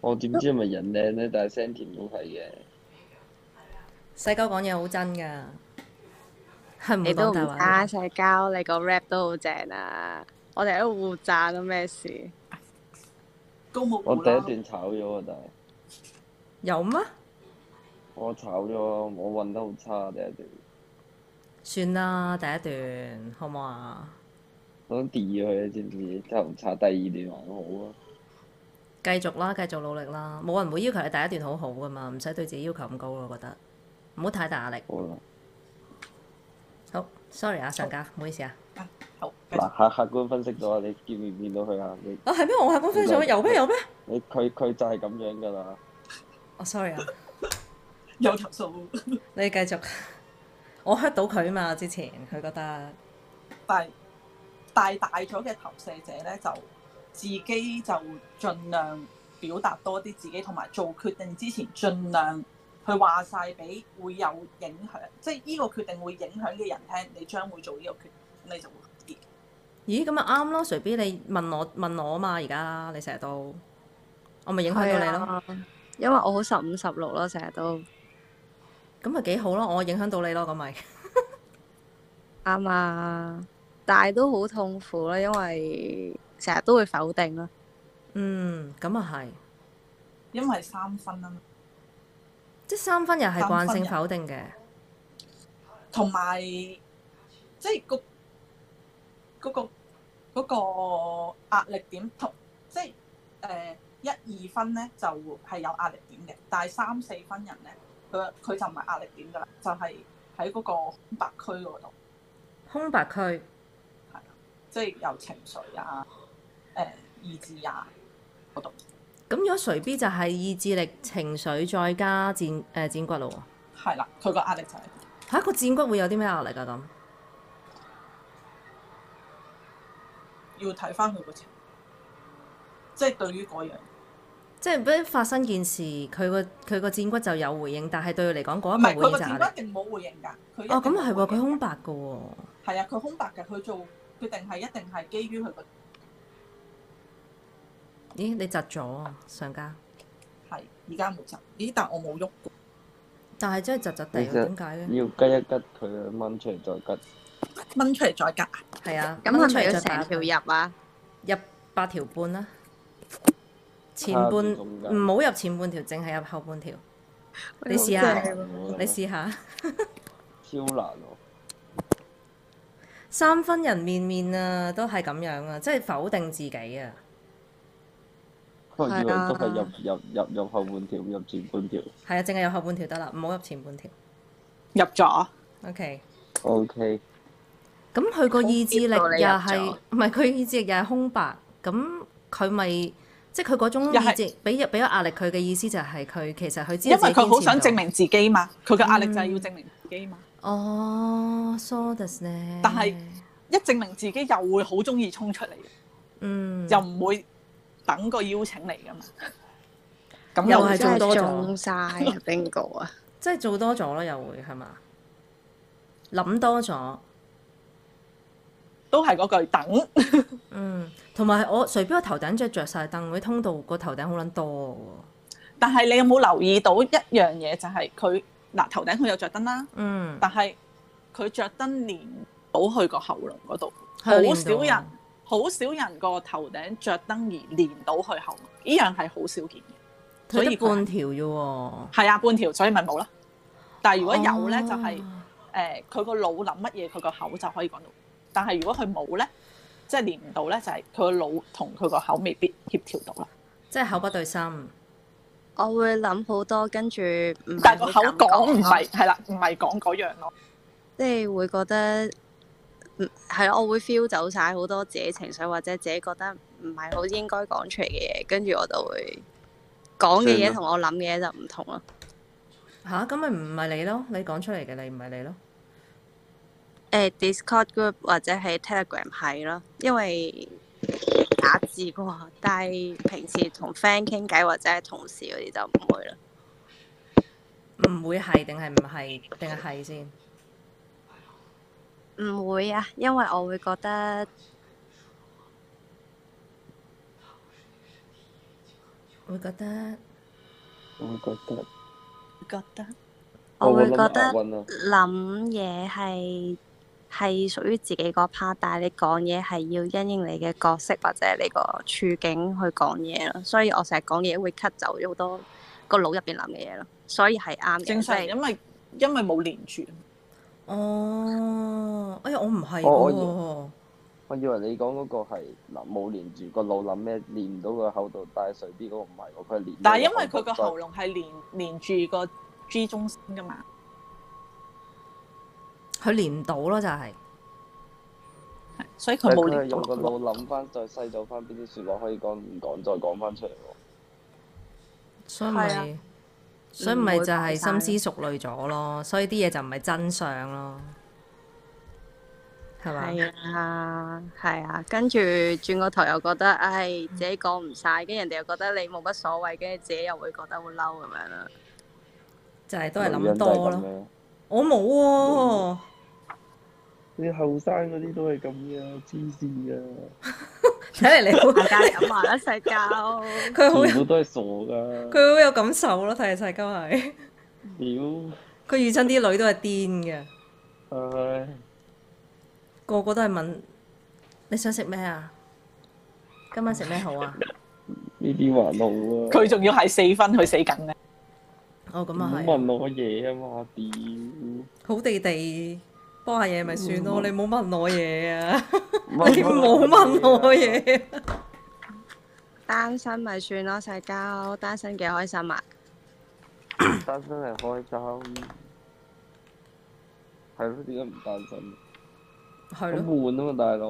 Speaker 1: 我點知係咪人靚咧？但係聲甜都係嘅。
Speaker 3: 細狗講嘢好真㗎，係唔
Speaker 4: 你
Speaker 3: 會講
Speaker 4: 都唔
Speaker 3: 大話
Speaker 4: 加
Speaker 3: 嘅。
Speaker 4: 社交，你個 rap 都好正啊！我哋喺度互讚都咩事？
Speaker 2: 高冇
Speaker 1: 我
Speaker 2: 股
Speaker 1: 第一
Speaker 2: 啦，
Speaker 1: 段炒咗啊，但係
Speaker 3: 有咩？
Speaker 1: 我炒咗，我運得好差第一段，
Speaker 3: 算啦，第一段好唔好啊？
Speaker 1: 我都 delete 佢，知唔知？真係唔差。第二段還好啊。
Speaker 3: 繼續啦，繼續努力啦，冇人會要求你第一段好好㗎嘛，唔使對自己要求咁高咯，我覺得唔好太大壓力。
Speaker 1: 好啦，
Speaker 3: 好，sorry 啊，上家，唔好意思啊。
Speaker 2: 好，繼續
Speaker 1: 嗱客客觀分析咗，你見唔見到佢啊？你
Speaker 3: 啊，係咩？我係公分咗，有咩有咩？
Speaker 1: 你佢佢就係咁樣㗎啦。
Speaker 3: 哦，sorry 啊，
Speaker 2: 有投訴，
Speaker 3: 你繼續。 我 hurt 到佢嘛？之前佢覺得
Speaker 2: 但係大大咗嘅投射者咧，就自己就盡量表達多啲自己，同埋做決定之前盡量去話晒俾會有影響，即係呢個決定會影響嘅人聽，你將會做呢個決定，咁你就會好啲。
Speaker 3: 咦咁咪啱咯，隨便你問我問我嘛，而家你成日都我咪影響到你咯。
Speaker 4: 係啊，因為我好十五十六咯，成日都
Speaker 3: 咁咪幾好咯，我影響到你咯，咁咪
Speaker 4: 啱啊！但係都好痛苦啦，因為成日都會否定啊咯。
Speaker 3: 嗯，咁啊係，
Speaker 2: 因為三分啊嘛，
Speaker 3: 即係三分又係慣性否定嘅，
Speaker 2: 同埋即係個嗰、個嗰、個壓力點同即係誒、呃一二分咧就係有壓力點嘅，但係三四分人咧佢佢就唔係壓力點噶啦，就係喺嗰個空白區嗰度，
Speaker 3: 空白區，
Speaker 2: 即係有情緒啊、誒、意志啊嗰度，
Speaker 3: 咁如果隨 B 就係意志力、情緒再加戰誒、呃、戰骨咯喎，
Speaker 2: 係啦，佢個壓力就係、
Speaker 3: 嚇、個戰骨會有啲咩壓力啊？咁
Speaker 2: 要睇翻佢個情，即係對於嗰樣。
Speaker 3: 即係不發生件事，佢個佢個戰骨就有回應，但係對佢嚟講
Speaker 2: 唔
Speaker 3: 嗰
Speaker 2: 係
Speaker 3: 一
Speaker 2: 佢
Speaker 3: 幕
Speaker 2: 個
Speaker 3: 回應
Speaker 2: 電話
Speaker 3: 就係壓
Speaker 2: 一
Speaker 3: 力。
Speaker 2: 定冇回應㗎。佢
Speaker 3: 哦，咁係喎，佢空
Speaker 2: 白
Speaker 3: 白嘅喎，
Speaker 2: 係啊，佢空白㗎。佢做決定係一定係基於佢個
Speaker 3: 咦？你窒咗啊，上家，
Speaker 2: 係而家冇集，咦？但我冇喐過，
Speaker 3: 但係真係窒窒地
Speaker 1: 其
Speaker 3: 喎，
Speaker 1: 實
Speaker 3: 點解咧？
Speaker 1: 要吉一吉佢，掹出嚟再吉。
Speaker 2: 掹出嚟再夾，
Speaker 3: 係啊，
Speaker 4: 咁
Speaker 3: 掹
Speaker 4: 係
Speaker 3: 出嚟
Speaker 4: 咪要
Speaker 3: 再
Speaker 4: 成
Speaker 3: 擺
Speaker 4: 條入啊？
Speaker 3: 入八條半啦，前
Speaker 1: 啊
Speaker 3: 半
Speaker 1: 中間
Speaker 3: 唔好入前半條，淨係入後半條。你試
Speaker 4: 啊好
Speaker 3: 下
Speaker 2: 啊
Speaker 4: 正喎
Speaker 3: 你試下
Speaker 1: 超難喎！
Speaker 3: 三分人面面啊，都係咁樣啊，即係否定自己啊。
Speaker 1: 我以為
Speaker 4: 係啊
Speaker 1: 都係入入入入後半條，入前半條。
Speaker 3: 係啊，淨係入後半條得啦，唔好入前半條。
Speaker 2: 入咗
Speaker 3: OK，
Speaker 1: O K，
Speaker 3: 咁佢個意志力又
Speaker 4: 好貼到你入
Speaker 3: 係
Speaker 4: 咗
Speaker 3: 唔係佢意志力又係空白，咁佢咪即係佢嗰種
Speaker 2: 又
Speaker 3: 意
Speaker 2: 係
Speaker 3: 志俾入俾咗壓力佢嘅意思就係佢其實佢知
Speaker 2: 因為
Speaker 3: 道自己
Speaker 2: 佢好想
Speaker 3: 堅
Speaker 2: 證
Speaker 3: 持唔到
Speaker 2: 明自己嘛，嗯佢嘅壓力就係要證明自己嘛。
Speaker 3: 哦，so does 咧，
Speaker 2: 但係一證明自己又會好中意衝出嚟，
Speaker 3: 嗯
Speaker 2: 又唔會等個邀請嚟噶嘛。咁
Speaker 3: 又
Speaker 2: 又
Speaker 3: 係
Speaker 2: 係
Speaker 3: 做
Speaker 4: 真
Speaker 3: 多
Speaker 4: 係
Speaker 3: 咗
Speaker 4: 中晒啊 bingo 啊！
Speaker 3: 即係做多咗咯，又會係嘛？諗多咗，
Speaker 2: 都係嗰句等。
Speaker 3: 嗯，同埋我隨便我頭頂即係着晒燈，嗰啲通道個頭頂好撚多喎，
Speaker 2: 但係你有冇留意到一樣嘢，就係佢嗱頭頂佢有着燈啦，
Speaker 3: 嗯，
Speaker 2: 但係佢着燈連到去個喉嚨嗰度，
Speaker 3: 係啊
Speaker 2: 好少
Speaker 3: 連到
Speaker 2: 人，好少人個頭頂着燈而連到去喉嚨，呢樣係好少見嘅。所
Speaker 3: 佢
Speaker 2: 以
Speaker 3: 得
Speaker 2: 佢
Speaker 3: 半條啫喎。
Speaker 2: 係啊，半條，所以咪冇啦。但係如果有咧，
Speaker 3: 哦
Speaker 2: 就係、誒佢個腦諗乜嘢，佢個口就可以講到。但係如果佢冇咧，即係連唔到咧，就係佢個腦同佢個口未必協調到啦。
Speaker 3: 即係口不對心，
Speaker 4: 我會諗好多，跟住唔係
Speaker 2: 但係個口
Speaker 4: 好敢
Speaker 3: 啊
Speaker 2: 講唔
Speaker 4: 咯
Speaker 2: 係係啦，唔係講嗰樣咯。
Speaker 4: 即係會覺得，嗯係咯，我會 feel 走晒好多自己情緒，或者自己覺得唔係好應該講出嚟嘅嘢，跟住我就會講嘅
Speaker 1: 算
Speaker 4: 嘢
Speaker 1: 啦
Speaker 4: 同我諗嘅嘢就唔同咯。
Speaker 3: 吓，咁咪唔係你咯？你講出嚟嘅你唔係你咯？
Speaker 4: 誒呃 Discord group 或者係 Telegram 係咯，因為打字啩， 但係平時同 friend 傾偈或者係同事嗰啲就唔會啦。
Speaker 3: 唔會係定係唔係定係係先？
Speaker 4: 唔會啊，因為我會覺得
Speaker 3: 會覺得
Speaker 1: 我覺得
Speaker 2: 覺得
Speaker 4: 我會
Speaker 1: 覺
Speaker 4: 覺
Speaker 1: 得
Speaker 4: 得
Speaker 1: 押韻啊，
Speaker 4: 諗嘢係係屬於自己嗰 part，但係你講嘢係要因應你嘅角色或者你個處境去講嘢咯。所以我成日講嘢會 cut 走咗好多個腦入邊諗嘅嘢咯，所以係啱嘅。
Speaker 2: 正常，
Speaker 4: 即係
Speaker 2: 因為因為冇連住。
Speaker 3: 哦，哎呀，我唔係
Speaker 1: 我我
Speaker 3: 喎。
Speaker 1: 我以為你講嗰個係嗱冇連住個腦諗咩，連唔到個口度，但係隨啲嗰個唔係喎，佢係連到個口度。
Speaker 2: 但係因為佢個喉嚨係連連住個 G 中心噶嘛，
Speaker 3: 佢連唔到咯，就係、
Speaker 2: 係所以
Speaker 1: 但
Speaker 2: 佢
Speaker 1: 係
Speaker 2: 冇
Speaker 1: 佢係
Speaker 2: 連到
Speaker 1: 用個
Speaker 2: 落去。
Speaker 1: 腦諗翻，再細走翻邊啲説話可以講唔講，再講翻出嚟喎。
Speaker 3: 所以
Speaker 4: 係
Speaker 3: 咪
Speaker 4: 啊
Speaker 3: 所以咪就
Speaker 4: 唔會
Speaker 3: 係
Speaker 4: 講晒
Speaker 3: 深思熟慮咗咯，所以啲嘢就唔係真相咯，係嘛？
Speaker 4: 係啊，係啊，跟住轉個頭又覺得，唉，自己講唔晒，跟住人哋又覺得你冇乜所謂，跟住自己又會覺得好嬲咁樣啦。
Speaker 3: 就係都係
Speaker 1: 女
Speaker 3: 諗
Speaker 1: 人就
Speaker 3: 多
Speaker 1: 咁
Speaker 3: 咯。
Speaker 1: 樣。
Speaker 3: 我冇喎、
Speaker 1: 啲後生嗰啲都係咁嘅，黐線
Speaker 3: 睇嚟你好，
Speaker 4: 大家飲埋啦，世交。
Speaker 3: 佢好
Speaker 1: 噶，全
Speaker 3: 啊有
Speaker 1: 部都係傻噶。
Speaker 3: 佢好有感受咯，睇嚟世鳩係。
Speaker 1: 屌，
Speaker 3: 佢遇親啲女都係癲嘅，
Speaker 1: 唉，
Speaker 3: 個個都係問你想食咩啊？今晚食咩好啊？
Speaker 1: 呢啲還好啊。
Speaker 2: 佢仲要係四分，佢死緊咧。
Speaker 3: 哦，
Speaker 1: 唔
Speaker 3: 咁啊
Speaker 1: 好
Speaker 3: 係，
Speaker 1: 問我嘢啊嘛，屌！
Speaker 3: 好地地幫下嘢咪算咯，
Speaker 1: 嗯
Speaker 3: 你唔好問我嘢啊，你
Speaker 1: 你
Speaker 3: 冇問我嘢啊。
Speaker 4: 單身咪算咯，世交，單身幾開心啊！
Speaker 1: 單身係開心，係咯？點解唔單身？
Speaker 3: 係
Speaker 1: 好
Speaker 3: 咯。
Speaker 1: 悶啊嘛，大佬！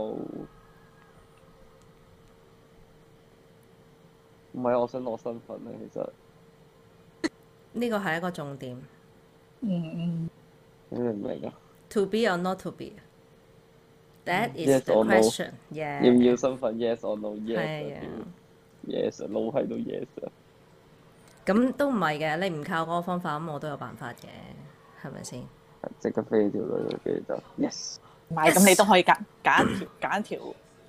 Speaker 1: 唔係，我想攞身份啊，其實
Speaker 3: 呢個係一個重點。
Speaker 2: 嗯嗯，
Speaker 1: 你明唔明啊？
Speaker 3: To be or not to be。That
Speaker 1: Yes
Speaker 3: is the
Speaker 1: or no
Speaker 3: question.
Speaker 1: 要唔
Speaker 3: Yeah。
Speaker 1: 要身份？Yes or no？Yes
Speaker 3: 係
Speaker 1: 啊
Speaker 3: 啊，
Speaker 1: 屌！Yes 啊，老喺度 Yes à. 啊！
Speaker 3: 咁都唔係嘅，你唔靠嗰個方法，咁我都有辦法嘅，係咪先？
Speaker 1: 即刻飛條女去，跟住就 Yes。
Speaker 2: 唔係咁，你都可以揀揀 一條揀一條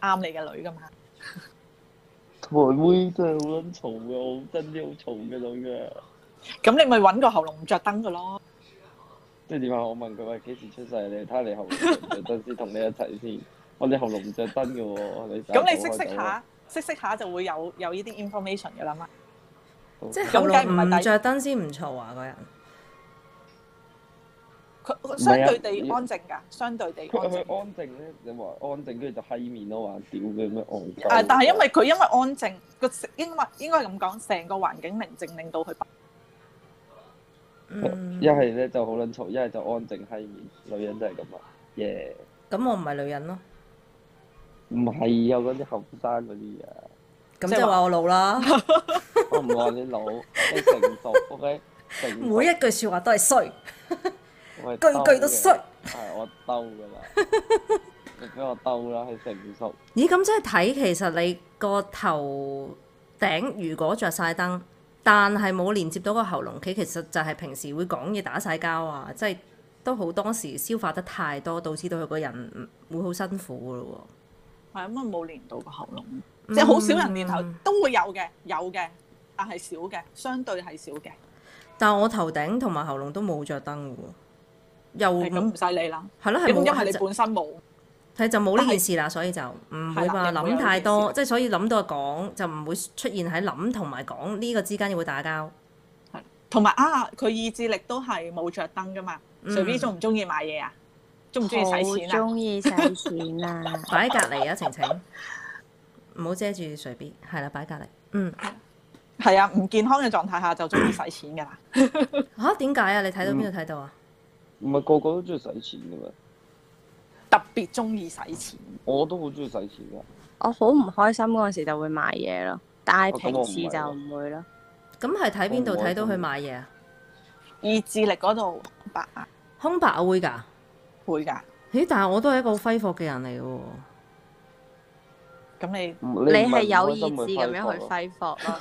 Speaker 2: 啱你嘅女噶嘛。
Speaker 1: 台妹真係好撚嘈嘅，我好憎啲好嘈嘅女嘅。
Speaker 2: 咁你咪揾個喉嚨唔着燈嘅咯。
Speaker 1: 即係點啊？我問佢喂幾時出世？你睇下你喉嚨唔着燈先同你一齊先。我哋喉嚨唔着燈嘅喎，你
Speaker 2: 咁你識識下，識識下就會有有呢啲 information 嘅啦嘛。
Speaker 1: 哦
Speaker 3: 即係
Speaker 2: 咁
Speaker 3: 喉
Speaker 2: 梗係唔係
Speaker 3: 嚨唔
Speaker 2: 第
Speaker 3: 着燈先唔嘈啊！個人
Speaker 2: 佢佢
Speaker 1: 係
Speaker 2: 相
Speaker 1: 啊
Speaker 2: 對地
Speaker 1: 要
Speaker 2: 安靜㗎，相對地安
Speaker 1: 佢佢
Speaker 2: 靜。
Speaker 1: 安靜咧，你話安靜，跟住就閪面咯，話屌哦佢咩戇鳩。
Speaker 2: 誒，但係因為佢因為安靜個應該應該係咁講，成個環境寧靜令到佢
Speaker 3: 嗯
Speaker 1: 一，係咧就好撚嘈，一係就安靜閪面，女人都係咁啊，耶！
Speaker 3: 咁我唔係女人咯，
Speaker 1: 唔係有嗰啲後生嗰啲啊，
Speaker 3: 咁
Speaker 2: 即
Speaker 3: 即
Speaker 2: 係
Speaker 3: 係話我老啦。
Speaker 1: 我唔話你老，你成熟，OK，成熟
Speaker 2: 啊
Speaker 3: 每一句説話都係衰，
Speaker 1: 我係
Speaker 3: 句
Speaker 1: 兜
Speaker 3: 句都
Speaker 1: 嘅
Speaker 3: 衰。
Speaker 1: 係我兜噶啦，你俾我兜啦，係成熟。
Speaker 3: 咦，咁即係睇其實你個頭頂如果着晒燈，但係冇連接到個喉嚨，佢其實就係平時會講嘢打晒交啊，即係都好多時消化得太多，導致到佢個人唔會好辛苦噶咯
Speaker 2: 係咁啊冇練到個喉嚨，
Speaker 3: 喎。
Speaker 2: 即係好少人練喉
Speaker 3: 嗯，
Speaker 2: 都會有嘅，有嘅，但係少嘅，相對係少嘅，
Speaker 3: 但我頭頂同埋喉嚨都冇着燈嘅喎，又
Speaker 2: 係咁唔使理啦。
Speaker 3: 係咯，係
Speaker 2: 咁因為
Speaker 3: 冇
Speaker 2: 你本身嗯冇，啊
Speaker 3: 係就冇呢件事啦，所以就唔會
Speaker 2: 係啦
Speaker 3: 話
Speaker 2: 你唔會有
Speaker 3: 諗
Speaker 2: 呢
Speaker 3: 太
Speaker 2: 件
Speaker 3: 多，
Speaker 2: 事
Speaker 3: 即係所以諗到講就唔會出現喺諗同埋講呢個之間會打交。
Speaker 2: 同埋啊，佢意志力都係冇着燈噶嘛。隨便中唔中意買嘢啊？中唔中意使錢
Speaker 4: 好
Speaker 2: 啊？
Speaker 4: 中意使錢啊！
Speaker 3: 擺隔離啊，晴晴，唔好遮住隨便，係啦，擺隔離。嗯，
Speaker 2: 係啊，唔健康嘅狀態下就中意使錢㗎啦。
Speaker 3: 嚇點解啊？你睇到邊度睇到啊？
Speaker 1: 唔係個個都中意使錢噶嘛，
Speaker 2: 特別中意使錢，
Speaker 1: 我都好中意使錢㗎。
Speaker 4: 我好唔開心嗰陣時就會買嘢咯，但係
Speaker 1: 哦咁我
Speaker 4: 平
Speaker 1: 唔
Speaker 4: 時
Speaker 1: 係
Speaker 4: 就
Speaker 1: 喎
Speaker 4: 唔會咯。
Speaker 3: 咁係睇邊度
Speaker 1: 我唔
Speaker 3: 睇到
Speaker 1: 開
Speaker 3: 佢
Speaker 1: 心
Speaker 3: 買嘢啊？
Speaker 2: 意志力嗰度白啊
Speaker 3: 空白我會㗎。
Speaker 2: 會㗎。
Speaker 3: 咦，但係我都係一個好揮霍嘅人嚟嘅喎。
Speaker 2: 咁你
Speaker 1: 嗯你
Speaker 4: 你
Speaker 1: 唔
Speaker 4: 係
Speaker 1: 唔
Speaker 4: 有
Speaker 1: 開
Speaker 4: 意
Speaker 1: 心咪
Speaker 4: 志咁
Speaker 1: 揮
Speaker 4: 樣去
Speaker 1: 霍咯
Speaker 4: 揮霍咯。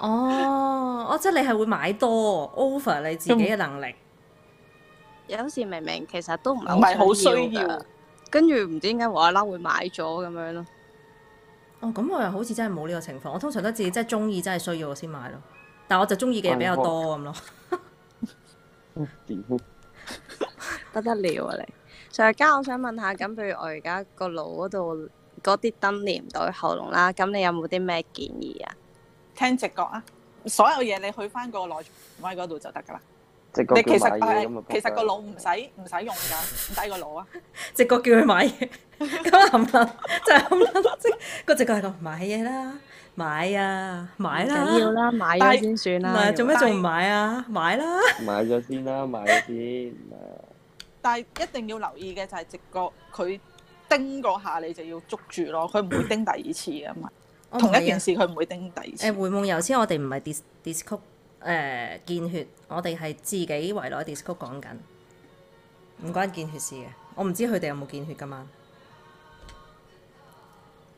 Speaker 3: 哦，哦，即係你係會買多 over 你自己嘅能力。
Speaker 4: 有時明明其實都唔
Speaker 2: 唔係好需
Speaker 4: 㗎
Speaker 2: 要，
Speaker 4: 跟住唔知點解無啦啦會買咗咁樣咯。
Speaker 3: 哦，咁我又好似真係冇呢個情況。我通常都自己真係中意，真係需要我先買咯。但我就中意嘅嘢比較多咁咯。
Speaker 1: 屌
Speaker 4: 不得了啊你！上家，我想問下，咁譬如我而家個腦嗰度嗰啲燈連唔到去喉嚨啦，咁你有冇啲咩建議啊？
Speaker 2: 聽直覺啊，所有嘢你去翻個內威嗰度就得㗎啦。
Speaker 1: 直覺
Speaker 2: 你其
Speaker 1: 叫
Speaker 2: 實
Speaker 1: 買嘢咁
Speaker 2: 係
Speaker 1: 啊！
Speaker 2: 其實個腦唔使唔使用㗎，唔使個腦啊。
Speaker 3: 直覺叫佢買 嘢，咁冚撚就係冚撚，即係個直覺係咁買嘢啦，買啊，買
Speaker 4: 唔
Speaker 3: 啦
Speaker 4: 緊，要啦，買
Speaker 2: 但
Speaker 4: 咗
Speaker 2: 係
Speaker 4: 先算
Speaker 3: 唔
Speaker 4: 啦。
Speaker 3: 係做咩仲唔買啊？買啦，
Speaker 1: 買咗先啦，買咗先。
Speaker 4: 啊
Speaker 2: 但係一定要留意嘅就係直覺，佢叮嗰下你就要捉住咯，佢唔會叮第二次㗎嘛。
Speaker 3: 我唔
Speaker 2: 哦同
Speaker 3: 係啊
Speaker 2: 一件事佢唔會叮第二次
Speaker 3: 誒。回夢遊先，我哋唔係 dis à, disco 誒見血，我哋係自己圍內 disco 講緊，唔關見血事嘅。我唔知佢哋有冇見血今晚。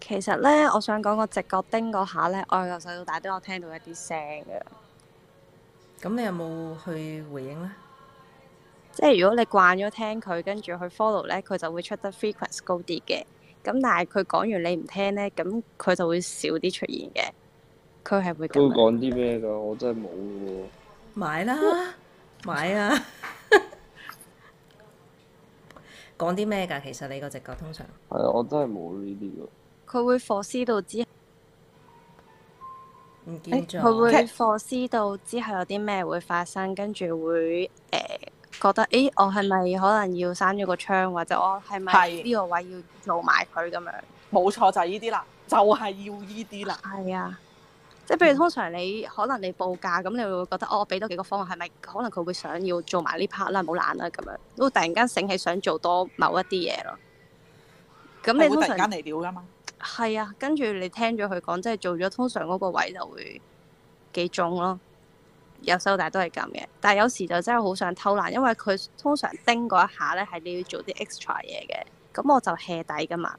Speaker 4: 其實咧，我想講個直覺叮嗰下咧，我由細到大都有聽到一啲聲嘅。
Speaker 3: 咁你有冇去回應咧？
Speaker 4: 即係如果你慣咗聽佢，跟住去 follow 咧，佢就會出得 frequency 高啲嘅。咁但係佢講完你唔聽咧，咁佢就會少啲出現嘅。佢係會咁
Speaker 1: 佢會
Speaker 4: 樣。
Speaker 1: 講啲咩㗎？我真係冇喎。
Speaker 3: 買啦，買啊！ 講啲咩㗎？其實你個直覺通常。
Speaker 1: 係啊，我真係冇呢啲㗎。
Speaker 4: 佢會 foresee 到之，
Speaker 3: 唔見咗，
Speaker 4: 佢會 foresee 到之後有啲咩會發生，跟住會誒、覺得，誒我係咪可能要閂咗個窗，或者我係咪
Speaker 2: 係
Speaker 4: 呢個位要做埋佢咁樣？
Speaker 2: 冇錯就係呢啲啦，就係、要呢啲啦。
Speaker 4: 係啊，即係
Speaker 2: 嗯
Speaker 4: 譬如通常你可能你報價咁，你會覺得哦，我俾多幾個方案，係咪可能佢會想要做埋呢 part 啦，唔好懶啦咁樣，會突然間醒起想做多某一啲嘢咯。咁
Speaker 2: 咁
Speaker 4: 你
Speaker 2: 你
Speaker 4: 通
Speaker 2: 突然間
Speaker 4: 常
Speaker 2: 嚟料噶嘛？
Speaker 4: 係啊，跟住你聽咗佢講，即係做咗，通常嗰個位就會幾中咯。由細到大都係咁嘅，但係有時就真係好想偷懶，因為佢通常叮嗰一下咧，係你要做啲 extra 嘢嘅，咁我就 hea 底噶嘛。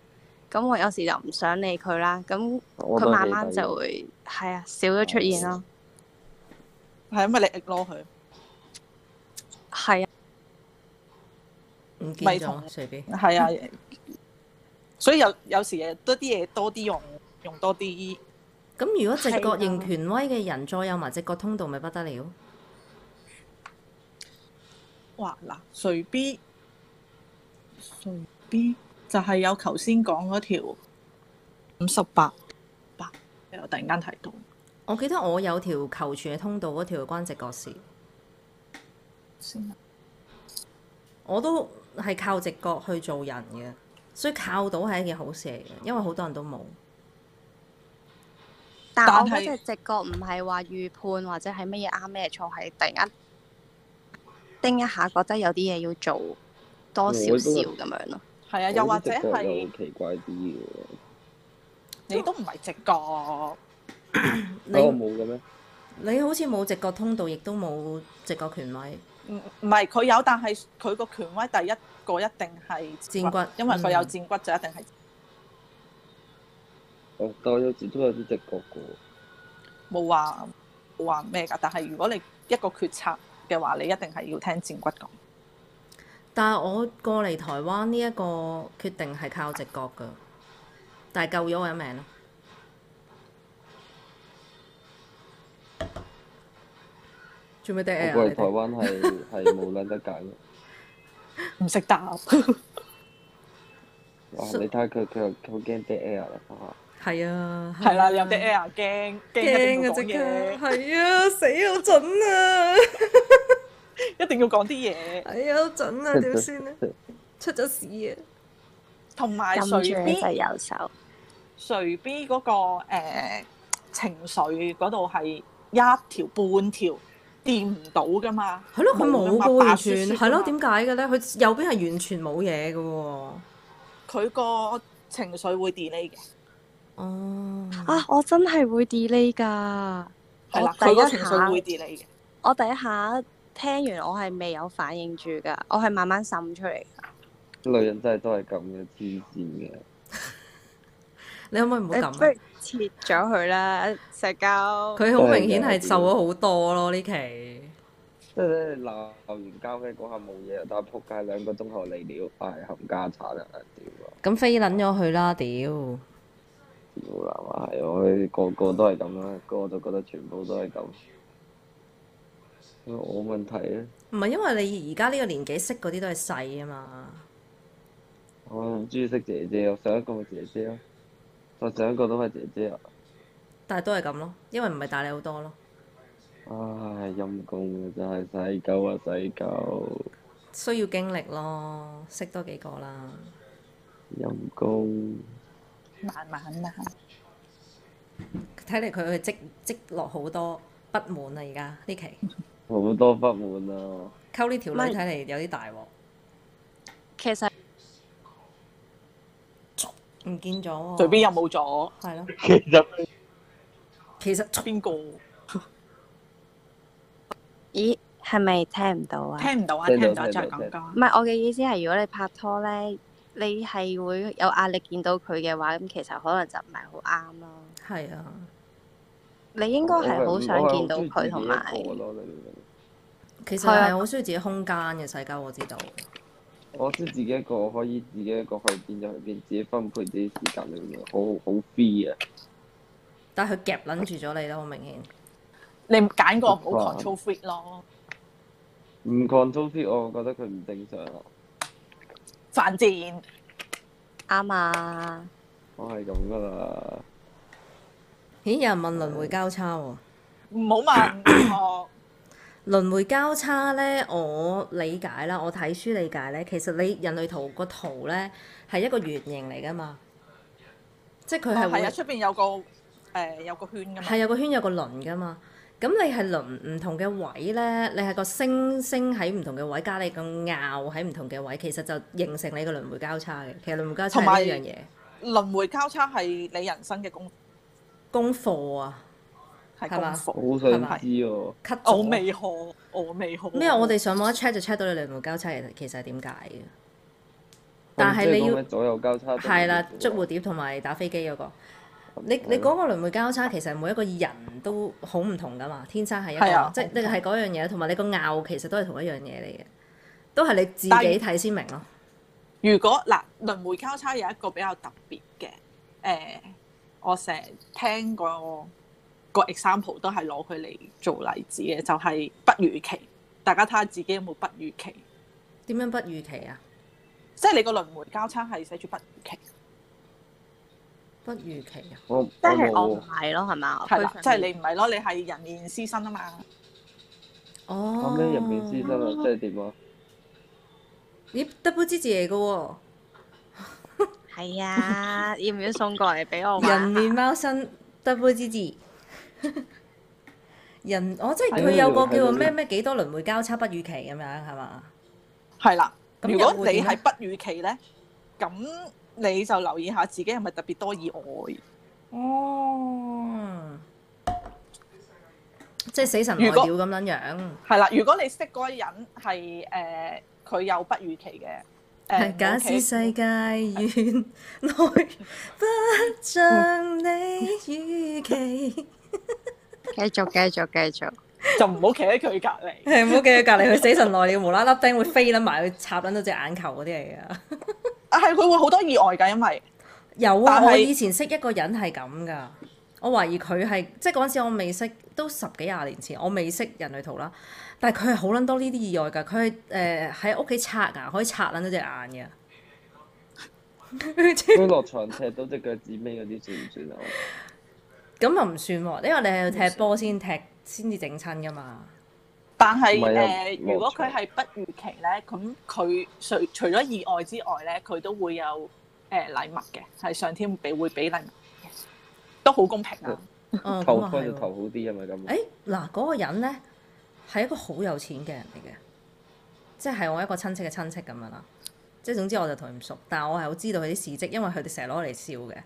Speaker 4: 咁我有時就唔想理佢啦，咁
Speaker 1: 我都
Speaker 4: 佢
Speaker 1: 係
Speaker 4: 慢
Speaker 1: 幾
Speaker 4: 慢
Speaker 1: 低
Speaker 4: 就會係啊少咗出現
Speaker 1: 哦
Speaker 4: 咯，
Speaker 2: 係因為你 ignore 佢，
Speaker 4: 係啊，
Speaker 3: 唔
Speaker 2: 咪
Speaker 3: 見咗，
Speaker 2: 同
Speaker 3: 隨便。
Speaker 2: 係啊。所以有有時嘢多啲嘢多啲用，用多啲。
Speaker 3: 咁如果直
Speaker 4: 係啊
Speaker 3: 覺型權威嘅人，再有埋直覺通道，咪不得了？
Speaker 2: 哇嗱，隨 B 隨 B 就係有頭先講嗰條五十八八，我突然間睇到
Speaker 3: 我記得我有條球傳嘅通道嗰條關直覺事，
Speaker 2: 先啦。
Speaker 3: 我都係靠直覺去做人嘅，所以靠到係一件好事嚟嘅，因為好多人都冇。
Speaker 1: 哦
Speaker 4: 但
Speaker 2: 但
Speaker 4: 我嗰
Speaker 2: 係
Speaker 4: 隻直覺唔係話預判或者係乜嘢啱咩錯，係突然間叮一下覺得有啲嘢要做多少少咁樣咯。
Speaker 2: 係啊，又或者
Speaker 1: 我呢隻腳又
Speaker 2: 係
Speaker 1: 好奇怪啲嘅喎，
Speaker 2: 你都唔係直覺，
Speaker 1: 嚇我
Speaker 3: 你
Speaker 1: 冇嘅咩？
Speaker 3: 你好似冇直覺通道，亦都冇直覺權威。
Speaker 2: 唔唔係佢有，但係佢個權威第一個一定係
Speaker 3: 戰骨
Speaker 2: 因為佢有
Speaker 3: 嗯
Speaker 2: 戰骨就一定係
Speaker 1: 我但我有時都有啲直覺嘅喎。
Speaker 2: 冇話冇話咩㗎。但係如果你一個決策嘅話，你一定係要聽戰骨講。
Speaker 3: 但係我過嚟台灣呢一個決定係靠直覺㗎，但係救咗我一命咯。做咩 dead
Speaker 1: 我
Speaker 3: air
Speaker 1: 過
Speaker 3: 啊
Speaker 1: 嚟
Speaker 3: 你
Speaker 1: 台
Speaker 3: 哋
Speaker 1: 灣係 係冇撚得揀嘅。
Speaker 2: 唔識 答，
Speaker 1: 哇！
Speaker 3: So-
Speaker 1: 你睇下佢佢又佢好驚 dead air 啦嚇。
Speaker 3: 係啊，
Speaker 2: 係 啦，有
Speaker 3: 啊
Speaker 2: 啲 air 驚驚一定
Speaker 3: 驚
Speaker 2: 要
Speaker 3: 啊！
Speaker 2: 講
Speaker 3: 即刻
Speaker 2: 嘢，
Speaker 3: 係啊，死好準 啊！
Speaker 2: 一定要講啲嘢，
Speaker 3: 哎呀，好準 啊！點先啊？出咗事啊！
Speaker 2: 同埋
Speaker 4: 撳住
Speaker 2: 隨
Speaker 4: 你隻
Speaker 2: B
Speaker 4: 右手，
Speaker 2: 隨 B 嗰個誒情緒嗰度係一條半條掂唔到噶嘛，
Speaker 3: 係咯，佢冇
Speaker 2: 㗎
Speaker 3: 噶
Speaker 2: 嘛
Speaker 3: 喎，
Speaker 2: 白
Speaker 3: 完
Speaker 2: 雪
Speaker 3: 全
Speaker 2: 雪㗎
Speaker 3: 係咯，
Speaker 2: 嘛
Speaker 3: 點解嘅咧？佢右邊係完全冇嘢嘅喎。
Speaker 2: 佢個情緒會 delay 嘅，
Speaker 3: 哦，
Speaker 4: 啊！我真係會 delay 㗎。
Speaker 2: 係啦，
Speaker 4: 我第
Speaker 2: 佢
Speaker 4: 一
Speaker 2: 個情
Speaker 4: 下
Speaker 2: 緒會 delay 嘅，
Speaker 4: 我第一下聽完我係未有反應住㗎，我係慢慢滲出嚟。
Speaker 1: 女人真係都係咁嘅，黐線嘅。
Speaker 3: 你可唔可以唔好
Speaker 4: 你
Speaker 3: 咁
Speaker 4: 不
Speaker 3: 啊？
Speaker 4: 如切咗佢啦，石膠。
Speaker 3: 佢好明顯係瘦咗好多咯，呢期。
Speaker 1: 即係咧鬧完交咧嗰下冇嘢，但係仆街兩個鐘後嚟了，唉冚家產啊！屌啊！
Speaker 3: 咁飛撚咗佢啦，屌！
Speaker 1: 屌啦嘛，係我哋個個都係咁啦，個我就覺得全部都係咁。我問題咧，
Speaker 3: 唔係因為你而家呢個年紀識嗰啲都係細啊嘛，
Speaker 1: 我唔中意識姐姐，我上一個咪姐姐咯，我上一個都係姐姐啊！
Speaker 3: 但係都係咁咯，因為唔係大你好多咯，
Speaker 1: 唉，陰公啊，真係洗狗啊，洗狗，
Speaker 3: 需要經歷咯，識多幾個啦。
Speaker 1: 陰公。
Speaker 2: 慢慢啦，
Speaker 3: 睇嚟佢係積積落好多不滿啊！而家呢期
Speaker 1: 好多不滿啊！
Speaker 3: 溝呢條女
Speaker 4: 唔係
Speaker 3: 睇嚟有啲大鑊，
Speaker 4: 其實
Speaker 3: 唔見咗喎。
Speaker 2: 隨 B 又冇咗
Speaker 3: 係咯，
Speaker 1: 其實
Speaker 3: 其實
Speaker 2: 邊個
Speaker 4: 咦係咪聽唔到啊？
Speaker 2: 聽唔到啊？
Speaker 1: 聽
Speaker 2: 聽
Speaker 1: 到
Speaker 2: 唔到
Speaker 1: 聽
Speaker 2: 再
Speaker 1: 到
Speaker 2: 講
Speaker 1: 聽到
Speaker 2: 講
Speaker 4: 唔。係我嘅意思係，如果你拍拖咧，你係會有壓力見到佢嘅話，咁其實可能就唔係好啱咯。
Speaker 3: 係啊，
Speaker 4: 你應該係好想見到佢同埋，
Speaker 3: 其實
Speaker 4: 係啊
Speaker 3: 係好需要自己空間嘅世界，我知道。
Speaker 1: 我知自己一個，我可以自己一個去邊就去邊，自己分配自己時間，你明唔明？好好 free 啊！
Speaker 3: 但係佢夾撚住咗你啦，好明顯。
Speaker 2: 你揀個唔好
Speaker 1: 哇
Speaker 2: control freak 咯，
Speaker 1: 唔 control free，我覺得佢唔正常啊！
Speaker 2: 犯賤。
Speaker 4: 啱啊！
Speaker 1: 我係咁噶啦，
Speaker 3: 咦？有人問輪迴交叉喎、
Speaker 2: 唔好 問哦我，
Speaker 3: 輪迴交叉咧，我理解啦，我睇書理解咧，其實你人類圖個圖咧係一個圓形嚟噶嘛，即係佢係
Speaker 2: 哦係啊，
Speaker 3: 會
Speaker 2: 出邊有個誒、有個圈噶嘛
Speaker 3: 係，有個圈有個輪噶嘛。咁你係輪唔同嘅位咧，你係個星星喺唔同嘅位，加你個拗喺唔同嘅位，其實就形成你個輪迴交叉嘅。其實輪迴交叉
Speaker 2: 同埋
Speaker 3: 係呢樣嘢，
Speaker 2: 輪迴交叉係你人生嘅功
Speaker 3: 功課啊
Speaker 2: 係
Speaker 3: 係
Speaker 2: 功
Speaker 3: 嘛
Speaker 2: 課。
Speaker 1: 我好
Speaker 3: 係
Speaker 1: 想
Speaker 3: 咪
Speaker 1: 知喎、
Speaker 3: ，cut 咗
Speaker 2: 我未學，我未學。
Speaker 3: 咩？啊我哋上網一 check 就 check 到你輪迴交叉其實其實係點解嘅？但
Speaker 1: 咁哦
Speaker 3: 係
Speaker 1: 即
Speaker 3: 你
Speaker 1: 講
Speaker 3: 要
Speaker 1: 咩左右交叉定
Speaker 3: 係啦，
Speaker 1: 點
Speaker 3: 捉
Speaker 1: 啫
Speaker 3: 蝴蝶同埋打飛機嗰、個。你
Speaker 1: 係
Speaker 3: 你
Speaker 1: 咯
Speaker 3: 嗰個輪迴交叉其實每一個人都好唔同噶嘛，天生係一個，
Speaker 2: 係啊
Speaker 3: 即係你係嗰樣嘢，同埋你個拗其實都係同一樣嘢嚟嘅，都係你自己
Speaker 2: 但係
Speaker 3: 睇先明咯。
Speaker 2: 如果嗱輪迴交叉有一個比較特別嘅，誒、我成日聽過個 example 都係攞佢嚟做例子嘅，就係、不如期。大家睇下自己有冇不如期。
Speaker 3: 點樣不預期啊？
Speaker 2: 即係你個輪迴交叉係寫住不預期，
Speaker 3: 不預期啊？
Speaker 1: 我
Speaker 4: 即
Speaker 1: 我
Speaker 4: 係我唔
Speaker 1: 冇
Speaker 4: 係咯，係嘛？
Speaker 2: 係啦，
Speaker 4: 佢
Speaker 2: 即係你唔係咯，你係人面獅身啊嘛，
Speaker 3: 哦
Speaker 1: 咁樣入面知得啦，即係點啊？
Speaker 3: 咦，double 支持嚟嘅
Speaker 4: 係 啊，要唔要送過嚟俾我
Speaker 3: 喎，人
Speaker 4: 玩啊下？
Speaker 3: 面貓 身 double 支持。人，我即係
Speaker 1: 係
Speaker 3: 佢
Speaker 1: 咯
Speaker 3: 有個
Speaker 1: 係咯
Speaker 3: 叫做咩
Speaker 1: 係咯
Speaker 3: 咩幾多輪迴交叉不預期咁樣係嘛？
Speaker 2: 係啦。
Speaker 3: 咁
Speaker 2: 如果
Speaker 3: 又會
Speaker 2: 你
Speaker 3: 點
Speaker 2: 係
Speaker 3: 咧
Speaker 2: 不預期咧，咁你就留意下自己係咪特別多意外。
Speaker 3: 哦，即係死神來
Speaker 2: 如
Speaker 3: 了
Speaker 2: 果
Speaker 3: 咁樣樣，
Speaker 2: 係啦，如果你識嗰個人係誒佢有不預期嘅，誒
Speaker 3: 係假
Speaker 2: 唔好
Speaker 3: 使
Speaker 2: 企
Speaker 3: 世界原來不像你預期，
Speaker 4: 繼續，繼續，繼續。
Speaker 2: 就唔好企喺佢隔離。
Speaker 3: 係唔好記佢隔離佢死神來了，無啦啦釘會飛撚埋去插撚到隻眼球嗰啲嚟噶。
Speaker 2: 啊，係佢會好多意外㗎，因為
Speaker 3: 有啊，
Speaker 2: 但係
Speaker 3: 我以前識一個人係咁噶，我懷疑佢係即係嗰陣時我未識，都十幾廿年前，我未識人類圖啦。但係佢係好撚多呢啲意外㗎，佢係誒喺屋企刷牙可以刷撚到隻眼嘅。
Speaker 1: 佢落床踢到隻腳趾尾嗰啲算唔算啊？
Speaker 3: 咁又唔算喎，因為你係要踢波先踢先至整親 噶嘛。
Speaker 2: 但係
Speaker 1: 唔
Speaker 2: 誒、
Speaker 1: 係啊冇
Speaker 2: 如果佢
Speaker 1: 錯
Speaker 2: 係不預期咧，咁佢除除咗意外之外咧，佢都會有誒、禮物嘅，係上天俾會俾禮物嘅，都好公平
Speaker 1: 嗯
Speaker 2: 啊！
Speaker 3: 哦，咁
Speaker 1: 投
Speaker 3: 啊
Speaker 1: 幫
Speaker 3: 係
Speaker 1: 就
Speaker 3: 喎哎
Speaker 1: 投好啲啊嘛咁。
Speaker 3: 誒嗱，嗰個人咧係一個好有錢嘅人嚟嘅，即係我一個親戚嘅親戚咁樣啦。即係總之我就同佢唔熟，但係我係好知道佢啲事蹟，因為佢哋成日攞嚟笑嘅。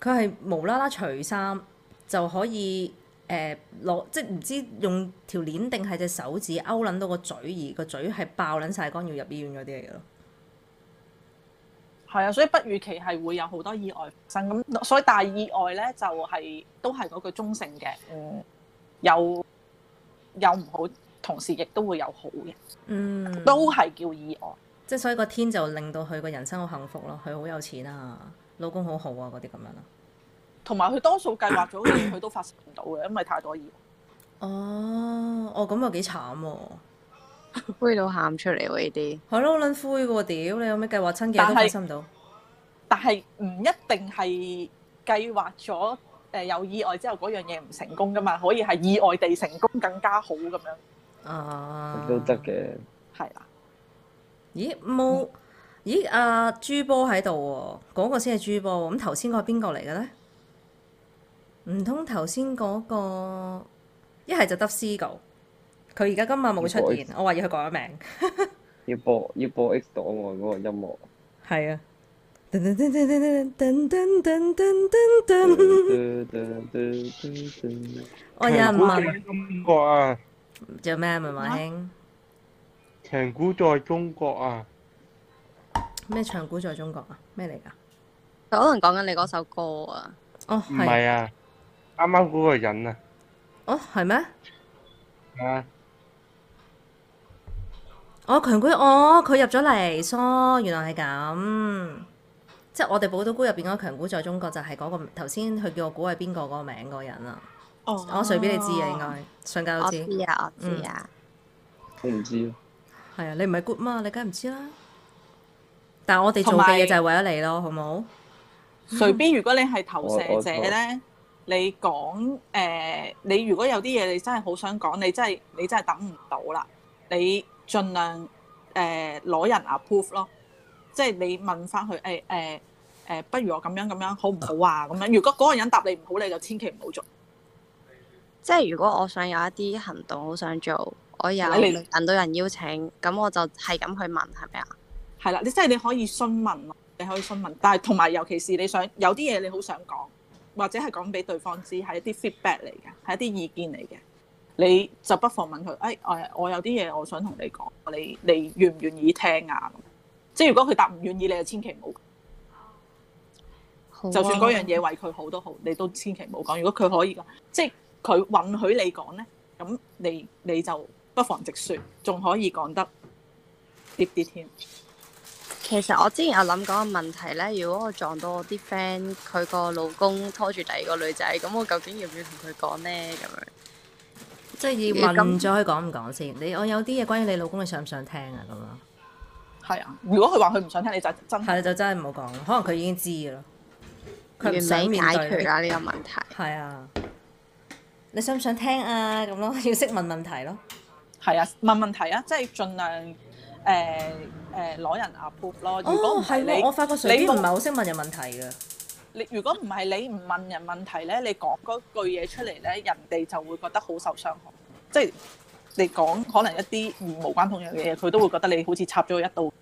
Speaker 3: 佢係無啦啦除衫就可以誒攞、即係唔知用條鏈定係隻手指勾撚到個嘴，而個嘴係爆撚晒乾，要入醫院嗰啲嚟嘅咯。
Speaker 2: 係啊，所以不預期係會有好多意外發生，咁所以但係意外咧就係、都係嗰句中性嘅，嗯，有有唔好，同時亦都會有好嘅，
Speaker 3: 嗯，
Speaker 2: 都係叫意外。
Speaker 3: 即係所以個天就令到佢個人生好幸福咯，佢好有錢啊，老公好好啊嗰啲咁樣啦。
Speaker 2: 同埋佢多數計劃咗嘅嘢，佢都發生唔到嘅，因為太多意外。
Speaker 3: 哦，哦咁又幾慘喎、
Speaker 4: 灰到喊出嚟喎！呢啲
Speaker 3: 係咯，好撚灰嘅喎，屌你有咩計劃親嘅都
Speaker 2: 但係
Speaker 3: 開心到。
Speaker 2: 但係唔一定係計劃咗誒、呃有意外之後嗰樣嘢唔成功噶嘛，可以係意外地成功更加好咁樣，
Speaker 3: 啊，
Speaker 1: 都得。嘅，
Speaker 2: 係啦。
Speaker 3: 咦冇？咦阿朱波喺度喎，嗰、個先係朱波喎。咁頭先嗰個邊個嚟嘅咧？唔通頭先嗰個一係就得 C 狗，佢而家今日冇出現，我懷疑佢改咗名。
Speaker 1: 要播要播 X 檔案嗰個音 樂。
Speaker 3: 係啊。噔噔噔噔噔噔噔噔噔
Speaker 1: 嘟
Speaker 3: 噔噔，
Speaker 1: 嘟嘟嘟嘟
Speaker 3: 我有人問
Speaker 5: 喺中國啊，
Speaker 3: 做咩啊文華興？
Speaker 5: 強估在中國啊，
Speaker 3: 咩唱古在中國啊？咩嚟㗎？
Speaker 4: 佢可能講緊你嗰首歌啊，
Speaker 3: 哦
Speaker 5: 唔
Speaker 3: 係，
Speaker 5: 係啊，啱啱嗰個人啊，
Speaker 3: 哦係咩？
Speaker 5: 啊，
Speaker 3: 哦，強官，哦，佢入咗嚟，so 原來係咁，即係我哋寶島菇入邊嗰個強官在中國就係嗰、個頭先佢叫我估係邊個嗰個名嗰個人啊，
Speaker 2: 哦
Speaker 3: 我隨便你知啊，應該上屆
Speaker 4: 我
Speaker 3: 都知，
Speaker 4: 知啊，我知啊。
Speaker 1: 我唔知啊，
Speaker 3: 係啊，你唔係 good 嘛，你梗係唔知啦。但係我哋做
Speaker 2: 同
Speaker 3: 嘅
Speaker 2: 埋
Speaker 3: 嘢就係為咗你咯，好冇？
Speaker 2: 隨便如果你係投射
Speaker 1: 我我
Speaker 2: 者咧，你講誒、你如果有啲嘢你真係好想講，你真係你真係等唔到啦，你盡量誒攞、人 approve 咯，即係你問翻佢誒誒誒，不如我咁樣咁樣好唔好啊？咁樣如果嗰個人答你唔好，你就千祈唔好做。
Speaker 4: 即係如果我想有一啲行動好想做，我有
Speaker 2: 你
Speaker 4: 揾到人邀請，咁我就係咁去問係咪啊？
Speaker 2: 係啦，你即係你可以詢問咯，你可以詢問，但係同埋尤其是你想有啲嘢你好想講，或者係講俾對方知，係一啲 feedback 嚟嘅，係一啲意見嚟嘅，你就不妨問佢，誒、哎、誒，我有啲嘢我想同你講，你你願唔願意聽啊？咁即係如果佢答唔願意，你就千祈唔
Speaker 4: 好
Speaker 2: 好，
Speaker 4: 啊
Speaker 2: 就算嗰樣嘢為佢好都好，你都千祈唔好講。如果佢可以講，即係佢允許你講咧，咁你你就不妨直説，仲可以講得啲啲添。
Speaker 4: 其實我之前有諗過個問題咧，如果我撞到我啲 friend 佢個老公拖住第二個女仔，咁我究竟要唔要同佢講呢？咁樣
Speaker 3: 即係要問咗佢講唔講先。你我有啲嘢關於你老公，你想唔想聽啊？咁樣
Speaker 2: 係啊，如果佢話佢唔想聽，你就真係
Speaker 3: 係就真係唔好講，可能佢已經知嘅咯，佢唔
Speaker 4: 完
Speaker 3: 想
Speaker 4: 美
Speaker 3: 面
Speaker 4: 解
Speaker 3: 對
Speaker 4: 決。啊啦呢個問題。
Speaker 3: 係啊，你想唔想聽啊？咁咯， 要識問問題咯。
Speaker 2: 係啊問問題啊，即係盡量誒誒攞人 approve 咯。如果唔哦係
Speaker 3: 哦係喎，我
Speaker 2: 你
Speaker 3: 發覺水
Speaker 2: 你
Speaker 3: 邊
Speaker 2: 冇
Speaker 3: 唔係好識問人問題嘅。
Speaker 2: 你如果唔係你唔問人問題咧，你講嗰句嘢出嚟咧，人哋就會覺得好受傷害。即係你講可能一啲與無關痛癢嘅嘢，佢都會覺得你好似插咗佢一刀。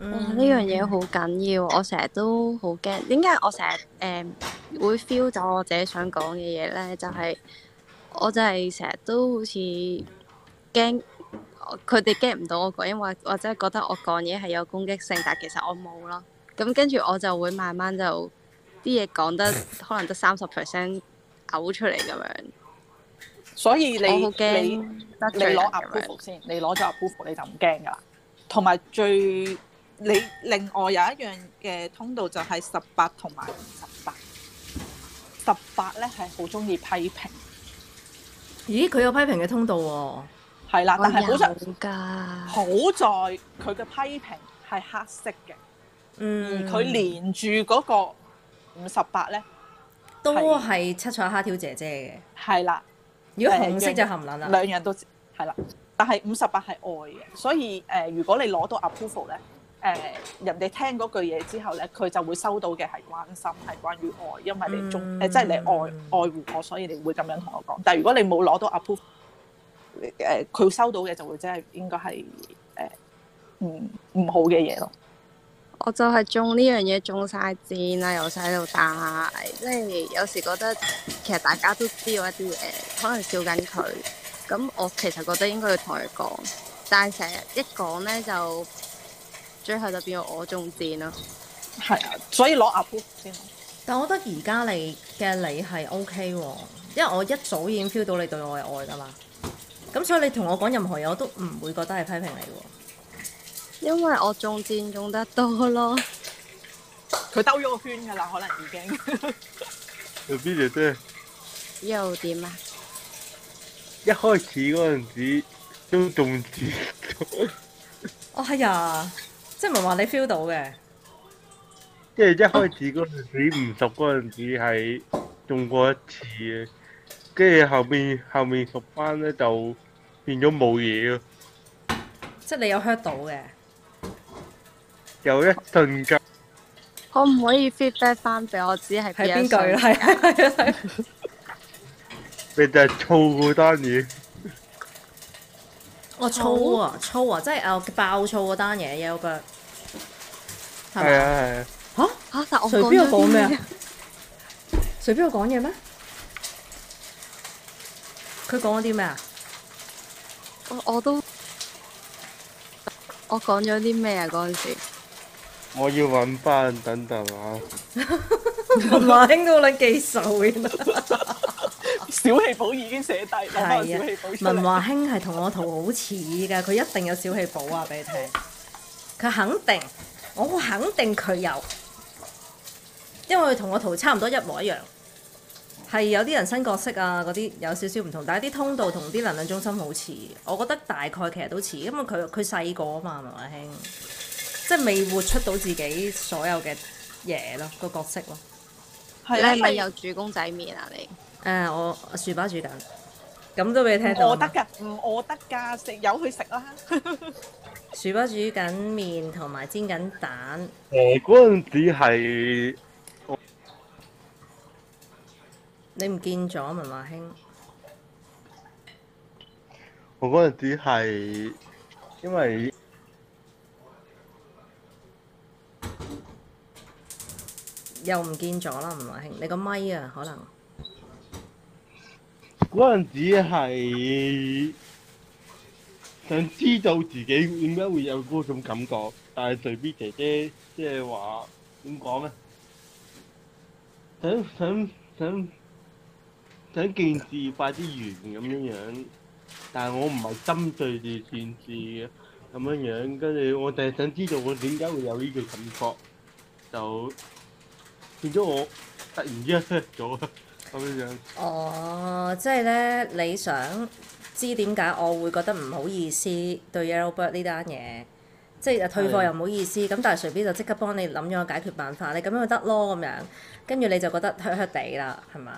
Speaker 3: 嗯
Speaker 4: 哇！呢樣嘢好緊要，我成日都好驚。點解我成日誒會 feel 到我自己想講嘅嘢咧？就係、我就係成日都好似驚我佢哋 get 唔到我講，因為或者覺得我講嘢係有攻擊性，但係其實我冇咯。咁跟住我就會慢慢就啲嘢講得可能得三十 percent 嘔出嚟咁樣。
Speaker 2: 所以你
Speaker 4: 我好驚
Speaker 2: 你
Speaker 4: 得
Speaker 2: 你
Speaker 4: 罪人
Speaker 2: 攞
Speaker 4: 咁樣
Speaker 2: approval 先，你攞咗 approval 你就唔驚噶啦。同埋最你另外有一樣嘅通道就係十八同埋十八，十八咧係好中意批評，
Speaker 3: 咦，佢有批評嘅通道喎。
Speaker 2: 係啦，
Speaker 4: 我
Speaker 2: 但係好在
Speaker 4: 有㗎。
Speaker 2: 好在佢嘅批評係黑色嘅，而
Speaker 3: 嗯，
Speaker 2: 佢連住嗰個五十八咧
Speaker 3: 都係七彩蝦條姐姐
Speaker 2: 係啦，
Speaker 3: 嘅。如果
Speaker 2: 誒
Speaker 3: 紅色
Speaker 2: 樣
Speaker 3: 就含撚啦。
Speaker 2: 兩樣都係啦，但係五十八係愛嘅，所以誒、呃如果你攞到 approval 咧，誒、人哋聽嗰句嘢之後咧，佢就會收到嘅係關心，係關於愛，因為你中誒、
Speaker 3: 嗯
Speaker 2: 即係你愛愛護我，所以你會咁樣同我講。但係如果你冇攞到 approval，誒、佢收到嘅就會即係應該係誒唔唔好嘅嘢咯。
Speaker 4: 我就係中呢樣嘢中晒箭啦，由細到大，即係有時覺得其實大家都知道一啲嘢，可能笑緊佢，咁我其實覺得應該要同佢講，但係成日一講咧就最後就變咗我中箭咯。
Speaker 2: 係啊，所以攞 approval 先咯。
Speaker 3: 但我覺得而家你嘅你係 O K 喎，因為我一早已經 feel 到你對我嘅愛㗎嘛。咁所以你同我講任何嘢，我都唔會覺得係批評你喎。
Speaker 4: 因為我中箭中得多咯，
Speaker 2: 佢兜咗個圈㗎啦，可能已 經。
Speaker 5: 做 B 姐姐
Speaker 4: 又點啊？
Speaker 5: 一開始嗰陣時都中箭，
Speaker 3: 哦，係啊，即係唔係話你 feel 到嘅？
Speaker 5: 即係一開始嗰陣時唔熟嗰陣時係中過一次嘅，跟住後面後面熟翻咧就變咗冇嘢咯，
Speaker 3: 即係你有 hurt 到嘅。
Speaker 5: 有一瞬間
Speaker 4: 可唔可以 feedback 翻俾我知係
Speaker 3: 係邊
Speaker 4: 邊
Speaker 3: 句啦？
Speaker 4: 啦？
Speaker 3: 係係係。
Speaker 5: 你就係燥嗰單嘢。
Speaker 3: 我粗啊粗啊，即係啊爆粗嗰單嘢有個係
Speaker 5: 係
Speaker 3: 咪？
Speaker 5: 啊係啊，
Speaker 3: 嚇
Speaker 4: 嚇、但我
Speaker 3: 隨
Speaker 4: 講
Speaker 3: 邊
Speaker 4: 咗
Speaker 3: 個講
Speaker 4: 啲
Speaker 3: 咩啊
Speaker 4: 咩？
Speaker 3: 隨邊個講嘢咩？佢講咗啲咩 啊？
Speaker 4: 我我都我講咗啲咩啊？嗰陣時。
Speaker 5: 我要揾翻等等啊！
Speaker 3: 馬興都好撚記仇原來。
Speaker 2: 小氣寶已經寫低，攞翻個啊小氣寶出
Speaker 3: 啊文
Speaker 2: 嚟。
Speaker 3: 華興係同我圖好似㗎，佢一定有小氣寶啊！俾你聽，佢肯定，我好肯定佢有，因為佢同我圖差唔多一模一樣，係有啲人生角色啊，嗰啲有少少唔同，但係啲通道同啲能量中心好似，我覺得大概其實都似，因為佢佢細個啊嘛，文華興，即係未活出到自己所有嘅嘢咯，個角色咯。
Speaker 2: 係
Speaker 4: 你
Speaker 2: 啊
Speaker 4: 係咪
Speaker 2: 因為
Speaker 4: 有煮公仔麵啊？你
Speaker 3: 誒、我我薯包煮緊，咁都俾你聽到啊
Speaker 2: 餓
Speaker 3: 嘛
Speaker 2: 得。㗎，唔餓得㗎，食有佢食啦。
Speaker 3: 薯包煮緊面同埋煎緊蛋，
Speaker 5: 誒嗰陣時係
Speaker 3: 你唔見咗文華興？
Speaker 5: 我嗰陣時係因為
Speaker 3: 又唔見咗啦，文華興，你個咪啊，可能
Speaker 5: 嗰陣時係想知道自己點解會有嗰種感覺，但係隨 B 姐姐即係話點講咧？想想想想件事快啲完咁樣樣，但係我唔係針對住件事嘅咁樣樣，跟住我就係想知道我點解會有呢個感覺，就變咗我突然之間 hurt 咗咁樣樣。
Speaker 3: 哦，即係咧，你想知點解我會覺得唔好意思對 Yellow Bird 呢單嘢，即係啊退貨
Speaker 5: 係
Speaker 3: 又唔好意思，咁但係隨便就即刻幫你諗咗個解決辦法，你咁樣就得咯咁樣，跟住你就覺得靴靴地啦，係嘛？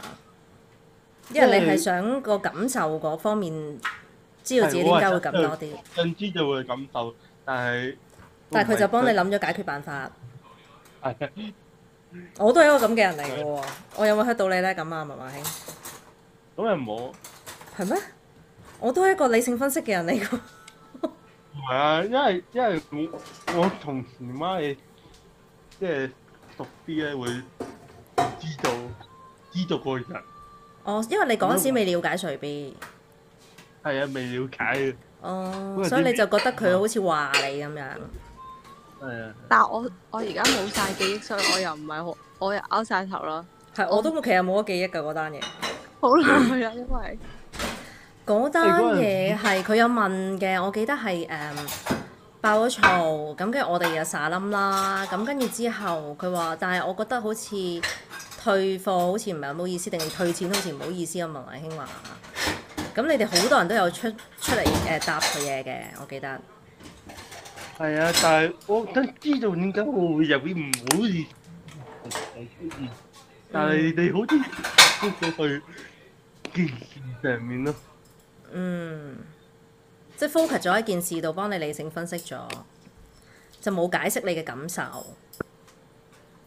Speaker 3: 因為你係
Speaker 5: 因為
Speaker 3: 想個感受嗰方面知道自己點
Speaker 5: 係
Speaker 3: 解會
Speaker 5: 我係
Speaker 3: 咁多啲，
Speaker 5: 信知就會感受，但係
Speaker 3: 但係佢就幫你諗咗解決辦法。
Speaker 5: 諗，
Speaker 3: 我都係一個咁嘅人嚟嘅喎，我有冇靴到你咧？咁啊，文華兄
Speaker 5: 咁又冇，
Speaker 3: 係咩？我都係一個理性分析嘅人嚟嘅喎。
Speaker 5: 唔係啊，因為因為我我同時媽你即係熟啲咧，會知道知道個人
Speaker 3: 哦，因為你嗰陣時未了解隨便，
Speaker 5: 係啊，未了解嘅，
Speaker 3: 哦
Speaker 5: 喂，
Speaker 3: 所以你
Speaker 5: 點啊
Speaker 3: 就覺得佢好似話你咁樣。
Speaker 5: 係啊，
Speaker 4: 但我我而家冇晒記憶，所以我又唔係好，我又拗晒頭啦，
Speaker 3: 係，我都冇，其實冇乜記憶㗎嗰單嘢。
Speaker 4: 好耐啦，因為
Speaker 3: 嗰單嘢係佢有問嘅，我記得係誒、爆咗嘈，咁跟住我哋又撒冧啦，咁跟住之後佢話，但係我覺得好似退貨好似唔係咁好意思，定係退錢好似唔好意思咁。文華興話，咁你哋好多人都有出出嚟誒、答佢嘢嘅，我記得。
Speaker 5: 係啊，但係我真知道點解我會有啲唔好意思，但係你好似搬咗去件事上面咯，
Speaker 3: 嗯，即係 focus 咗喺件事度，幫你理性分析咗，就冇解釋你嘅感受，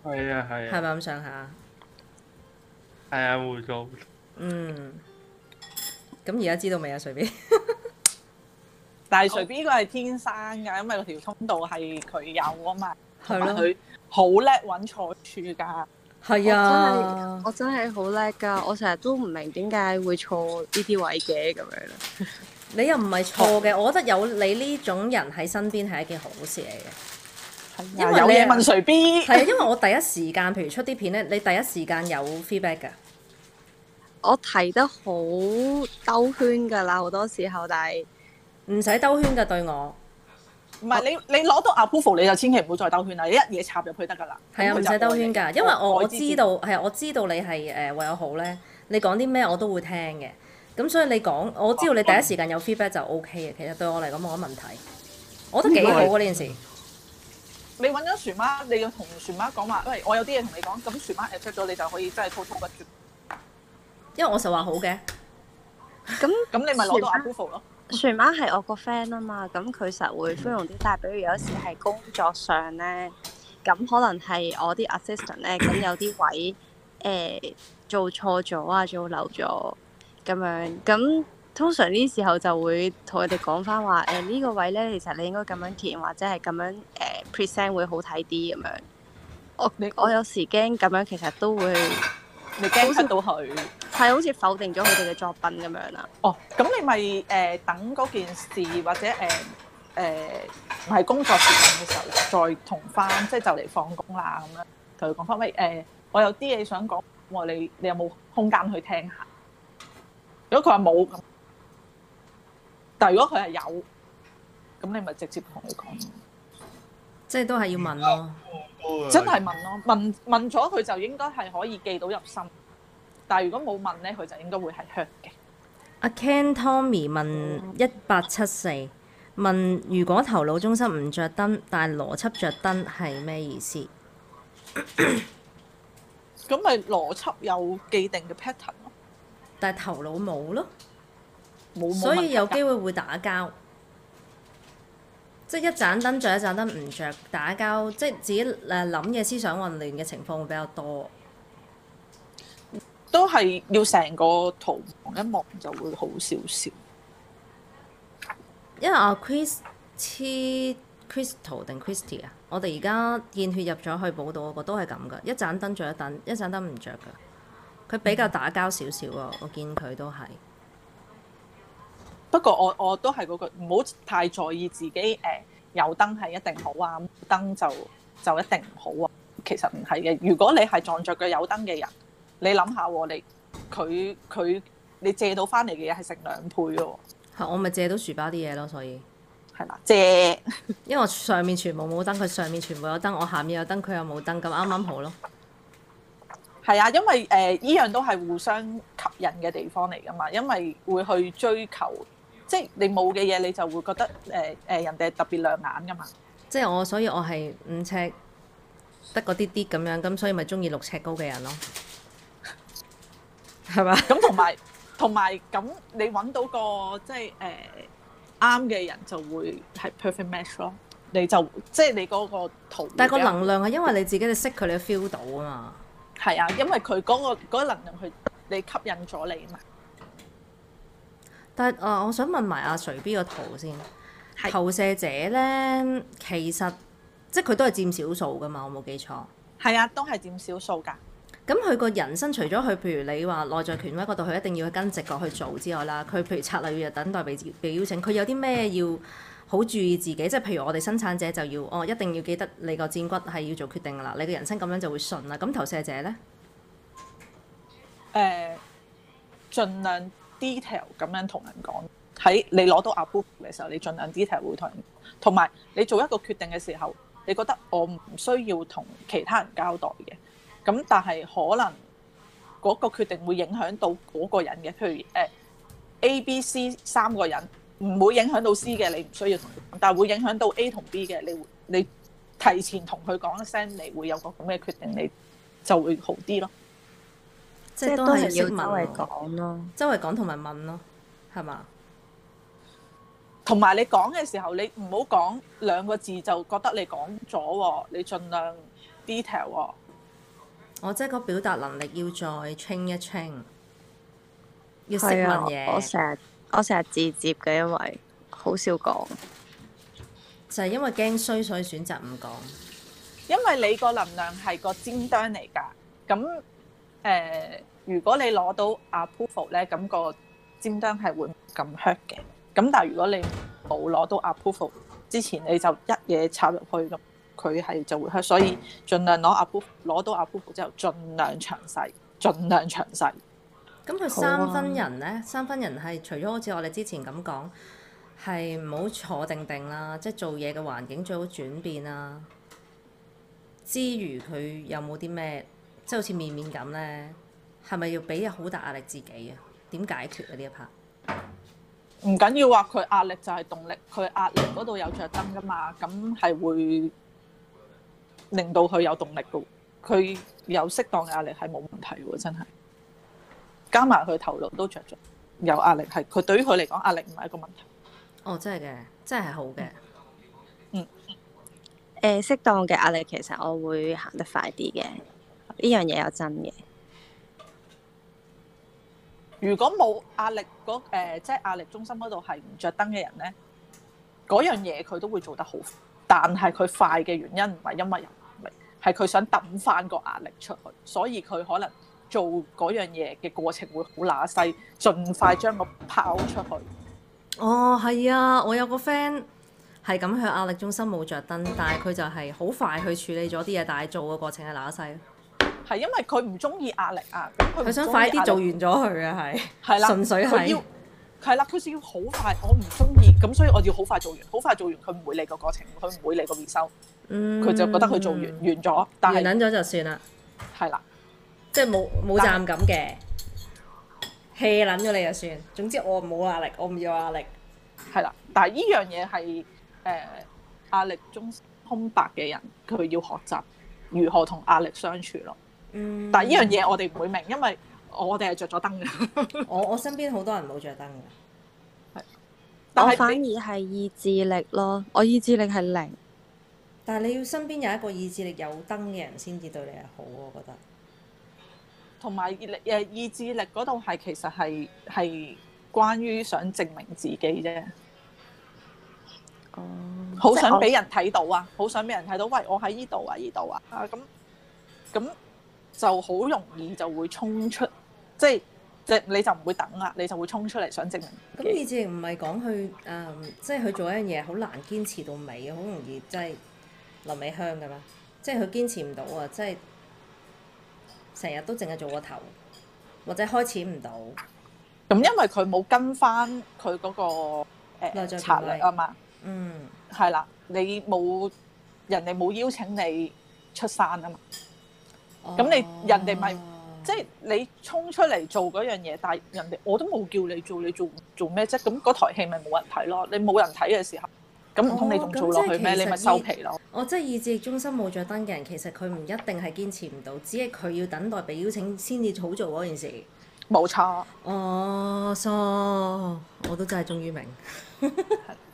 Speaker 5: 係啊
Speaker 3: 係
Speaker 5: 係啊
Speaker 3: 咪咁上下？
Speaker 5: 係啊冇錯，
Speaker 3: 嗯，咁而家知道未啊？隨便。
Speaker 2: 但係隨便呢個係天生㗎，因為嗰條通道係佢有啊嘛，
Speaker 3: 係
Speaker 2: 同埋
Speaker 3: 咯，
Speaker 2: 佢好叻揾錯處㗎。
Speaker 3: 係
Speaker 4: 啊
Speaker 3: 啊，
Speaker 4: 我真係好叻㗎，我成日都唔明點解會錯呢啲位嘅咁樣啦。
Speaker 3: 你又唔係錯嘅，我覺得有你呢種人喺身邊係一件好事嚟嘅。
Speaker 2: 係
Speaker 3: 因
Speaker 2: 啊，
Speaker 3: 為
Speaker 2: 有
Speaker 3: 你
Speaker 2: 嘢問隨便。
Speaker 3: 係啊，因為我第一時間，譬如出啲片咧，你第一時間有 feedback 㗎。
Speaker 4: 我提得好兜圈㗎啦，好多時候，但係
Speaker 3: 唔使兜圈㗎對我，
Speaker 2: 唔係你你攞到 approval 你就千祈唔好再兜圈啦，你一嘢插入去得㗎啦。
Speaker 3: 係
Speaker 2: 咁
Speaker 3: 啊，
Speaker 2: 佢
Speaker 3: 唔
Speaker 2: 就嗯
Speaker 3: 使兜圈
Speaker 2: 愛
Speaker 3: 㗎，
Speaker 2: 你
Speaker 3: 因為我我
Speaker 2: 愛之
Speaker 3: 知道係啊我知道你係誒為我好咧，你講啲咩我都會聽嘅。咁所以你講，我知道你第一時間有 feedback 就 OK 嘅。其實對我嚟講冇乜問題，我覺得幾好啊呢件事。
Speaker 2: 你揾咗船媽，你要同船媽講話，喂，我有啲嘢同你講，咁船媽 accept 咗你就可以真係滔滔不絕。
Speaker 3: 因為我實話好嘅，
Speaker 4: 咁
Speaker 2: 咁你咪攞到
Speaker 4: 船
Speaker 2: approval 咯。
Speaker 4: 船媽係我個 friend 啊嘛，咁佢實會寬容啲。但係比如有時係工作上咧，咁可能係我啲 assistant 咧，咁有啲位誒、做錯咗啊，做漏咗咁樣。咁通常呢時候就會同佢哋講翻話誒呢個位咧，其實你應該咁樣填，或者係咁樣誒、present 呃會好睇啲咁樣。我
Speaker 2: 你
Speaker 4: 我有時驚咁樣，其實都會
Speaker 2: 你驚出到佢。
Speaker 4: 係好似否定咗佢哋嘅作品咁樣啦。
Speaker 2: 哦，咁你咪誒、呃等嗰件事或者誒誒唔係工作時間嘅時候，再同翻即係就嚟放工啦咁樣，同佢講翻喂誒、呃我有啲嘢想講喎，你你有冇空間去聽下？如果佢話冇咁，但係如果佢係有，咁你咪直接同佢講，
Speaker 3: 即係都係要問咯。
Speaker 2: 真係問咯，問問咗佢就應該係可以記到入心，但係如果冇問咧，佢就應該會係 hurt 嘅。
Speaker 3: 阿 Ken Tommy 問一八七四問：如果頭腦中心唔着燈，但係邏輯着燈係咩意思？
Speaker 2: 咁咪邏輯有既定嘅 pattern 咯，
Speaker 3: 但係頭腦冇咯，
Speaker 2: 冇冇
Speaker 3: 所
Speaker 2: 問
Speaker 3: 以
Speaker 2: 題
Speaker 3: 有
Speaker 2: 㗎
Speaker 3: 機會會打交。即係一盞燈着一盞燈唔着，打交即係自己誒諗嘢思想混亂嘅情況會比較多。
Speaker 2: 都係要成個圖望一望就會好少少。
Speaker 3: 因為阿 Chris T Crystal 定 Christy 啊，我哋而家見血入咗去寶島嗰個都係咁噶，一盞燈着一盞，一盞燈唔着噶。佢比較打交少少啊，我見佢都係。
Speaker 2: 不過我我都係嗰句，唔好太在意自己誒、呃有燈係一定好啊，冇燈就就一定唔好啊。其實唔係嘅，如果你係撞着嘅有燈嘅人，你諗下喎，你佢佢你借到翻嚟嘅嘢係成兩倍嘅喎，
Speaker 3: 係，我咪借到薯包啲嘢咯，所以
Speaker 2: 係啦，借
Speaker 3: 因為我上面全部冇燈，佢上面全部有燈，我下面有燈，佢又冇燈，咁啱啱好咯。
Speaker 2: 係啊，因為誒依、樣都係互相吸引嘅地方嚟噶嘛，因為會去呃追求，即係你冇嘅嘢你就會覺得誒誒、呃人哋係特別亮眼噶嘛。
Speaker 3: 即係我所以我係五尺得嗰啲啲咁樣，咁所以咪中意六尺高嘅人咯， 係嘛？
Speaker 2: 咁同埋 同埋咁，你揾到個即係誒啱嘅人就會係 perfect match 咯。你就即係你嗰個圖，
Speaker 3: 但係個能量係因為你自己你識佢，你 feel 到啊嘛。
Speaker 2: 係啊，因為佢嗰、個嗰個能量佢你吸引咗你嘛。
Speaker 3: 但係啊、我想問埋阿垂 B 個圖先。
Speaker 2: 係
Speaker 3: 投射者咧，其實即係佢都係佔少數噶嘛，我冇記錯。
Speaker 2: 係啊，都係佔少數㗎。
Speaker 3: 咁佢個人生除咗佢，譬如你話內在權威嗰度，佢一定要去跟直覺去做之外啦，佢譬如策略要等待被邀被邀請，佢有啲咩要好注意自己？即係譬如我哋生產者就要，哦，一定要記得你個戰骨係要做決定㗎啦，你嘅人生咁樣就會順啦。咁投射者咧，
Speaker 2: 誒、盡量 detail 咁樣同人講。喺你攞到 approve 嘅時候，你盡量 detail 會同人講，同埋你做一個決定嘅時候，你覺得我唔需要同其他人交代嘅，咁但係可能嗰個決定會影響到嗰個人嘅，譬如誒、A、B、C 三個人，唔會影響到 C 嘅，你唔需要同佢講，但係會影響到 A 同 B 嘅，你會你提前同佢講一聲，你會有個咁嘅決定，你就會好啲咯。
Speaker 3: 即
Speaker 4: 即係
Speaker 3: 係都
Speaker 4: 都
Speaker 3: 係
Speaker 4: 係
Speaker 3: 要
Speaker 4: 要
Speaker 3: 識
Speaker 4: 周
Speaker 3: 問
Speaker 4: 圍
Speaker 3: 咯，
Speaker 4: 講咯。
Speaker 3: 周圍講同埋問咯，係嘛？
Speaker 2: 同埋你講嘅時候，你唔好講兩個字就覺得你講咗喎，你盡量 detail 喎。
Speaker 3: 我即係個表達能力要再 train 一 train，要識
Speaker 4: 係啊
Speaker 3: 問，
Speaker 4: 我
Speaker 3: 嘢，
Speaker 4: 成日我成日自接嘅，因為好少講。
Speaker 3: 就係因為驚衰，所以選擇唔講。
Speaker 2: 因為你個能量係個尖端嚟㗎。咁誒、呃如果你攞到 approval 咧，咁、個尖端係會咁 hurt 嘅。咁但係如果你冇攞到 approval 之前，你就一嘢插入去咁，佢係就會 hurt。所以盡量攞 approval，攞到 approval 之後，盡量詳細，盡量詳細。
Speaker 3: 咁佢
Speaker 4: 好
Speaker 3: 三
Speaker 4: 啊
Speaker 3: 分人咧，三分人係除咗好似我哋之前咁講，係唔好坐定定啦，即係做嘢嘅環境最好轉變啦。之餘佢有冇啲咩，即係好似面面咁咧，係咪要俾好大壓力自己啊？點解決啊呢一 part？
Speaker 2: 唔緊要話佢壓力就係動力，佢壓力嗰度有着燈噶嘛，咁係會令到佢有動力噶。佢有適當嘅壓力係冇問題喎，真係。加埋佢頭腦都着咗，有壓力係佢對於佢嚟講壓力唔係一個問題。
Speaker 3: 哦，真係嘅，真係好嘅。
Speaker 4: 誒、適當嘅壓力其實我會行得快啲嘅，呢樣嘢有真嘅。
Speaker 2: 如果冇壓力嗰、呃即係壓力中心嗰度係唔着燈嘅人咧，嗰樣嘢佢都會做得好，但係佢快嘅原因唔係因為人力，係佢想抌翻個壓力出去，所以佢可能做嗰樣嘢嘅過程會好乸西，盡快將個拋出去。
Speaker 3: 哦，係啊，我有個 friend 係咁，佢壓力中心冇着燈，但係佢就係好快去處理咗啲嘢，但係做嘅過程係乸西，
Speaker 2: 係因為佢唔中意壓力啊，咁佢唔
Speaker 3: 佢想
Speaker 2: 鍾意
Speaker 3: 快
Speaker 2: 壓
Speaker 3: 啲
Speaker 2: 力
Speaker 3: 做完咗佢啊，係。
Speaker 2: 係啦，
Speaker 3: 純粹係
Speaker 2: 佢要係啦，佢要好快，我唔中意，咁所以我要好快做完，好快做完，佢唔會理個過程，佢唔會理個 r 收，
Speaker 3: 佢
Speaker 2: 佢就覺得佢做完完咗，但
Speaker 3: 嗯完
Speaker 2: 係
Speaker 3: 撚咗就算啦，
Speaker 2: 係啦。
Speaker 3: 即係冇冇站感嘅，hea 撚咗你就算。總之我冇壓力，我唔要壓力。
Speaker 2: 係啦，但係呢樣嘢係誒壓力中空白嘅人，佢要學習如何同壓力相處咯。
Speaker 3: 嗯
Speaker 2: 但係呢樣嘢我哋唔會明，因為我哋係着咗燈嘅。
Speaker 3: 我我身邊好多人冇着燈嘅，
Speaker 2: 但
Speaker 4: 我
Speaker 2: 係
Speaker 4: 反而
Speaker 2: 你
Speaker 4: 係意志力咯，我意志力係零。
Speaker 3: 但係你要身邊有一個意志力有燈嘅人先至對你係好，我覺得。
Speaker 2: 同埋意力誒意志力嗰度係其實係係關於想證明自己啫，
Speaker 4: 哦，
Speaker 2: 好
Speaker 4: 即係
Speaker 2: 想
Speaker 4: 我
Speaker 2: 俾人睇到啊，好想俾人睇到，喂，我喺呢度啊，呢度啊，啊咁咁就好容易就會衝出，即係即係你就唔會等啦，你就會衝出嚟想證明自
Speaker 3: 咁
Speaker 2: 己。
Speaker 3: 意志力唔係講佢誒，即係佢做一樣嘢好難堅持到尾，好容易即係臨尾香㗎嘛。即係佢堅持唔到啊！即係成日都淨係做個頭，或者開始唔到。
Speaker 2: 咁因為佢冇跟翻佢嗰個、
Speaker 3: 內
Speaker 2: 呃、
Speaker 3: 在
Speaker 2: 策略啊嘛，
Speaker 3: 嗯。
Speaker 2: 係啦，你冇人哋冇邀請你出山啊嘛，咁你
Speaker 3: 哦
Speaker 2: 人哋咪即係你衝出嚟做嗰樣嘢，但係人哋我都冇叫你做，你做做咩啫？咁嗰台戲咪冇人睇咯，你冇人睇嘅時候，咁唔通你仲做落去咩？
Speaker 3: 哦咁即係其實
Speaker 2: 你咪收皮咯。
Speaker 3: 我即係意志力中心冇着燈嘅人，其實佢唔一定係堅持唔到，只係佢要等待被邀請先至好做嗰件事。
Speaker 2: 冇錯，
Speaker 3: 哦，疏，我都真係終於明。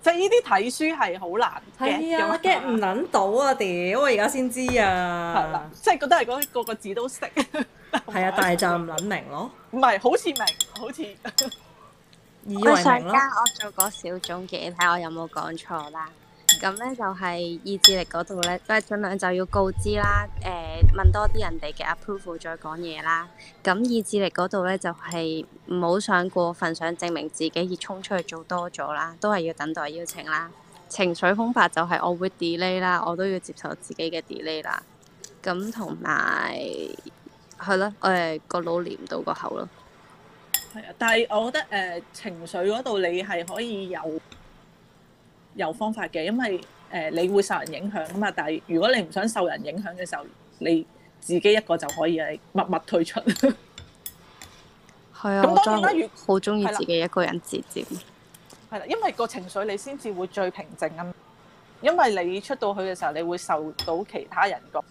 Speaker 2: 即係呢啲睇書係好難嘅。
Speaker 3: 係啊，get 唔撚到啊！屌，我而家先知
Speaker 2: 係啦
Speaker 3: 啊，。
Speaker 2: 即係覺得係嗰個個字都識，
Speaker 3: 係啊，但係就唔撚明咯，
Speaker 2: 唔係好似明，好似
Speaker 3: 以
Speaker 4: 我
Speaker 3: 為
Speaker 4: 上
Speaker 3: 明
Speaker 4: 家
Speaker 3: 咯。
Speaker 4: 我做過小總結，你睇我有冇講錯啦。咁咧就係意志力嗰度咧，都係盡量就要告知啦，誒、問多啲人哋嘅 approval 再講嘢啦。咁意志力嗰度咧就係唔好想過分想證明自己而衝出去做多咗啦，都係要等待邀請啦。情緒空白就係我會 delay 啦，我都要接受自己嘅 delay 啦。咁同埋係咯，誒、個腦連唔到個口咯。
Speaker 2: 係啊，但係我覺得誒、呃情緒嗰度你係可以有有方法嘅，因為誒、呃你會受人影響啊嘛。但係如果你唔想受人影響嘅時候，你自己一個就可以係默默退出。
Speaker 4: 係啊，
Speaker 2: 咁
Speaker 4: 我
Speaker 2: 當然啦
Speaker 4: 真
Speaker 2: 如
Speaker 4: 係好好中意
Speaker 2: 係啦
Speaker 4: 自己一個人自接。
Speaker 2: 係啦，因為個情緒你先至會最平靜啊嘛。因為你出到去嘅時候，你會受到其他人個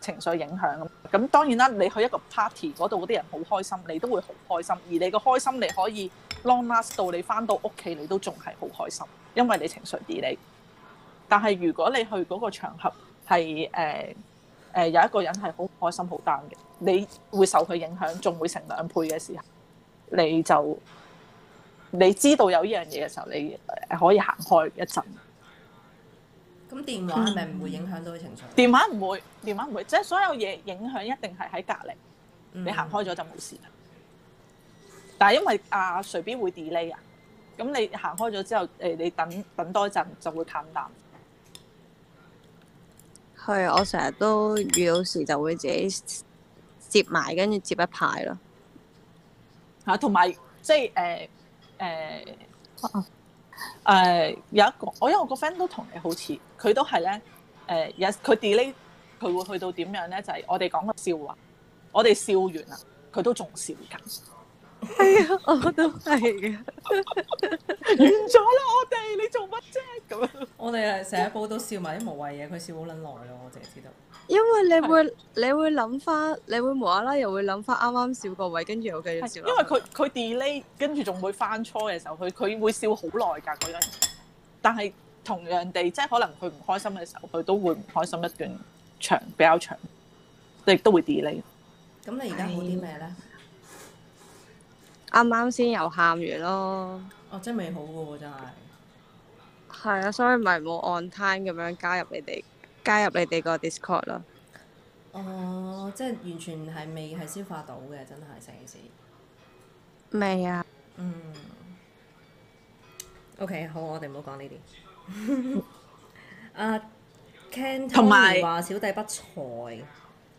Speaker 2: 情緒影響啊嘛。咁當然啦，你去一個 party 嗰度嗰啲人好開心，你都會好開心。而你個開心你可以 long last 到你翻到屋企，你都仲係好開心，因為你情緒 delay。但係如果你去嗰個場合係誒誒有一個人係好唔開心好 down 嘅，你會受佢影響，仲會成兩倍嘅時候，你就〜你知道有呢樣嘢嘅時候，你呃可以行開一陣。
Speaker 3: 咁電話係咪唔會影響到佢情緒？
Speaker 2: 電話唔會，電話唔會，即係所有嘢影響一定係喺隔離。
Speaker 3: 嗯
Speaker 2: 你行開咗就冇事啦。但係因為啊，隨便會 delay 啊，咁你行開咗之後，誒、你等等多一陣就會淡淡。
Speaker 4: 係啊，我成日都遇到事就會自己接埋，跟住接一排咯。
Speaker 2: 嚇，啊同埋即係呃誒誒誒呃有一個，我因為我個 friend 都同你好似，佢都係咧誒有佢 delay，佢會去到點樣咧？就係、我哋講個笑話，我哋笑完啦，佢都仲笑緊，
Speaker 4: 係啊， 我都係嘅。
Speaker 2: 完咗啦！我哋你做乜啫？咁樣
Speaker 3: 我哋成日報都笑埋啲無謂嘢，佢笑好撚耐咯，我淨係知道。
Speaker 4: 因為你會你會諗翻，你會無啦啦又會諗翻啱啱笑個位，跟住又繼續笑
Speaker 2: 因
Speaker 4: 落去。
Speaker 2: 為佢佢 delay，跟住仲會翻初嘅時候，佢佢會笑好耐㗎嗰樣嘢。但係同樣地，即係可能佢唔開心嘅時候，佢都會唔開心一段長比較長，亦都會 delay。
Speaker 3: 咁你而家好啲咩咧？
Speaker 4: 啱啱先又喊完咯。
Speaker 3: 哦，真係未好嘅喎，真係。
Speaker 4: 係啊，所以咪冇 on time 咁樣加入你哋，加入你哋個 Discord 咯。
Speaker 3: 哦，即係完全係未係消化到嘅，真係成件事。
Speaker 4: 未啊？
Speaker 3: 嗯。OK，好，我哋唔好講呢啲。 阿 Ken
Speaker 2: 同埋
Speaker 3: Tony 話小弟不才，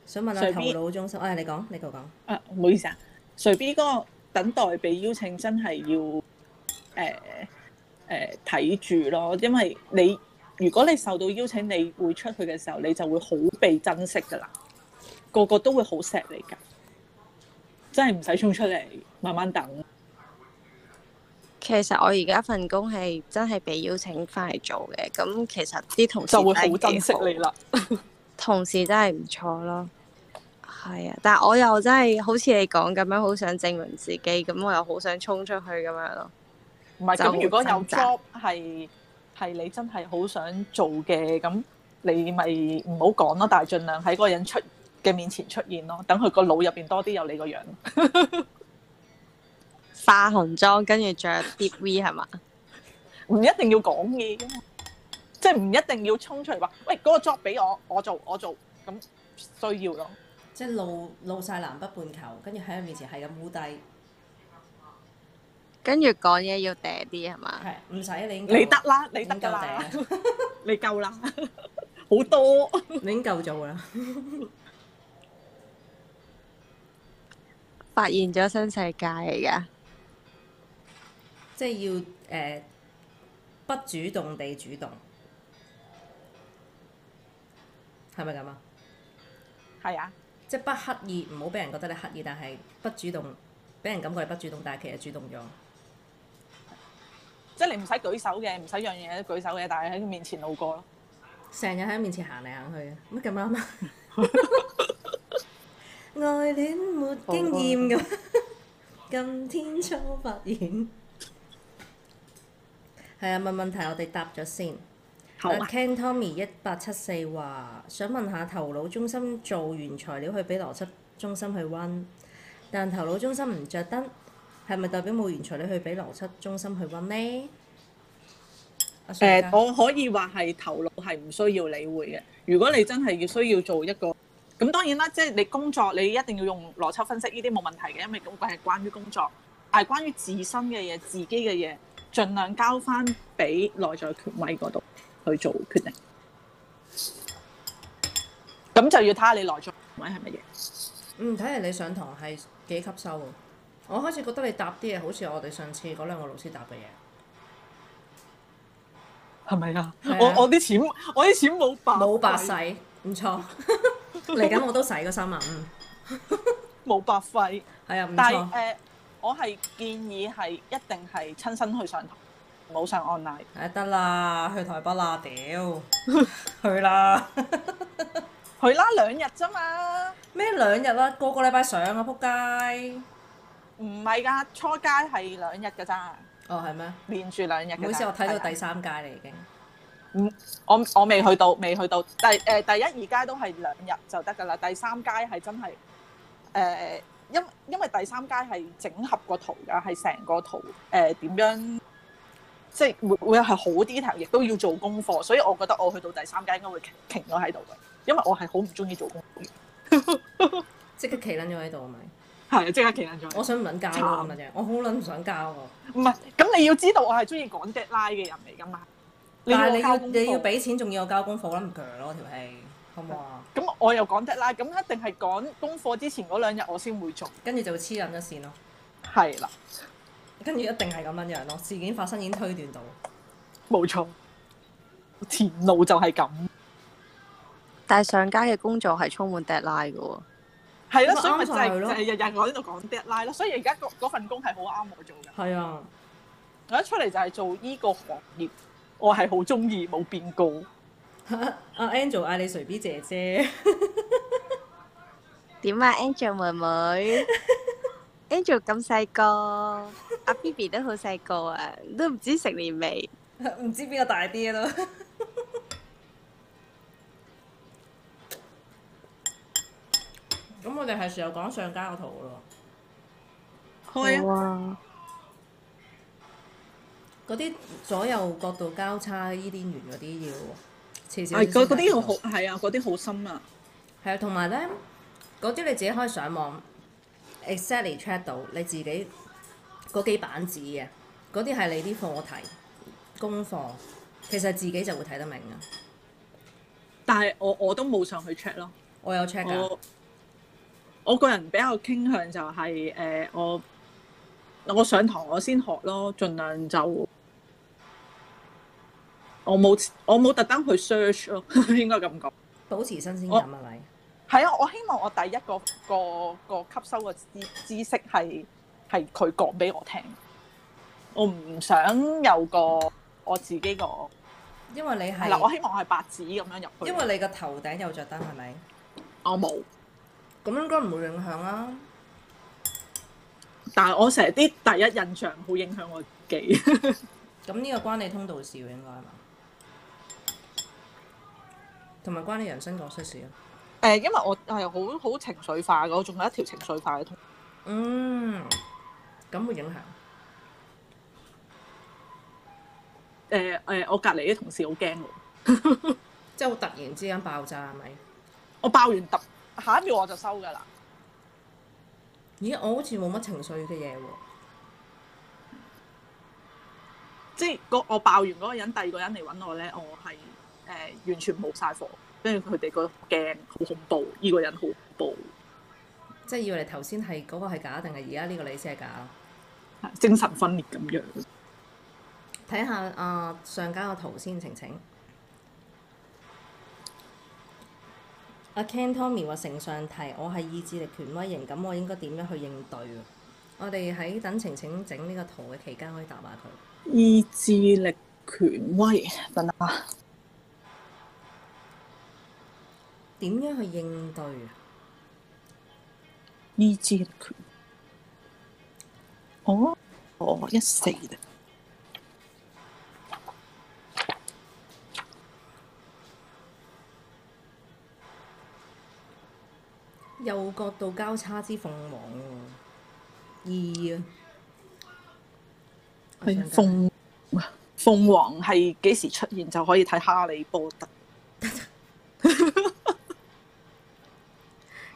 Speaker 3: 想問下
Speaker 2: 隨
Speaker 3: 頭
Speaker 2: 便
Speaker 3: 腦中心。哎，你講，你講講。
Speaker 2: 啊，唔好意思啊，隨 B 嗰個等待被邀請真係要誒誒睇住咯，因為你如果你受到邀請，你會出去嘅時候，你就會好被珍惜噶啦，個個都會好錫你噶，真係唔使衝出嚟，慢慢等。
Speaker 4: 其實我而家份工係真係被邀請翻嚟做嘅，咁其實啲同事
Speaker 2: 就會
Speaker 4: 真係
Speaker 2: 好珍惜
Speaker 4: 幾好
Speaker 2: 你啦。
Speaker 4: 同事真係唔錯咯。係啊，但係我又真係好似你講咁樣，好想證明自己，咁我又好想衝出去咁樣咯。
Speaker 2: 唔係
Speaker 4: 就
Speaker 2: 咁，如果有
Speaker 4: 掙扎
Speaker 2: job 係係你真係好想做嘅，咁你咪唔好講咯，但係盡量喺嗰個人出嘅面前出現咯，等佢個腦入邊多啲有你個樣。
Speaker 4: 化紅妝，跟住着 deep V 係嘛？
Speaker 2: 唔一定要講嘢㗎嘛，即係唔一定要衝出嚟話，喂嗰、個 job 俾我，我做我做，咁需要咯。
Speaker 3: 即係露露晒南北半球，跟住喺佢面前係咁烏低，
Speaker 4: 跟住講嘢要嗲啲係嘛？
Speaker 3: 係唔使啊你已經夠
Speaker 2: 你得啦，你
Speaker 3: 已
Speaker 2: 得
Speaker 3: 經
Speaker 2: 㗎
Speaker 3: 夠
Speaker 2: 啦，
Speaker 3: 嗲 啦，
Speaker 2: 你夠啦，好多。
Speaker 3: 你已經夠做啦。
Speaker 4: 發現咗新世界嚟噶，
Speaker 3: 即係要誒、呃不主動地主動，係咪咁啊？
Speaker 2: 係啊，
Speaker 3: 即係不刻意，唔好俾人覺得你刻意，但係不主動，俾人感覺你不主動，但係其實主動咗。
Speaker 2: 即係你唔使舉手嘅，唔使樣樣嘢都舉手嘅，但係喺佢面前路過咯。
Speaker 3: 成日喺面前行嚟行去嘅，乜咁啱啊？愛戀沒經驗咁，今天初發現。係啊，問問題我哋答咗先。
Speaker 4: 好啊
Speaker 3: Ken Tommy 一八七四話：想問下頭腦中心做原材料去俾邏輯中心去温，但頭腦中心唔着燈，係咪代表冇原材料去俾邏輯中心去温呢？阿
Speaker 2: 誒、
Speaker 3: Sir 家
Speaker 2: 呃我可以話係頭腦係唔需要理會嘅。如果你真係要需要做一個，咁當然啦，即係你工作你一定要用邏輯分析，呢啲冇問題嘅，因為咁係關於工作。但係關於自身嘅嘢、自己嘅嘢，盡量交翻俾內在權威嗰度去做決定。咁就要睇下你內在權威係乜嘢。
Speaker 3: 嗯，睇嚟你上堂係幾吸收喎。我開始覺得你答啲嘢好似我哋上次嗰兩個老師答嘅嘢，
Speaker 2: 係咪啊？
Speaker 3: 係啊
Speaker 2: 我我啲錢，啊我啲錢冇白
Speaker 3: 冇白使，唔 錯。嚟緊我都使嗰三萬五，
Speaker 2: 冇白費。
Speaker 3: 啊嗯係啊，唔
Speaker 2: 但係誒、
Speaker 3: 錯。
Speaker 2: 我係建議係一定係親身去上堂，冇上 online。
Speaker 3: 誒啊得啦，去台北啦，屌，去啦。
Speaker 2: 去啦兩日啫嘛，
Speaker 3: 咩兩日啦？個個禮拜上啊，仆街。
Speaker 2: 唔係㗎，初階係兩日㗎咋，
Speaker 3: 哦，係咩？
Speaker 2: 連住兩日㗎咋。
Speaker 3: 唔好意思，我睇到
Speaker 2: 係
Speaker 3: 第
Speaker 2: 啊，
Speaker 3: 三屆啦已經。
Speaker 2: 我我未去到，未去到第誒、第一二階都係兩日就得㗎啦，第三階係真係誒、呃因因為第三階係整合個圖㗎，係成個圖誒點、樣。即係會會係好 detail，亦都要做功課，所以我覺得我去到第三階應該會停停咗喺度嘅，因為我係好唔中意做功課嘅，
Speaker 3: 即刻企撚咗喺度係咪？
Speaker 2: 係即刻企緊咗
Speaker 3: 我想唔撚交咯咁嘅啫，我好撚唔想交喎。
Speaker 2: 唔係，咁你要知道我係中意趕 deadline 嘅人嚟噶嘛？你
Speaker 3: 但係
Speaker 2: 要
Speaker 3: 你
Speaker 2: 交
Speaker 3: 要
Speaker 2: 功
Speaker 3: 你要
Speaker 2: 課，
Speaker 3: 俾錢，仲要我交功課啦，唔鋸咯條氣，好唔好啊？
Speaker 2: 咁我又趕 deadline，咁一定係趕功課之前嗰兩日我先會做，
Speaker 3: 跟住就黐撚咗線咯。
Speaker 2: 係啦，
Speaker 3: 跟住一定係咁樣樣咯，事件發生已經推斷到。
Speaker 2: 冇錯，前路就係咁，
Speaker 4: 但係上街嘅工作係充滿 deadline 嘅喎，
Speaker 2: 係啦，
Speaker 3: 咁咪
Speaker 2: 所以咪
Speaker 3: 啱
Speaker 2: 就
Speaker 3: 晒
Speaker 2: 係
Speaker 3: 佢
Speaker 2: 就
Speaker 3: 咯
Speaker 2: 係日日我喺度趕 deadline 咯，所以而家嗰嗰份工係好啱我做㗎，
Speaker 3: 係啊，
Speaker 2: 我一出嚟就係做呢個行業，我係好中意，冇變過，
Speaker 3: 阿 Angel 嗌你隨 B 姐姐，
Speaker 4: 點啊 Angel 妹 妹，Angel 咁細個，阿 B B 都好細個啊，都唔知成年未。
Speaker 3: 唔知邊個大啲咯。咁我哋係時候講上家個圖咯，
Speaker 2: 開啊，
Speaker 4: 哇！
Speaker 3: 嗰啲左右角度交叉伊甸園嗰啲要遲少少
Speaker 2: 係嗰
Speaker 3: 先
Speaker 2: 嗰啲
Speaker 3: 睇到
Speaker 2: 好係啊，嗰啲好深啊，
Speaker 3: 係啊，同埋咧，嗰啲你自己可以上網 exactly check 到你自己嗰幾版紙嘅，嗰啲係你啲課題功課，其實自己就會睇得明啊！
Speaker 2: 但係我我都冇上去 check 咯。
Speaker 3: 我有 check 啊㗎，
Speaker 2: 我我個人比較傾向就係、呃我我上堂我先學咯，盡量就我冇我冇特登去 search 咯， 應該咁講。
Speaker 3: 保持新鮮感啊咪？
Speaker 2: 係啊，我希望我第一個個個吸收嘅知知識係係佢講俾我聽，我唔想有個我自己個
Speaker 3: 因為你
Speaker 2: 係啦，哦我
Speaker 3: 係
Speaker 2: 希望我係白紙咁樣入去。
Speaker 3: 因為你個頭頂有着燈係咪？
Speaker 2: 我冇。
Speaker 3: 咁應該唔會影響啊！
Speaker 2: 但係我成日啲第一印象好影響我自己，
Speaker 3: 咁呢個關你通道事喎應該係嘛？同埋關你人生角色事啊！
Speaker 2: 誒、因為我係好好情緒化嘅，我仲有一條情緒化嘅通。
Speaker 3: 嗯，咁會影響。
Speaker 2: 誒、誒、我隔離啲同事好驚我，
Speaker 3: 即係好突然之間爆炸係咪？
Speaker 2: 我爆完揼，下一秒我就收㗎啦。
Speaker 3: 咦，我好似冇乜情緒嘅嘢喎。
Speaker 2: 即係個我爆完嗰個人，第二個人嚟揾我咧，我係誒、呃完全冇晒火，跟住佢哋個驚好恐怖，呢、個人好恐怖，
Speaker 3: 即係以為你頭先係嗰個係假，定係而家呢個你先係假？
Speaker 2: 精神分裂咁樣。
Speaker 3: 睇下啊上家個圖先，晴晴。阿 Ken Tommy 話承上題，我係意志力權威型，咁我應該點樣去應對啊？我哋喺等晴晴整呢個圖嘅期間，可以答下佢。
Speaker 2: 意志力權威，等等啊，
Speaker 3: 點樣去應對啊？
Speaker 2: 意志力權。哦，哦，一四啦。
Speaker 3: 右角度交叉之鳳凰喎，二啊，我
Speaker 2: 係
Speaker 3: 想緊
Speaker 2: 鳳鳳凰係幾時出現就可以睇《哈利波特》。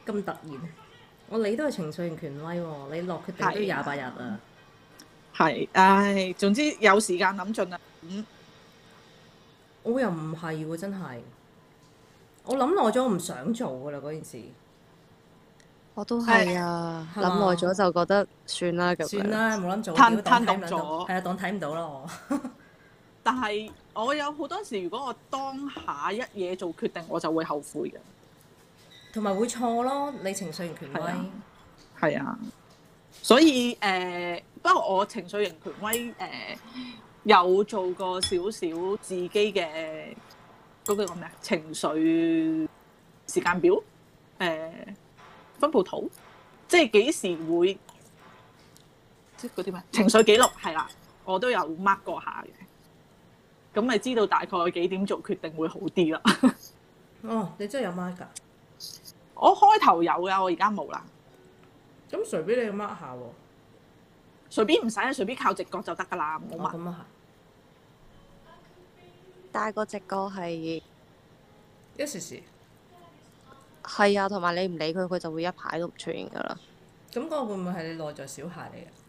Speaker 3: 咁突然，我你都係程序員權威喎，你落決定都
Speaker 2: 係啊
Speaker 3: 廿八日啊，
Speaker 2: 係，唉，總之有時間諗盡啦。嗯，
Speaker 3: 我又唔係喎，真係，我諗耐咗，我唔想做噶啦嗰件事。
Speaker 4: 我都係啊，
Speaker 3: 係
Speaker 4: 諗
Speaker 3: 嘛
Speaker 4: 耐咗就覺得算啦咁樣。
Speaker 3: 算啦，冇諗做，
Speaker 2: 攤
Speaker 3: 屌當睇唔
Speaker 2: 攤凍
Speaker 3: 到
Speaker 2: 咗
Speaker 3: 係啊，當睇唔到啦我。
Speaker 2: 但係我有好多時，如果我當下一嘢做決定，我就會後悔嘅。
Speaker 3: 同埋會錯咯，你情緒唔權威
Speaker 2: 係啊係啊，所以誒、呃不過我情緒型權威誒、呃有做過少少自己嘅嗰個叫咩啊情緒時間表誒、呃分佈圖，即係幾時會即係嗰啲咩情緒記錄係啦，我都有 mark 過下嘅，咁咪知道大概幾點做決定會好啲啦。
Speaker 3: 哦，你真係有 mark 㗎？
Speaker 2: 我開頭有㗎，我而家冇啦，
Speaker 3: 咁隨便你 mark 下喎。
Speaker 2: 隨便唔使，隨便靠直覺就得㗎啦，冇
Speaker 3: 哦，
Speaker 2: 乜。
Speaker 3: 咁啊
Speaker 4: 但係個直覺係
Speaker 3: 係，一時時。
Speaker 4: 係啊，同埋你唔理佢，佢就會一排都唔出現㗎啦。
Speaker 3: 咁嗰個會唔會係你內在小孩嚟嘅？